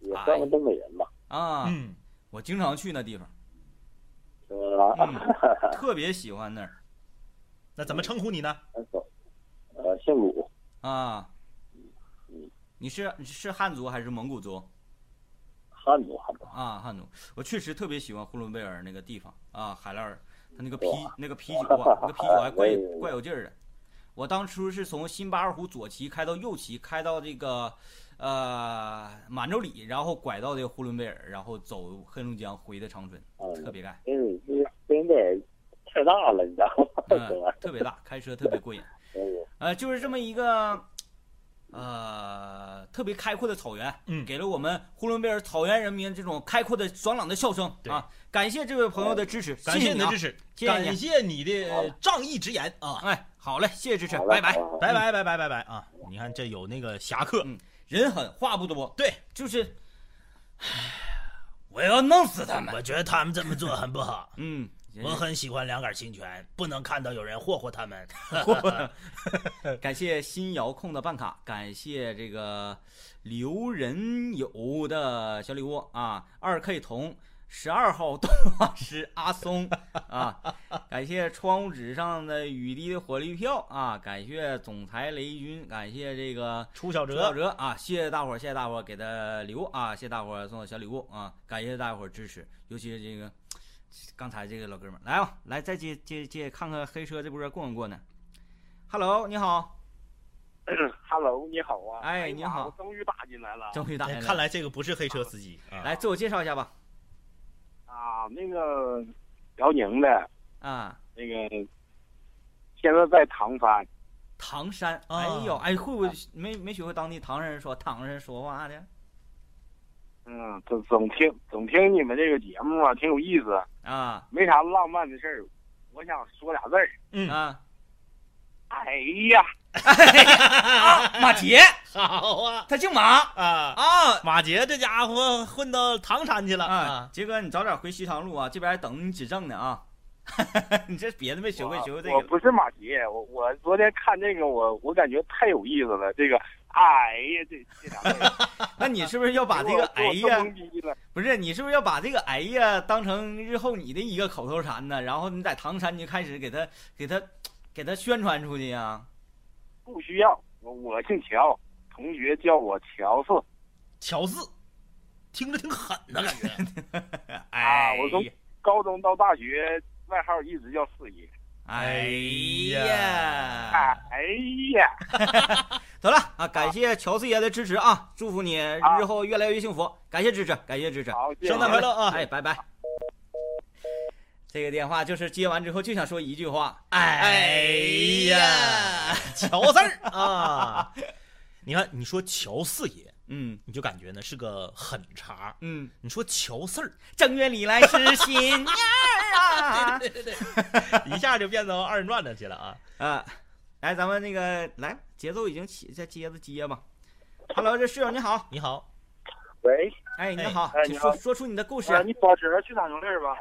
[SPEAKER 7] 的，
[SPEAKER 1] 哎
[SPEAKER 7] 也算个东北人吧。
[SPEAKER 1] 啊，
[SPEAKER 2] 嗯，
[SPEAKER 1] 我经常去那地方，
[SPEAKER 7] 是吧？
[SPEAKER 1] 嗯，特别喜欢那儿
[SPEAKER 2] 那怎么称呼你呢？
[SPEAKER 7] 那走，呃，姓鲁，
[SPEAKER 1] 啊。你是你是汉族还是蒙古族
[SPEAKER 7] 汉族，汉族。
[SPEAKER 1] 啊？汉族，我确实特别喜欢呼伦贝尔那个地方啊，海拉尔，它那个啤
[SPEAKER 7] 哇
[SPEAKER 1] 那个啤酒啊，那个啤酒还怪
[SPEAKER 7] [LAUGHS] 我也
[SPEAKER 1] 怪有劲儿的。我当初是从新巴尔虎左旗开到右旗，开到这个呃满洲里，然后拐到这个呼伦贝尔，然后走黑龙江回的长春，特
[SPEAKER 7] 嗯，
[SPEAKER 1] 别干，
[SPEAKER 7] 因为这东北人太大了，你知道
[SPEAKER 9] [LAUGHS]
[SPEAKER 7] 吗？ [LAUGHS]
[SPEAKER 1] 嗯、特别大，开车特别过瘾。
[SPEAKER 7] 所以
[SPEAKER 1] 呃，就是这么一个，呃，特别开阔的草原，
[SPEAKER 2] 嗯
[SPEAKER 1] 给了我们呼伦贝尔草原人民这种开阔的、爽朗的笑声
[SPEAKER 2] 对
[SPEAKER 1] 啊！感谢这位朋友的支持，
[SPEAKER 2] 感
[SPEAKER 1] 谢
[SPEAKER 2] 谢你的支
[SPEAKER 1] 持，
[SPEAKER 2] 持，
[SPEAKER 1] 谢谢你
[SPEAKER 2] 感谢你的仗义直言啊！
[SPEAKER 1] 哎，好嘞，谢谢支持
[SPEAKER 7] 好，了
[SPEAKER 1] 拜拜。
[SPEAKER 7] 好了
[SPEAKER 2] 拜拜拜拜拜拜啊！你看这有那个侠客，
[SPEAKER 1] 嗯人狠话不多，
[SPEAKER 2] 对，
[SPEAKER 1] 就是，唉我要弄死他们。
[SPEAKER 2] 我觉得他们这么做很不好。
[SPEAKER 1] 嗯，人
[SPEAKER 2] 我很喜欢两杆清泉，不能看到有人霍霍他们。
[SPEAKER 1] [LAUGHS]
[SPEAKER 3] [LAUGHS]
[SPEAKER 1] 感谢新遥控的办卡，感谢这个刘仁友的小礼物啊，二 K 童十二号动画师阿松啊，感谢窗户纸上的雨滴的火力票啊，感谢总裁雷军，感谢这个
[SPEAKER 2] 楚小
[SPEAKER 1] 朱小
[SPEAKER 2] 哲，
[SPEAKER 1] 哲啊，谢谢大伙儿，谢谢大伙儿给的礼物啊，谢谢大伙儿送的小礼物啊，感谢大伙儿支持，尤其是这个刚才这个老哥们儿，来吧，来再接接接看看黑车这波过没过呢？Hello，你好。
[SPEAKER 6] [LAUGHS] Hello，你好啊！
[SPEAKER 1] 哎
[SPEAKER 6] 呀
[SPEAKER 1] 你好
[SPEAKER 6] 我终于打进来
[SPEAKER 9] 啊
[SPEAKER 6] 了。
[SPEAKER 1] 终于打进来了。
[SPEAKER 2] 哎看来这个不是黑车司机啊。
[SPEAKER 1] 来自我介绍一下吧。
[SPEAKER 6] 啊，那个辽宁的，
[SPEAKER 1] 啊，
[SPEAKER 6] 那个现在在唐山，
[SPEAKER 1] 唐山，
[SPEAKER 2] 啊
[SPEAKER 1] 哎呦，哎，会不会没没学会当地唐山人说唐山说话的
[SPEAKER 6] 嗯，总总听总听你们这个节目啊，挺有意思，
[SPEAKER 1] 啊
[SPEAKER 6] 没啥浪漫的事儿。我想说俩字儿，
[SPEAKER 2] 嗯
[SPEAKER 1] 啊？
[SPEAKER 6] 哎
[SPEAKER 1] [LAUGHS]
[SPEAKER 6] 呀，
[SPEAKER 1] 啊马杰，
[SPEAKER 2] [LAUGHS] 好啊
[SPEAKER 1] 他姓马
[SPEAKER 2] 啊！
[SPEAKER 1] 啊
[SPEAKER 2] 马杰这家伙混到唐山去了
[SPEAKER 1] 啊！
[SPEAKER 2] 啊！
[SPEAKER 1] 杰哥，你早点回西昌路啊，这边还等你指正呢啊。 [LAUGHS] 你这
[SPEAKER 2] [LAUGHS]
[SPEAKER 1] 别的没学会，学会这
[SPEAKER 6] 我
[SPEAKER 1] 个了
[SPEAKER 6] 不是马杰，我我昨天看这个，我我感觉太有意思了。这个，哎呀，这这俩字儿
[SPEAKER 1] 那你是不是要把这个
[SPEAKER 6] 给
[SPEAKER 1] 哎
[SPEAKER 6] 我给我
[SPEAKER 1] 呀
[SPEAKER 6] 弄，懵逼了。
[SPEAKER 1] 不是你是不是要把这个哎呀当成日后你的一个口头禅呢？然后你在唐山你就开始给他给他给他宣传出去啊呀？
[SPEAKER 6] 不需要，我我姓乔，同学叫我乔四。
[SPEAKER 2] 乔四，听着挺狠的感觉。
[SPEAKER 6] [LAUGHS]
[SPEAKER 1] 哎呀，
[SPEAKER 6] 啊我从高中到大学，外号一直叫四爷。
[SPEAKER 1] 哎
[SPEAKER 2] 哎
[SPEAKER 1] 呀
[SPEAKER 6] 哎，呀，
[SPEAKER 1] [LAUGHS] 得了啊！感谢乔四爷的支持啊，祝福你日后越来越幸福，感谢支持，感谢支持，
[SPEAKER 6] 好，谢谢
[SPEAKER 2] 圣诞快乐啊！
[SPEAKER 1] 哎，拜拜。这个电话就是接完之后就想说一句话，哎呀，
[SPEAKER 2] 乔四 [LAUGHS] 儿
[SPEAKER 1] [LAUGHS]
[SPEAKER 2] 啊！你看，你说乔四爷，
[SPEAKER 1] 嗯
[SPEAKER 2] 你就感觉呢是个狠茬儿。
[SPEAKER 1] 嗯，
[SPEAKER 2] 你说乔四儿，
[SPEAKER 1] 正月里来是新年儿 [LAUGHS] 啊
[SPEAKER 2] [LAUGHS] 一下就变成二人转了去了啊！
[SPEAKER 1] 啊！来，咱们那个来节奏已经起，再接着接吧。Hello，这室友你好，
[SPEAKER 2] 你好，
[SPEAKER 7] 喂，
[SPEAKER 1] 哎，你好，
[SPEAKER 6] 哎
[SPEAKER 1] 请
[SPEAKER 6] 你
[SPEAKER 1] 说
[SPEAKER 6] 好
[SPEAKER 1] 说出你的故事
[SPEAKER 6] 啊，你保持去哪牛粒儿吧。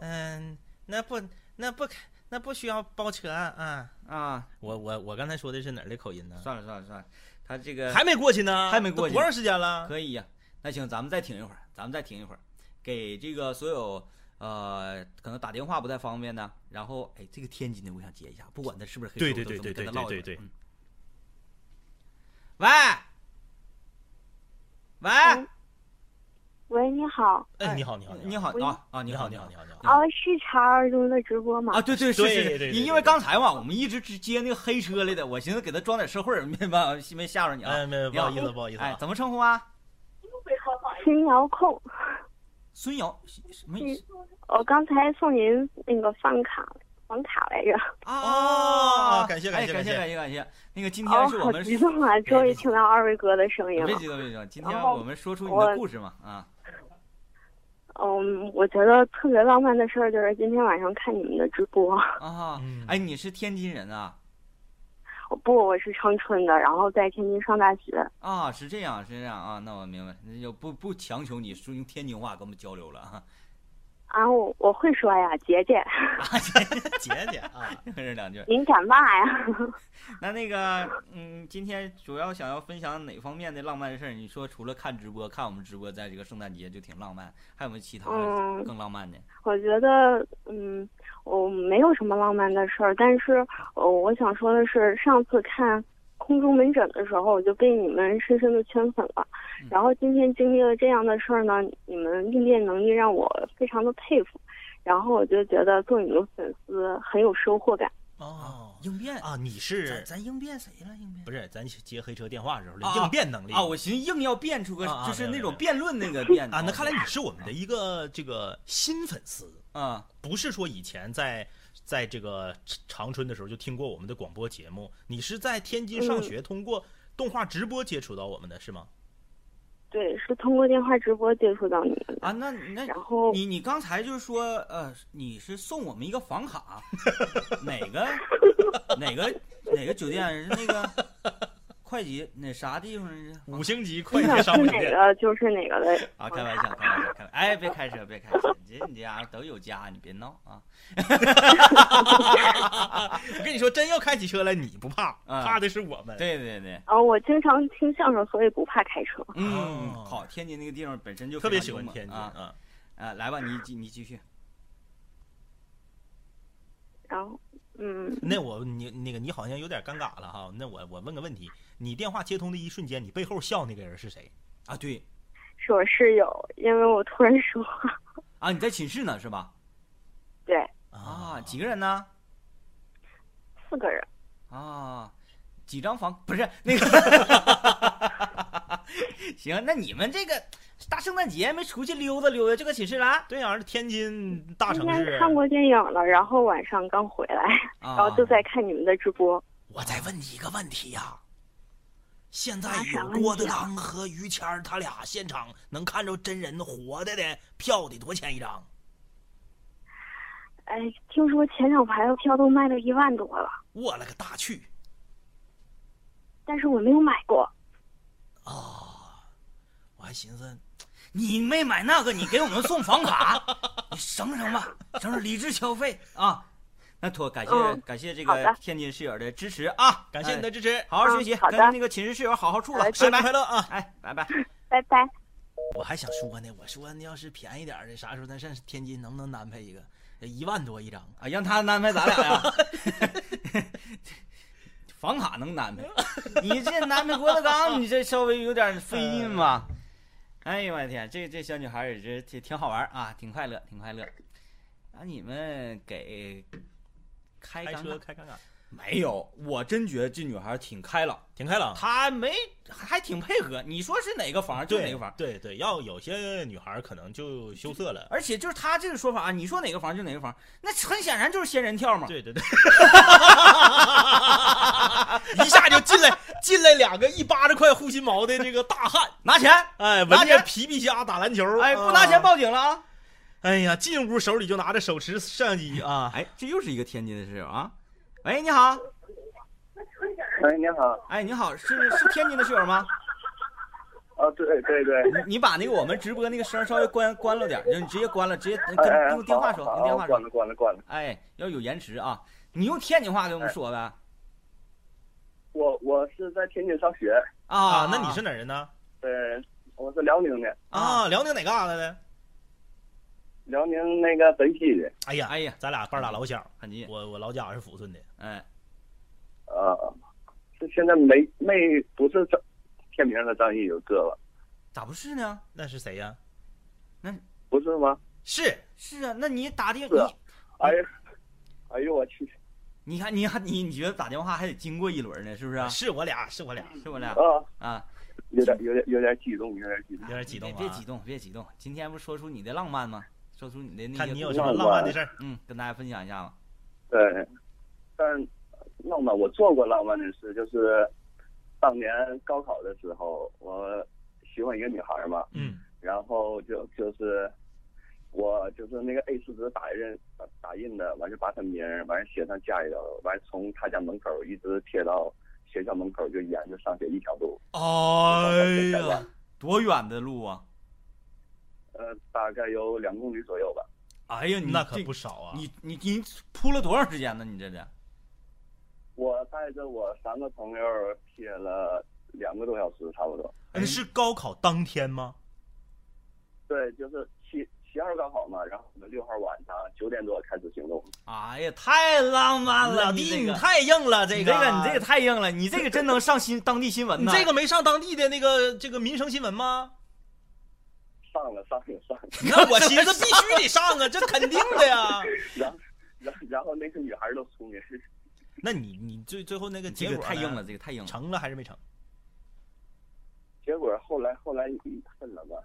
[SPEAKER 2] 嗯，那不那不那不需要包车啊！
[SPEAKER 1] 啊！
[SPEAKER 2] 我我我刚才说的是哪儿的口音呢？
[SPEAKER 1] 算了算了算了，他这个
[SPEAKER 2] 还没过去呢，
[SPEAKER 1] 还没过去
[SPEAKER 2] 都多长时间了？
[SPEAKER 1] 可以呀、那行，咱们再停一会儿，咱们再停一会儿，给这个所有呃可能打电话不太方便的，然后哎，这个天津的我想接一下，不管他是不是黑
[SPEAKER 2] 对
[SPEAKER 1] 手
[SPEAKER 2] 对
[SPEAKER 1] 都
[SPEAKER 2] 对
[SPEAKER 1] 这
[SPEAKER 2] 对
[SPEAKER 1] 么跟他
[SPEAKER 2] 对
[SPEAKER 1] 唠一
[SPEAKER 2] 对
[SPEAKER 1] 会儿
[SPEAKER 2] 对对
[SPEAKER 1] 嗯喂
[SPEAKER 10] 嗯喂，你好，
[SPEAKER 2] 哎，你好，你好，
[SPEAKER 1] 喂，你好啊啊，你
[SPEAKER 2] 你
[SPEAKER 1] 好
[SPEAKER 2] 好，
[SPEAKER 1] 你
[SPEAKER 2] 你
[SPEAKER 1] 好
[SPEAKER 2] 好，你好，你好，
[SPEAKER 10] 哦，是查儿童的直播吗？
[SPEAKER 1] 啊，对对是
[SPEAKER 2] 对
[SPEAKER 1] 是
[SPEAKER 2] 对
[SPEAKER 1] 是，
[SPEAKER 2] 对
[SPEAKER 1] 因
[SPEAKER 2] 对
[SPEAKER 1] 为
[SPEAKER 2] 对
[SPEAKER 1] 刚才嘛，我们一直只接那个黑车来的，我寻思给他装点社会儿，没办法没吓着你啊
[SPEAKER 2] 哎，。没有，
[SPEAKER 1] 你
[SPEAKER 2] 不好意思，不好意思
[SPEAKER 1] 哎
[SPEAKER 2] 啊，，
[SPEAKER 1] 怎么称呼啊？
[SPEAKER 10] 新遥控，
[SPEAKER 1] 孙瑶什么
[SPEAKER 10] 嗯我刚才送您那个饭卡房卡来着，
[SPEAKER 1] 啊？
[SPEAKER 2] 哦感谢
[SPEAKER 1] 哎
[SPEAKER 2] 感
[SPEAKER 1] 感
[SPEAKER 2] 谢
[SPEAKER 1] 感谢感谢。那个今
[SPEAKER 10] 哦，
[SPEAKER 1] 天是我
[SPEAKER 10] 好
[SPEAKER 1] 们
[SPEAKER 10] 激动啊！终于听到二位哥的声音
[SPEAKER 1] 别
[SPEAKER 10] 了。
[SPEAKER 1] 激动，别激动。今
[SPEAKER 10] 然
[SPEAKER 1] 天
[SPEAKER 10] 后
[SPEAKER 1] 我们说出你的
[SPEAKER 10] 我
[SPEAKER 1] 故事嘛，啊，
[SPEAKER 10] 嗯，我觉得特别浪漫的事儿就是今天晚上看你们的直播。
[SPEAKER 1] 啊
[SPEAKER 2] 嗯，
[SPEAKER 1] 哎，你是天津人啊？
[SPEAKER 10] 我哦不，我是长春的，然后在天津上大学。
[SPEAKER 1] 啊，是这样，是这样啊，那我明白，那就不不强求你说用天津话跟我们交流了啊。
[SPEAKER 10] 啊，我我会说呀，姐姐，
[SPEAKER 2] 啊姐姐
[SPEAKER 1] [LAUGHS]
[SPEAKER 2] 啊，
[SPEAKER 1] 这两句。
[SPEAKER 10] [LAUGHS] 您敢骂呀？ [LAUGHS]
[SPEAKER 1] 那那个，嗯，今天主要想要分享哪方面的浪漫的事儿？你说除了看直播，看我们直播，在这个圣诞节就挺浪漫，还有没有其他的
[SPEAKER 10] 嗯
[SPEAKER 1] 更浪漫的？
[SPEAKER 10] 我觉得，嗯，我没有什么浪漫的事儿，但是，呃，我想说的是，上次看空中门诊的时候，我就被你们深深的圈粉
[SPEAKER 2] 嗯
[SPEAKER 10] 了。然后今天经历了这样的事儿呢，你们应变能力让我非常的佩服。然后我就觉得做你们粉丝很有收获感。
[SPEAKER 2] 哦
[SPEAKER 1] 应变，
[SPEAKER 2] 啊，你
[SPEAKER 1] 咱
[SPEAKER 2] 是
[SPEAKER 1] 咱应变谁了？应变
[SPEAKER 2] 不是咱接黑车电话时候的
[SPEAKER 1] 啊
[SPEAKER 2] 应变能力
[SPEAKER 1] 啊！我寻思硬要变出个
[SPEAKER 2] 啊，啊
[SPEAKER 1] 就是
[SPEAKER 2] 没
[SPEAKER 1] 那
[SPEAKER 2] 有
[SPEAKER 1] 种
[SPEAKER 2] 没有
[SPEAKER 1] 辩论那个辩
[SPEAKER 2] [LAUGHS] 啊？那看来你是我们的一个这个新粉丝，
[SPEAKER 1] 啊，
[SPEAKER 2] 不是说以前在在这个长春的时候就听过我们的广播节目，你是在天津上学，通过动画直播接触到我们的是吗？
[SPEAKER 10] 对，是通过电话直播接触到你们的。
[SPEAKER 1] 啊，那那
[SPEAKER 10] 然后
[SPEAKER 1] 你你刚才就是说，呃，你是送我们一个房卡，哪
[SPEAKER 10] [LAUGHS]
[SPEAKER 1] 个哪个哪个酒店是那个会计哪啥地方是？
[SPEAKER 2] 五星级快
[SPEAKER 10] 你想
[SPEAKER 2] 捷
[SPEAKER 10] 是
[SPEAKER 2] 商务酒
[SPEAKER 10] 哪
[SPEAKER 2] 店，
[SPEAKER 10] 个就是哪个的。
[SPEAKER 1] 啊，开玩笑，开玩笑，开玩笑！哎，别开车，别开车，你这你这家伙都有家，你别闹啊！
[SPEAKER 2] [LAUGHS] 我跟你说，真要开起车来，你不怕，
[SPEAKER 1] 嗯
[SPEAKER 2] 怕的是我们。哦
[SPEAKER 1] 对对对，
[SPEAKER 10] 啊，我经常听相声，所以不怕开车。
[SPEAKER 1] 嗯，
[SPEAKER 2] 哦
[SPEAKER 1] 好，天津那个地方本身就
[SPEAKER 2] 特别
[SPEAKER 1] 非
[SPEAKER 2] 喜
[SPEAKER 1] 常
[SPEAKER 2] 欢
[SPEAKER 1] 幽默
[SPEAKER 2] 天津
[SPEAKER 1] 啊
[SPEAKER 2] 啊！
[SPEAKER 1] 啊！来吧，你继你继续，
[SPEAKER 10] 然后，嗯，
[SPEAKER 2] 那我你那个你好像有点尴尬了哈。那我我问个问题，你电话接通的一瞬间，你背后笑那个人是谁？
[SPEAKER 1] 啊，对
[SPEAKER 10] 是我室友，因为我突然说 [LAUGHS] 话。
[SPEAKER 1] 啊，你在寝室呢是吧？
[SPEAKER 10] 对，
[SPEAKER 1] 啊，几个人呢？
[SPEAKER 10] 四个人。
[SPEAKER 1] 啊，几张房不是那个， [LAUGHS] 行，那你们这个大圣诞节没出去溜达溜达，就搁寝室了
[SPEAKER 2] 对呀、天津大
[SPEAKER 10] 今
[SPEAKER 2] 城市
[SPEAKER 10] 天。看过电影了，然后晚上刚回来，然后？
[SPEAKER 1] 啊
[SPEAKER 10] 就在看你们的直播。
[SPEAKER 3] 我啊再问你一个问题呀、现在
[SPEAKER 10] 啊啥
[SPEAKER 3] 有
[SPEAKER 10] 问
[SPEAKER 3] 郭
[SPEAKER 10] 题
[SPEAKER 3] 德
[SPEAKER 10] 啊
[SPEAKER 3] 纲和于谦儿他俩现场能看着真人活的的票得多钱一张？
[SPEAKER 10] 哎，听说前两排的票都卖到一万多了，
[SPEAKER 3] 我了个大去！
[SPEAKER 10] 但是我没有买过。
[SPEAKER 3] 我还哎寻思
[SPEAKER 1] 你没买那个，你给我们送房 [LAUGHS] 卡，你省省吧，省省理智消费啊。那妥，感谢、
[SPEAKER 10] 嗯
[SPEAKER 1] 感谢这
[SPEAKER 10] 好
[SPEAKER 1] 个
[SPEAKER 10] 的
[SPEAKER 1] 天津室友的支持啊，
[SPEAKER 2] 感谢你的
[SPEAKER 1] 哎
[SPEAKER 2] 支持，
[SPEAKER 1] 好好
[SPEAKER 10] 嗯
[SPEAKER 1] 学习，
[SPEAKER 10] 好的
[SPEAKER 1] 跟那个寝室室友好好处了，
[SPEAKER 2] 生
[SPEAKER 1] 拜
[SPEAKER 2] 日快
[SPEAKER 1] 拜。
[SPEAKER 2] 乐啊！
[SPEAKER 1] 哎，拜拜。
[SPEAKER 10] 拜拜。
[SPEAKER 3] 我还想说呢，我说那要是便宜点儿的，啥时候咱上天津能不能安排一个？呃一万多一张，
[SPEAKER 1] 啊，让他安排咱俩呀、 [LAUGHS] 房卡能安排，你这安排郭德纲，你这稍微有点费劲吧？哎呦我的天，这这小女孩儿也是挺挺好玩儿啊，挺快乐，挺快乐。那、你们给开啊
[SPEAKER 2] 开
[SPEAKER 1] 张
[SPEAKER 2] 车开看
[SPEAKER 6] 哎
[SPEAKER 2] 看，
[SPEAKER 1] 没有？我真觉得这女孩儿挺开朗，
[SPEAKER 2] 挺开朗。
[SPEAKER 1] 她没还挺配合。你说是哪个房儿就哪
[SPEAKER 2] 对
[SPEAKER 1] 个房儿，
[SPEAKER 2] 对对，要有些女孩儿可能就羞涩了。
[SPEAKER 1] 而且就是她这个说法啊，你说哪个房儿就哪个房儿，那很显然就是仙人跳嘛。
[SPEAKER 2] 对
[SPEAKER 1] [LAUGHS]
[SPEAKER 2] 对对，一下就进来进来两个一扒着快护心毛的这个大汉，
[SPEAKER 1] 拿钱，
[SPEAKER 2] 哎，闻
[SPEAKER 1] 拿钱
[SPEAKER 2] 着皮皮虾打篮球，
[SPEAKER 1] 哎，不拿钱
[SPEAKER 2] 吧。
[SPEAKER 1] 报警了啊！
[SPEAKER 2] 哎呀，进屋手里就拿着手持摄像机啊，
[SPEAKER 1] 哎，这又是一个天津的室友啊！喂，你好，
[SPEAKER 6] 哎，你好，
[SPEAKER 1] 哎，你好，是是天津的室友吗？
[SPEAKER 6] 啊，对对对，
[SPEAKER 1] 你你把那个我们直播那个声儿稍微关关了点儿，就你直接关了，直接
[SPEAKER 6] 哎
[SPEAKER 1] 跟
[SPEAKER 6] 哎，
[SPEAKER 1] 用电话说，
[SPEAKER 6] 好
[SPEAKER 1] 用电话
[SPEAKER 6] 关
[SPEAKER 1] 说
[SPEAKER 6] 了，关了关了。
[SPEAKER 1] 哎，要有延迟啊！你用天津话跟我们说呗。
[SPEAKER 6] 我我是在天津上学，
[SPEAKER 1] 啊
[SPEAKER 2] 啊，那你是哪儿人呢？
[SPEAKER 6] 呃，我是辽宁的，
[SPEAKER 1] 啊
[SPEAKER 2] 啊，辽宁哪旮瘩的？
[SPEAKER 6] 辽宁那个本溪的，
[SPEAKER 2] 哎呀，
[SPEAKER 1] 哎呀，
[SPEAKER 2] 咱俩半打老乡，
[SPEAKER 1] 很近，
[SPEAKER 2] 我我老家是抚顺的。
[SPEAKER 1] 哎，
[SPEAKER 6] 呃，这现在没没不是张天明和张译有个了，
[SPEAKER 1] 咋不是呢？
[SPEAKER 2] 那是谁呀？
[SPEAKER 6] 不是吗？
[SPEAKER 2] 是
[SPEAKER 1] 是啊，那你打电
[SPEAKER 6] 是啊
[SPEAKER 1] 你
[SPEAKER 6] 哎呀，哎呦我去，
[SPEAKER 1] 你看你还你你觉得打电话还得经过一轮呢，是不是啊？
[SPEAKER 2] 是我俩，是我俩，
[SPEAKER 1] 是不是啊？
[SPEAKER 6] 啊，
[SPEAKER 1] 啊，
[SPEAKER 6] 有点有点有点激动，有点激动
[SPEAKER 2] 有。点激动啊。
[SPEAKER 1] 别别激动，别激动，今天不说出你的浪漫吗？说出你的那
[SPEAKER 2] 看
[SPEAKER 1] 些
[SPEAKER 2] 你
[SPEAKER 1] 故
[SPEAKER 2] 有
[SPEAKER 1] 事
[SPEAKER 2] 什么浪漫的事儿？
[SPEAKER 1] 嗯，跟大家分享一下吧。
[SPEAKER 6] 对，但是浪漫我做过浪漫的事，就是当年高考的时候，我喜欢一个女孩嘛，
[SPEAKER 2] 嗯，
[SPEAKER 6] 然后就就是我就是那个 A 四纸打印打打印的，完就把她名儿，完写上家里头，完从她家门口一直贴到学校门口，就沿着上学一条路，
[SPEAKER 2] 哎
[SPEAKER 6] 就到 [LAUGHS]
[SPEAKER 2] 呀
[SPEAKER 6] 了，
[SPEAKER 1] 多远的路啊？
[SPEAKER 6] 呃，大概有两公里左右吧。
[SPEAKER 1] 哎呀，你
[SPEAKER 2] 那可
[SPEAKER 1] 这
[SPEAKER 2] 不少啊！
[SPEAKER 1] 你你你铺了多长时间呢？你这
[SPEAKER 2] 哎
[SPEAKER 1] 是
[SPEAKER 6] 我带着我三个朋友撇了两个多小时，差不多。
[SPEAKER 2] 哎，是高考当天吗？
[SPEAKER 6] 对，就是七七二高考嘛，然后我们六号晚上九点多开始行动。
[SPEAKER 1] 哎呀，太浪漫了！
[SPEAKER 2] 老
[SPEAKER 1] 你
[SPEAKER 2] 弟，
[SPEAKER 1] 这
[SPEAKER 2] 你
[SPEAKER 1] 个
[SPEAKER 2] 太硬了，
[SPEAKER 1] 你
[SPEAKER 2] 这个
[SPEAKER 1] 这个你这个太硬了，你这个真能上新当地新闻
[SPEAKER 2] 你
[SPEAKER 1] 呐！
[SPEAKER 2] 这个没上当地的那个这个民生新闻
[SPEAKER 1] [LAUGHS]
[SPEAKER 2] 吗？
[SPEAKER 6] 上了，上了，上了。
[SPEAKER 2] 那我寻思必须得上
[SPEAKER 1] [LAUGHS]
[SPEAKER 2] 啊，这肯定的呀。
[SPEAKER 6] [LAUGHS] 然后，然后然后那个女孩都出名，
[SPEAKER 2] 那你你最最后那个
[SPEAKER 1] 这
[SPEAKER 2] 结
[SPEAKER 1] 个
[SPEAKER 2] 果
[SPEAKER 1] 太
[SPEAKER 2] 呢
[SPEAKER 1] 硬了，，这个太硬了。
[SPEAKER 2] 成了还是没成？
[SPEAKER 6] 结果后来后来分了吧。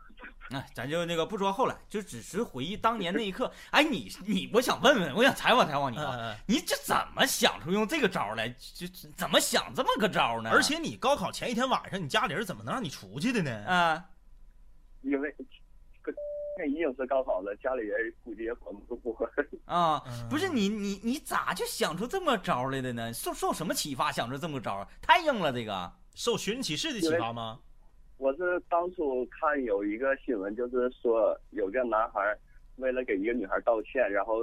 [SPEAKER 1] 那啊咱就那个不说后来，就只是回忆当年那一刻。哎，你你，我想问问，我想采访采访你
[SPEAKER 2] 嗯
[SPEAKER 1] 啊，
[SPEAKER 2] 嗯嗯
[SPEAKER 1] 你这怎么想出用这个招儿来？就就怎么想这么个招儿呢？
[SPEAKER 2] 而且你高考前一天晚上，你家里人怎么能让你出去的呢？
[SPEAKER 1] 啊，
[SPEAKER 6] [LAUGHS] 因为这这已经是高考了，家里人估计也管不住我。
[SPEAKER 1] 啊，
[SPEAKER 2] 嗯
[SPEAKER 1] 不是你你你咋就想出这么招儿来的呢？受受什么启发想出这么个招儿？太硬了，这个
[SPEAKER 2] 受寻人启事的启发吗？
[SPEAKER 6] 我是当初看有一个新闻，就是说有个男孩为了给一个女孩道歉，然后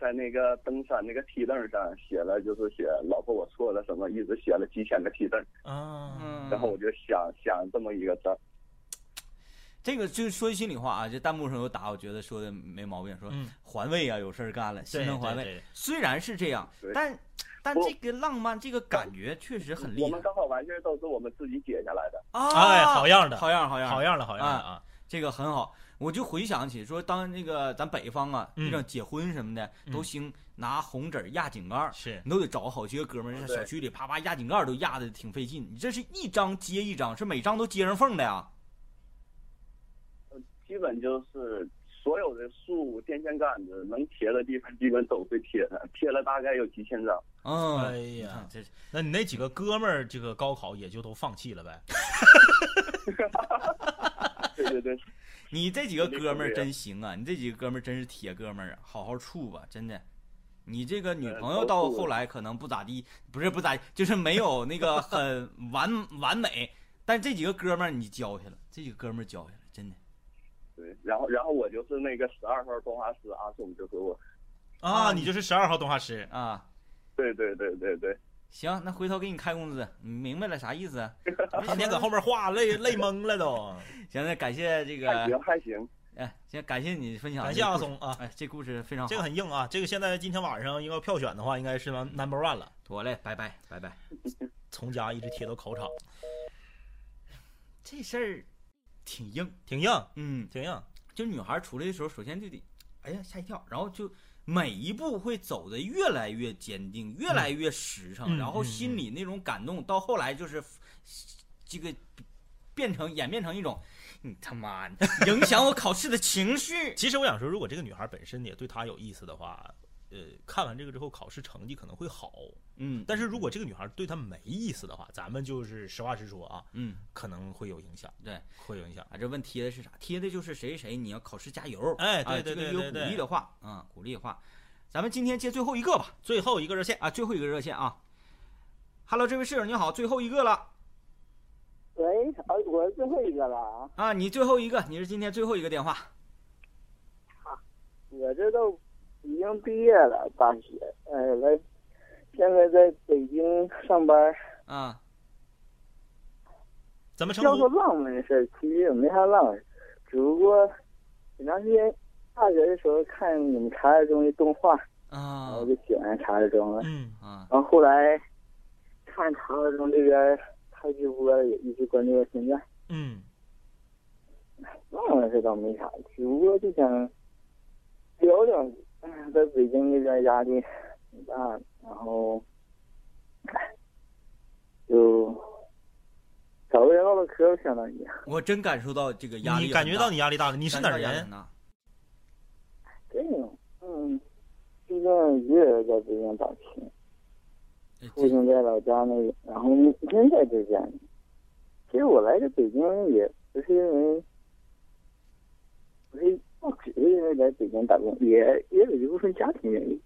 [SPEAKER 6] 在那个登山那个梯凳上写了，就是写“老婆我错了”什么，一直写了几千个梯凳。
[SPEAKER 2] 啊，
[SPEAKER 1] 嗯
[SPEAKER 6] 然后我就想想这么一个字儿，
[SPEAKER 1] 这个就说心里话啊，这弹幕上有打，我觉得说的没毛病，说
[SPEAKER 2] 嗯，
[SPEAKER 1] 环卫啊，有事儿干了，心
[SPEAKER 2] 对
[SPEAKER 1] 疼环
[SPEAKER 2] 对
[SPEAKER 1] 卫。
[SPEAKER 2] 对
[SPEAKER 1] 虽然是这样，
[SPEAKER 6] 对
[SPEAKER 1] 但但
[SPEAKER 6] 我
[SPEAKER 1] 这个浪漫，这个感觉确实很
[SPEAKER 6] 我
[SPEAKER 1] 厉害
[SPEAKER 6] 们高考完事儿都是我们自己解下来的。
[SPEAKER 1] 啊！
[SPEAKER 2] 哎，好样的，
[SPEAKER 1] 好样儿，好样儿，
[SPEAKER 2] 好样了，好样了啊！
[SPEAKER 1] 这个很好。我就回想起说，当那个咱北方啊，
[SPEAKER 2] 嗯
[SPEAKER 1] 那种结婚什么的，都
[SPEAKER 2] 嗯
[SPEAKER 1] 兴拿红纸儿压井盖儿，
[SPEAKER 2] 是，
[SPEAKER 1] 你都得找好些哥们儿在
[SPEAKER 6] 对
[SPEAKER 1] 小区里啪啪压井盖儿，都压的挺费劲。你这是一张接一张，是每张都接上缝的呀？
[SPEAKER 6] 基本就是所有的树、电线杆子能贴的地方，基本都会贴上，贴了大概有几千张。
[SPEAKER 1] 嗯，
[SPEAKER 2] 哎
[SPEAKER 1] 你
[SPEAKER 2] 呀
[SPEAKER 1] 看，这是
[SPEAKER 2] 那你那几个哥们儿，这个高考也就都放弃了呗？
[SPEAKER 6] [LAUGHS] 对对对，
[SPEAKER 1] [LAUGHS] 你这几个
[SPEAKER 6] 肯定
[SPEAKER 1] 哥们
[SPEAKER 6] 不
[SPEAKER 1] 儿
[SPEAKER 6] 是
[SPEAKER 1] 真行啊！你这几个哥们儿真是铁哥们儿啊，好好处吧，真的。你这个女
[SPEAKER 6] 呃
[SPEAKER 1] 朋友
[SPEAKER 6] 都
[SPEAKER 1] 到
[SPEAKER 6] 处
[SPEAKER 1] 后来可能不咋地，不是不咋地，就是没有那个很完 [LAUGHS] 完美。但这几个哥们儿你交下了，这几个哥们儿交下了，真的。
[SPEAKER 6] 对，然后然后我就是那个十二号动画师阿松，就给我，
[SPEAKER 2] 啊，你就是十二号动画师，
[SPEAKER 1] 啊，
[SPEAKER 6] 对对对对对，
[SPEAKER 1] 行，那回头给你开工资，你明白了啥意思
[SPEAKER 6] [LAUGHS]
[SPEAKER 1] 啊？
[SPEAKER 2] 天天搁后面画，累累懵了都。
[SPEAKER 1] 行，那感谢这
[SPEAKER 6] 还
[SPEAKER 1] 个，
[SPEAKER 6] 行还行，
[SPEAKER 1] 哎，行，感谢你分享，
[SPEAKER 2] [LAUGHS] 感谢阿，松啊，
[SPEAKER 1] 哎，这故事非常好，
[SPEAKER 2] 这个很硬啊，这个现在今天晚上要票选的话，应该是 number one 了，
[SPEAKER 1] 妥嘞，拜拜，拜拜。
[SPEAKER 2] 从家一直贴到考场，
[SPEAKER 1] 这事儿挺硬，
[SPEAKER 2] 挺硬，
[SPEAKER 1] 嗯，
[SPEAKER 2] 挺硬。
[SPEAKER 1] 就女孩出来的时候，首先就得，哎呀吓一跳，然后就每一步会走的越来越坚定，越来越实
[SPEAKER 2] 嗯
[SPEAKER 1] 诚，然后
[SPEAKER 2] 嗯。
[SPEAKER 1] 心里那种感动，到后来就是这个变成演变成一种， [LAUGHS] 你他妈影响我考试的情绪
[SPEAKER 2] 其实我想说，如果这个女孩本身也对他有意思的话，呃，看完这个之后考试成绩可能会好。
[SPEAKER 1] 嗯，
[SPEAKER 2] 但是如果这个女孩对他没意思的话，咱们就是实话实说啊，
[SPEAKER 1] 嗯，
[SPEAKER 2] 可能会有影响，
[SPEAKER 1] 对，
[SPEAKER 2] 会有影响。
[SPEAKER 1] 啊，这问贴的是啥？贴的就是谁谁谁，你要考试加油。
[SPEAKER 2] 哎
[SPEAKER 1] 啊
[SPEAKER 2] 对对对
[SPEAKER 1] 这个
[SPEAKER 2] 对
[SPEAKER 1] 有
[SPEAKER 2] 对
[SPEAKER 1] 鼓励的话，嗯，鼓励的话，咱们今天接最后一个吧。
[SPEAKER 2] 最后一个热线，
[SPEAKER 1] 啊，最后一个热线啊。Hello，这位室友你好，最后一个了
[SPEAKER 9] [LAUGHS] 喂，啊，我是最后一个了啊，
[SPEAKER 1] 啊，你最后一个，你是今天最后一个电话。
[SPEAKER 9] 我这都已经毕业了，大学，呃，来，现在在北京上班。
[SPEAKER 1] 啊，
[SPEAKER 2] 怎么称
[SPEAKER 9] 要说
[SPEAKER 2] 呼？
[SPEAKER 9] 浪漫的事儿，其实也没啥浪漫，只不过很长时间大学的时候看你们查二中的动画，然
[SPEAKER 10] 哦
[SPEAKER 1] 啊
[SPEAKER 9] 后就喜欢查二中了。
[SPEAKER 2] 嗯，
[SPEAKER 1] 啊
[SPEAKER 9] 然后后来看查二中这边开直播了，也一直关注到现在。
[SPEAKER 2] 嗯，
[SPEAKER 9] 浪漫事倒没啥，只不过就想聊聊哎在北京这边压力很大，然后哎就找个人唠唠嗑儿，相当于。
[SPEAKER 1] 我真感受到这个压力很
[SPEAKER 2] 你
[SPEAKER 1] 大，
[SPEAKER 2] 感觉到你压力大了？你
[SPEAKER 1] 你
[SPEAKER 2] 是哪儿人？
[SPEAKER 9] 这种，嗯，就这一个人在北京打拼，父亲在老家那里，然后人在这边。其实我来这北京也不是因为，不是不只是因为来北京打工，也也有一部分家庭原因。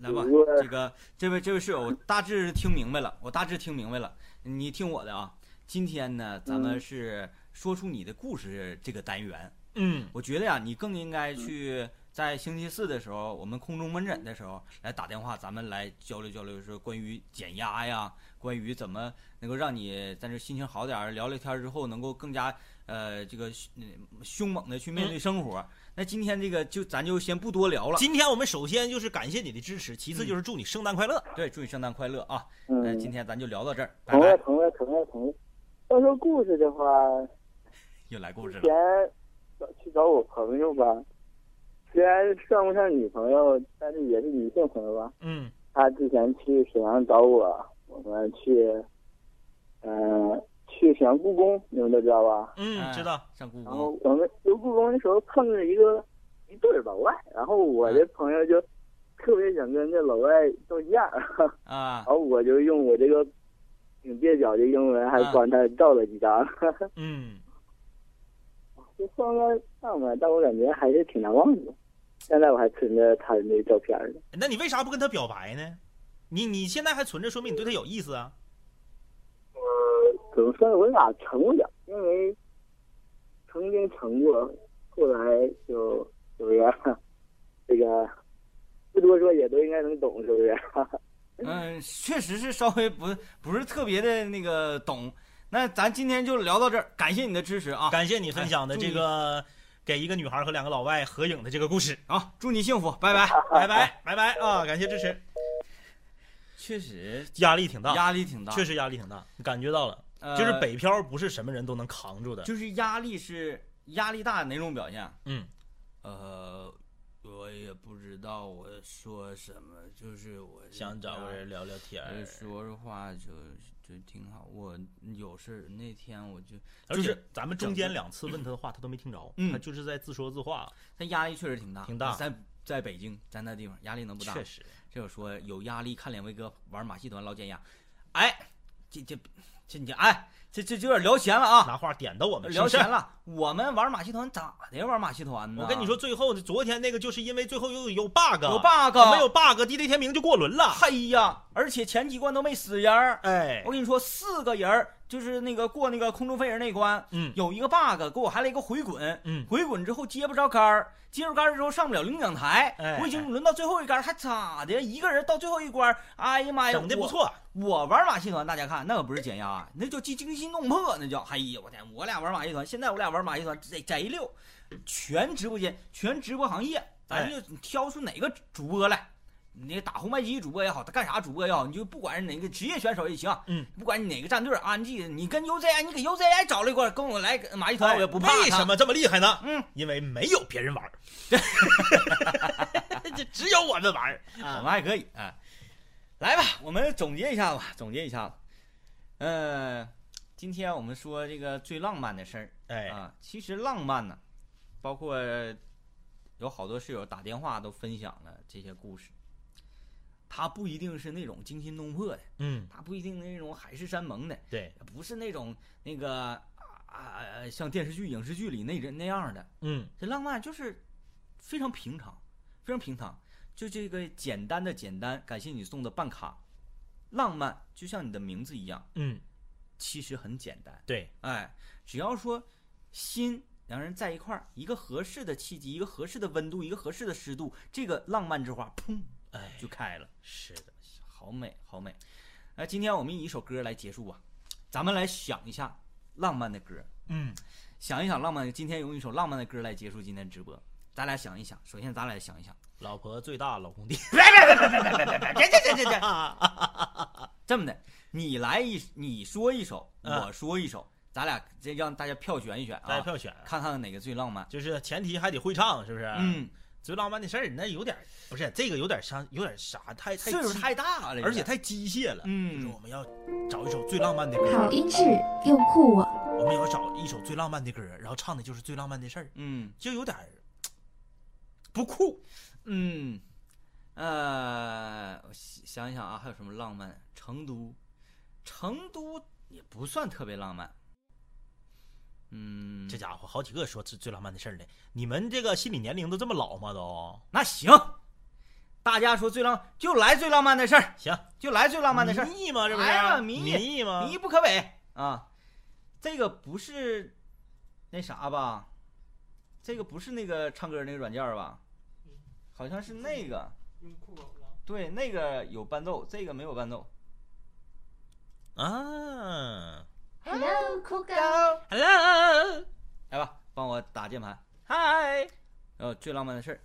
[SPEAKER 1] 来吧，这个这位这位室友，我大致听明白了，我大致听明白了，你听我的啊。今天呢，咱们是说出你的故事这个单元，
[SPEAKER 2] 嗯
[SPEAKER 1] 我觉得呀、你更应该去在星期四的时候，我们空中门诊的时候来打电话，咱们来交流交流，说关于减压呀，关于怎么能够让你在这心情好点儿，聊聊天儿之后能够更加呃这个凶嗯凶猛的去面对生活。那今天这个就咱就先不多聊了，嗯
[SPEAKER 2] 今天我们首先就是感谢你的支持，其次就是祝你圣诞快乐。
[SPEAKER 1] 对，祝你圣诞快乐啊！那
[SPEAKER 9] 嗯，啊
[SPEAKER 1] 今天咱就聊到这儿，拜
[SPEAKER 9] 同乐
[SPEAKER 1] 拜。
[SPEAKER 9] 同乐同乐同乐。要说故事的话，
[SPEAKER 1] 又来故
[SPEAKER 9] 之
[SPEAKER 1] 事了，
[SPEAKER 9] 前找去找我朋友吧，虽然算不上女朋友，但是也是女性朋友吧。
[SPEAKER 2] 嗯
[SPEAKER 9] 她之前去沈阳找我，我们去，嗯、去沈阳故宫，你们都知道吧？
[SPEAKER 2] 嗯，
[SPEAKER 1] 哎
[SPEAKER 2] 知道。
[SPEAKER 1] 上故
[SPEAKER 9] 然
[SPEAKER 1] 宫，
[SPEAKER 9] 后我们游故宫的时候碰着一个一对儿老外，然后我的朋友就特别想跟这老外照相，然
[SPEAKER 1] 啊，
[SPEAKER 9] 后我就用我这个挺蹩脚的英文还帮他照了几张， [LAUGHS]
[SPEAKER 2] 嗯，
[SPEAKER 9] 就算个上吧，但我感觉还是挺难忘的。现在我还存着他的那照片呢。
[SPEAKER 2] 那你为啥不跟他表白呢？你你现在还存着，说明你对他有意思啊。
[SPEAKER 9] 怎么说呢？我俩成不了，因为曾经成过，后来就怎么样？ [LAUGHS] 这个不多说，也都应该能懂，是不 [LAUGHS] 是？
[SPEAKER 1] 嗯，确实是稍微不不是特别的那个懂。那咱今天就聊到这儿，感谢你的支持啊！
[SPEAKER 2] 感谢你分享的
[SPEAKER 1] 哎祝
[SPEAKER 2] 这
[SPEAKER 1] 你
[SPEAKER 2] 个给一个女孩和两个老外合影的这个故事。
[SPEAKER 1] 好，祝你幸福，拜拜。
[SPEAKER 2] [LAUGHS] 拜拜拜拜啊！感谢支持，
[SPEAKER 1] 确实
[SPEAKER 2] 压力挺大，
[SPEAKER 1] 压力挺大，
[SPEAKER 2] 确实压力挺大，感觉到了，
[SPEAKER 1] 呃
[SPEAKER 2] 就是北漂不是什么人都能扛住的。
[SPEAKER 1] 就是压力是压力大哪种表现？
[SPEAKER 2] 嗯，
[SPEAKER 1] 呃，我也不知道我说什么，就是我
[SPEAKER 2] 想找个人聊聊天儿
[SPEAKER 1] 呃，说说话就就挺好。我有事儿那天我就
[SPEAKER 2] 而
[SPEAKER 1] 就
[SPEAKER 2] 且
[SPEAKER 1] 是
[SPEAKER 2] 咱们中间两次问他的话，他都没听着，
[SPEAKER 1] 嗯
[SPEAKER 2] 他就是在自说自话。
[SPEAKER 1] 他压力确实挺大，
[SPEAKER 2] 挺大
[SPEAKER 1] 在在北京，在那地方压力能不大？
[SPEAKER 2] 确实，
[SPEAKER 1] 这有说有压力，看两位哥玩马戏团捞尖牙，哎，这这这你哎，这这这有点聊闲了啊，
[SPEAKER 2] 拿话点到我们，
[SPEAKER 1] 聊
[SPEAKER 2] 是不
[SPEAKER 1] 闲
[SPEAKER 2] 是。
[SPEAKER 1] 了。我们玩马戏团咋的呀？玩马戏团呢？
[SPEAKER 2] 我跟你说，，最后昨天那个就是因为最后又有 bug，
[SPEAKER 1] 有
[SPEAKER 2] bug，
[SPEAKER 1] bug，
[SPEAKER 2] 没有 bug，DJ 天明就过轮了。
[SPEAKER 1] 嘿呀，而且前几关都没死人儿。
[SPEAKER 2] 哎
[SPEAKER 1] 我，跟你说，四个人儿就是那个过那个空中飞人那关，
[SPEAKER 2] 嗯
[SPEAKER 1] 有一个 bug，给我还来一个回滚，
[SPEAKER 2] 嗯
[SPEAKER 1] 回滚之后接不着杆儿，接着杆儿之后上不了领奖台，
[SPEAKER 2] 哎
[SPEAKER 1] 我已经轮到最后一杆儿，还咋的？一个人到最后一关，哎呀妈呀，
[SPEAKER 2] 整的不
[SPEAKER 1] 我。
[SPEAKER 2] 错。啊
[SPEAKER 1] 我玩马戏团，大家看那可不是减压啊，那叫惊惊心动魄，那叫。哎呀，我天，我俩玩马戏团，现在我俩玩马戏团贼贼溜，全直播间，全直播行业，咱
[SPEAKER 2] 哎
[SPEAKER 1] 就挑出哪个主播来，你那打红白机主播也好，他干啥主播也好，你就不管是哪个职业选手也行，
[SPEAKER 2] 嗯，
[SPEAKER 1] 不管你哪个战队啊，你记得你跟 UZI，你给 UZI 找了一关，跟我来个马戏团，我也哎不怕。
[SPEAKER 2] 为什？么这么厉害呢？
[SPEAKER 1] 嗯，
[SPEAKER 2] 因为没有别人玩
[SPEAKER 1] [LAUGHS]
[SPEAKER 2] 儿，这只有我们玩儿。
[SPEAKER 1] 我们还可以，哎，来吧，我们总结一下吧，总结一下子，呃，今天我们说这个最浪漫的事儿。
[SPEAKER 2] 哎，
[SPEAKER 1] 啊，其实浪漫呢，包括有好多室友打电话都分享了这些故事，它不一定是那种惊心动魄的，
[SPEAKER 2] 嗯，
[SPEAKER 1] 它不一定那种海誓山盟的，
[SPEAKER 2] 对，
[SPEAKER 1] 不是那种那个啊、呃像电视剧、影视剧里那人那样的。
[SPEAKER 2] 嗯，
[SPEAKER 1] 这浪漫就是非常平常，非常平常，就这个简单的简单。感谢你送的办卡，浪漫就像你的名字一样，
[SPEAKER 2] 嗯，
[SPEAKER 1] 其实很简单。
[SPEAKER 2] 对，
[SPEAKER 1] 哎，只要说心两人在一块儿，一个合适的契机，一个合适的温度，一个合适的湿度，这个浪漫之花砰
[SPEAKER 2] 哎，
[SPEAKER 1] 就开了，
[SPEAKER 2] 是的，
[SPEAKER 1] 好美，好美。哎，今天我们以一首歌来结束吧，咱们来想一下浪漫的歌，
[SPEAKER 2] 嗯，
[SPEAKER 1] 想一想浪漫的。今天用一首浪漫的歌来结束今天直播，咱俩想一想，首先咱俩想一想，
[SPEAKER 2] 老婆最大，老公第一。
[SPEAKER 1] [LAUGHS] 这这这这这，这么的，你来一，你说一首，
[SPEAKER 2] 嗯
[SPEAKER 1] 我说一首，咱俩这让大家票选一选
[SPEAKER 2] 大家
[SPEAKER 1] 啊，
[SPEAKER 2] 票选，
[SPEAKER 1] 看看哪个最浪漫。
[SPEAKER 2] 就是前提还得会唱，是不是？，
[SPEAKER 1] 嗯，
[SPEAKER 2] 最浪漫的事儿，那有点儿不是这个，有点啥，有点啥，太太
[SPEAKER 1] 岁数
[SPEAKER 2] 机
[SPEAKER 1] 太大了，
[SPEAKER 2] 而且太机械了。就是
[SPEAKER 1] 嗯
[SPEAKER 2] 我，们要找一首最浪漫的
[SPEAKER 11] [LAUGHS]
[SPEAKER 2] 歌，
[SPEAKER 11] 好音质，用酷我。
[SPEAKER 2] 我们要找一首最浪漫的歌，然后唱的就是最浪漫的事儿，
[SPEAKER 1] 嗯
[SPEAKER 2] 就有点儿不酷。
[SPEAKER 1] 嗯，呃，我想一想啊，还有什么浪漫？成都，成都也不算特别浪漫。嗯，
[SPEAKER 2] 这家伙好几个说最最浪漫的事儿呢。你们这个心理年龄都这么老吗？都
[SPEAKER 1] 那行，大家说最浪就来最浪漫的事儿，
[SPEAKER 2] 行，
[SPEAKER 1] 就来最浪漫的事儿，
[SPEAKER 2] 民意吗？这不是
[SPEAKER 1] 哎呀
[SPEAKER 2] 民
[SPEAKER 1] 民
[SPEAKER 2] 意
[SPEAKER 1] 意
[SPEAKER 2] 吗？
[SPEAKER 1] 迷不可违
[SPEAKER 2] [LAUGHS]
[SPEAKER 1] 啊。这个不是那啥吧？这个不是那个唱歌那个软件儿吧？
[SPEAKER 2] 好像是那个，对，那个有伴奏，这个没有伴奏。
[SPEAKER 1] 啊
[SPEAKER 12] Hello，酷狗。
[SPEAKER 1] ，Hello，
[SPEAKER 2] 来吧，帮我打键盘。
[SPEAKER 1] 嗨，
[SPEAKER 2] 然后最浪漫的事儿。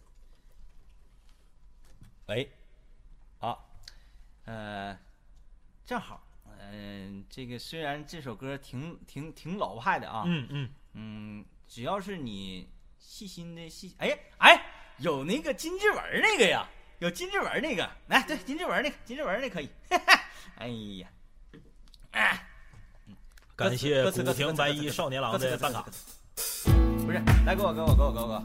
[SPEAKER 2] 喂，好，呃，正好，嗯、这个虽然这首歌挺挺挺老派的啊，
[SPEAKER 1] 嗯嗯，
[SPEAKER 2] 嗯，只要是你细心的细，哎哎，有那个金志文儿那个呀，有金志文儿那个，来，对，金志文儿那个，金志文儿那可以， [LAUGHS] 哎呀，啊嗯
[SPEAKER 1] 感谢
[SPEAKER 2] 歌词
[SPEAKER 1] 古
[SPEAKER 2] 歌词
[SPEAKER 1] 亭白衣
[SPEAKER 2] 歌词
[SPEAKER 1] 少年郎
[SPEAKER 2] 歌词
[SPEAKER 1] 的
[SPEAKER 2] 歌词
[SPEAKER 1] 办卡
[SPEAKER 2] 歌。不是，来给我给我给我给我给我，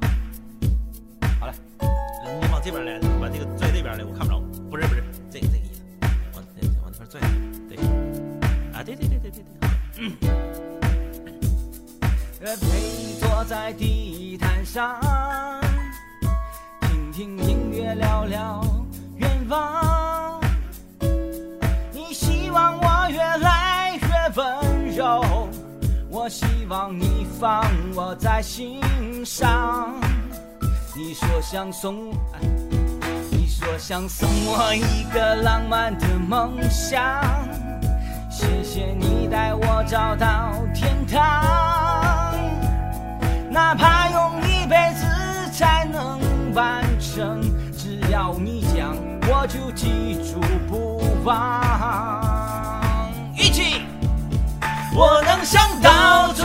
[SPEAKER 2] 好嘞，
[SPEAKER 1] 嗯你往这边来，把这个拽这边来，我看不着。不是不是，这这个意思，往这往这边拽，对，啊对对对对对对，
[SPEAKER 2] 嗯呃，陪坐在地毯上，听听音乐，聊聊愿望。你希望我越来越温柔，我希望你放我在心上。你说想送，哎你说想送我一个浪漫的梦想。谢谢你带我找到天堂，哪怕用一辈子才能完成，只要你讲，我就记住不忘。一起，我能想到最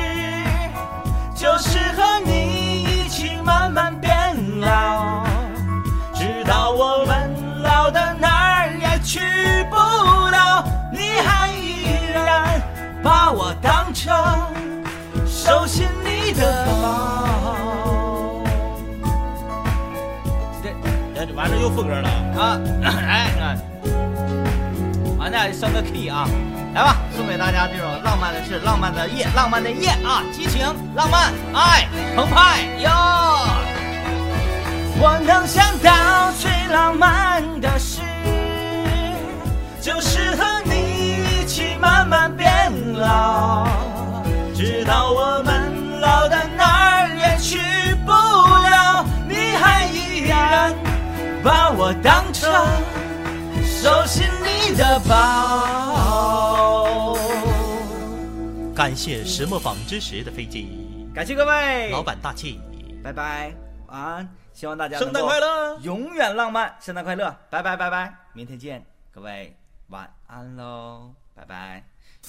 [SPEAKER 2] 就是和你一起慢慢变老，直到我们老的哪儿也去不到，你还依然把我当成。手心里的宝。
[SPEAKER 1] 哎，完事又副歌了，
[SPEAKER 2] 啊，哎，啊完了升个 key 啊，来吧，送给大家这种浪漫的事、浪漫的夜、浪漫的夜啊，激情、浪漫、爱、澎湃哟。我能想到最浪漫的事，就是和你一起慢慢变老，直到我们老的哪儿也去不了，你还依然把我当成手心里的宝。
[SPEAKER 1] 感谢石磨坊之石的飞机，
[SPEAKER 2] 感谢各位，
[SPEAKER 1] 老，板大气，
[SPEAKER 2] 拜拜，晚安，希望大家
[SPEAKER 1] 圣诞快，乐。
[SPEAKER 2] 永远浪漫，圣诞快乐，拜拜拜拜，明天见，各位晚安喽，拜拜，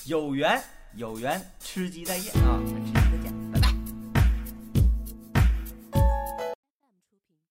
[SPEAKER 2] 有缘有缘，吃鸡再见啊，吃鸡再见。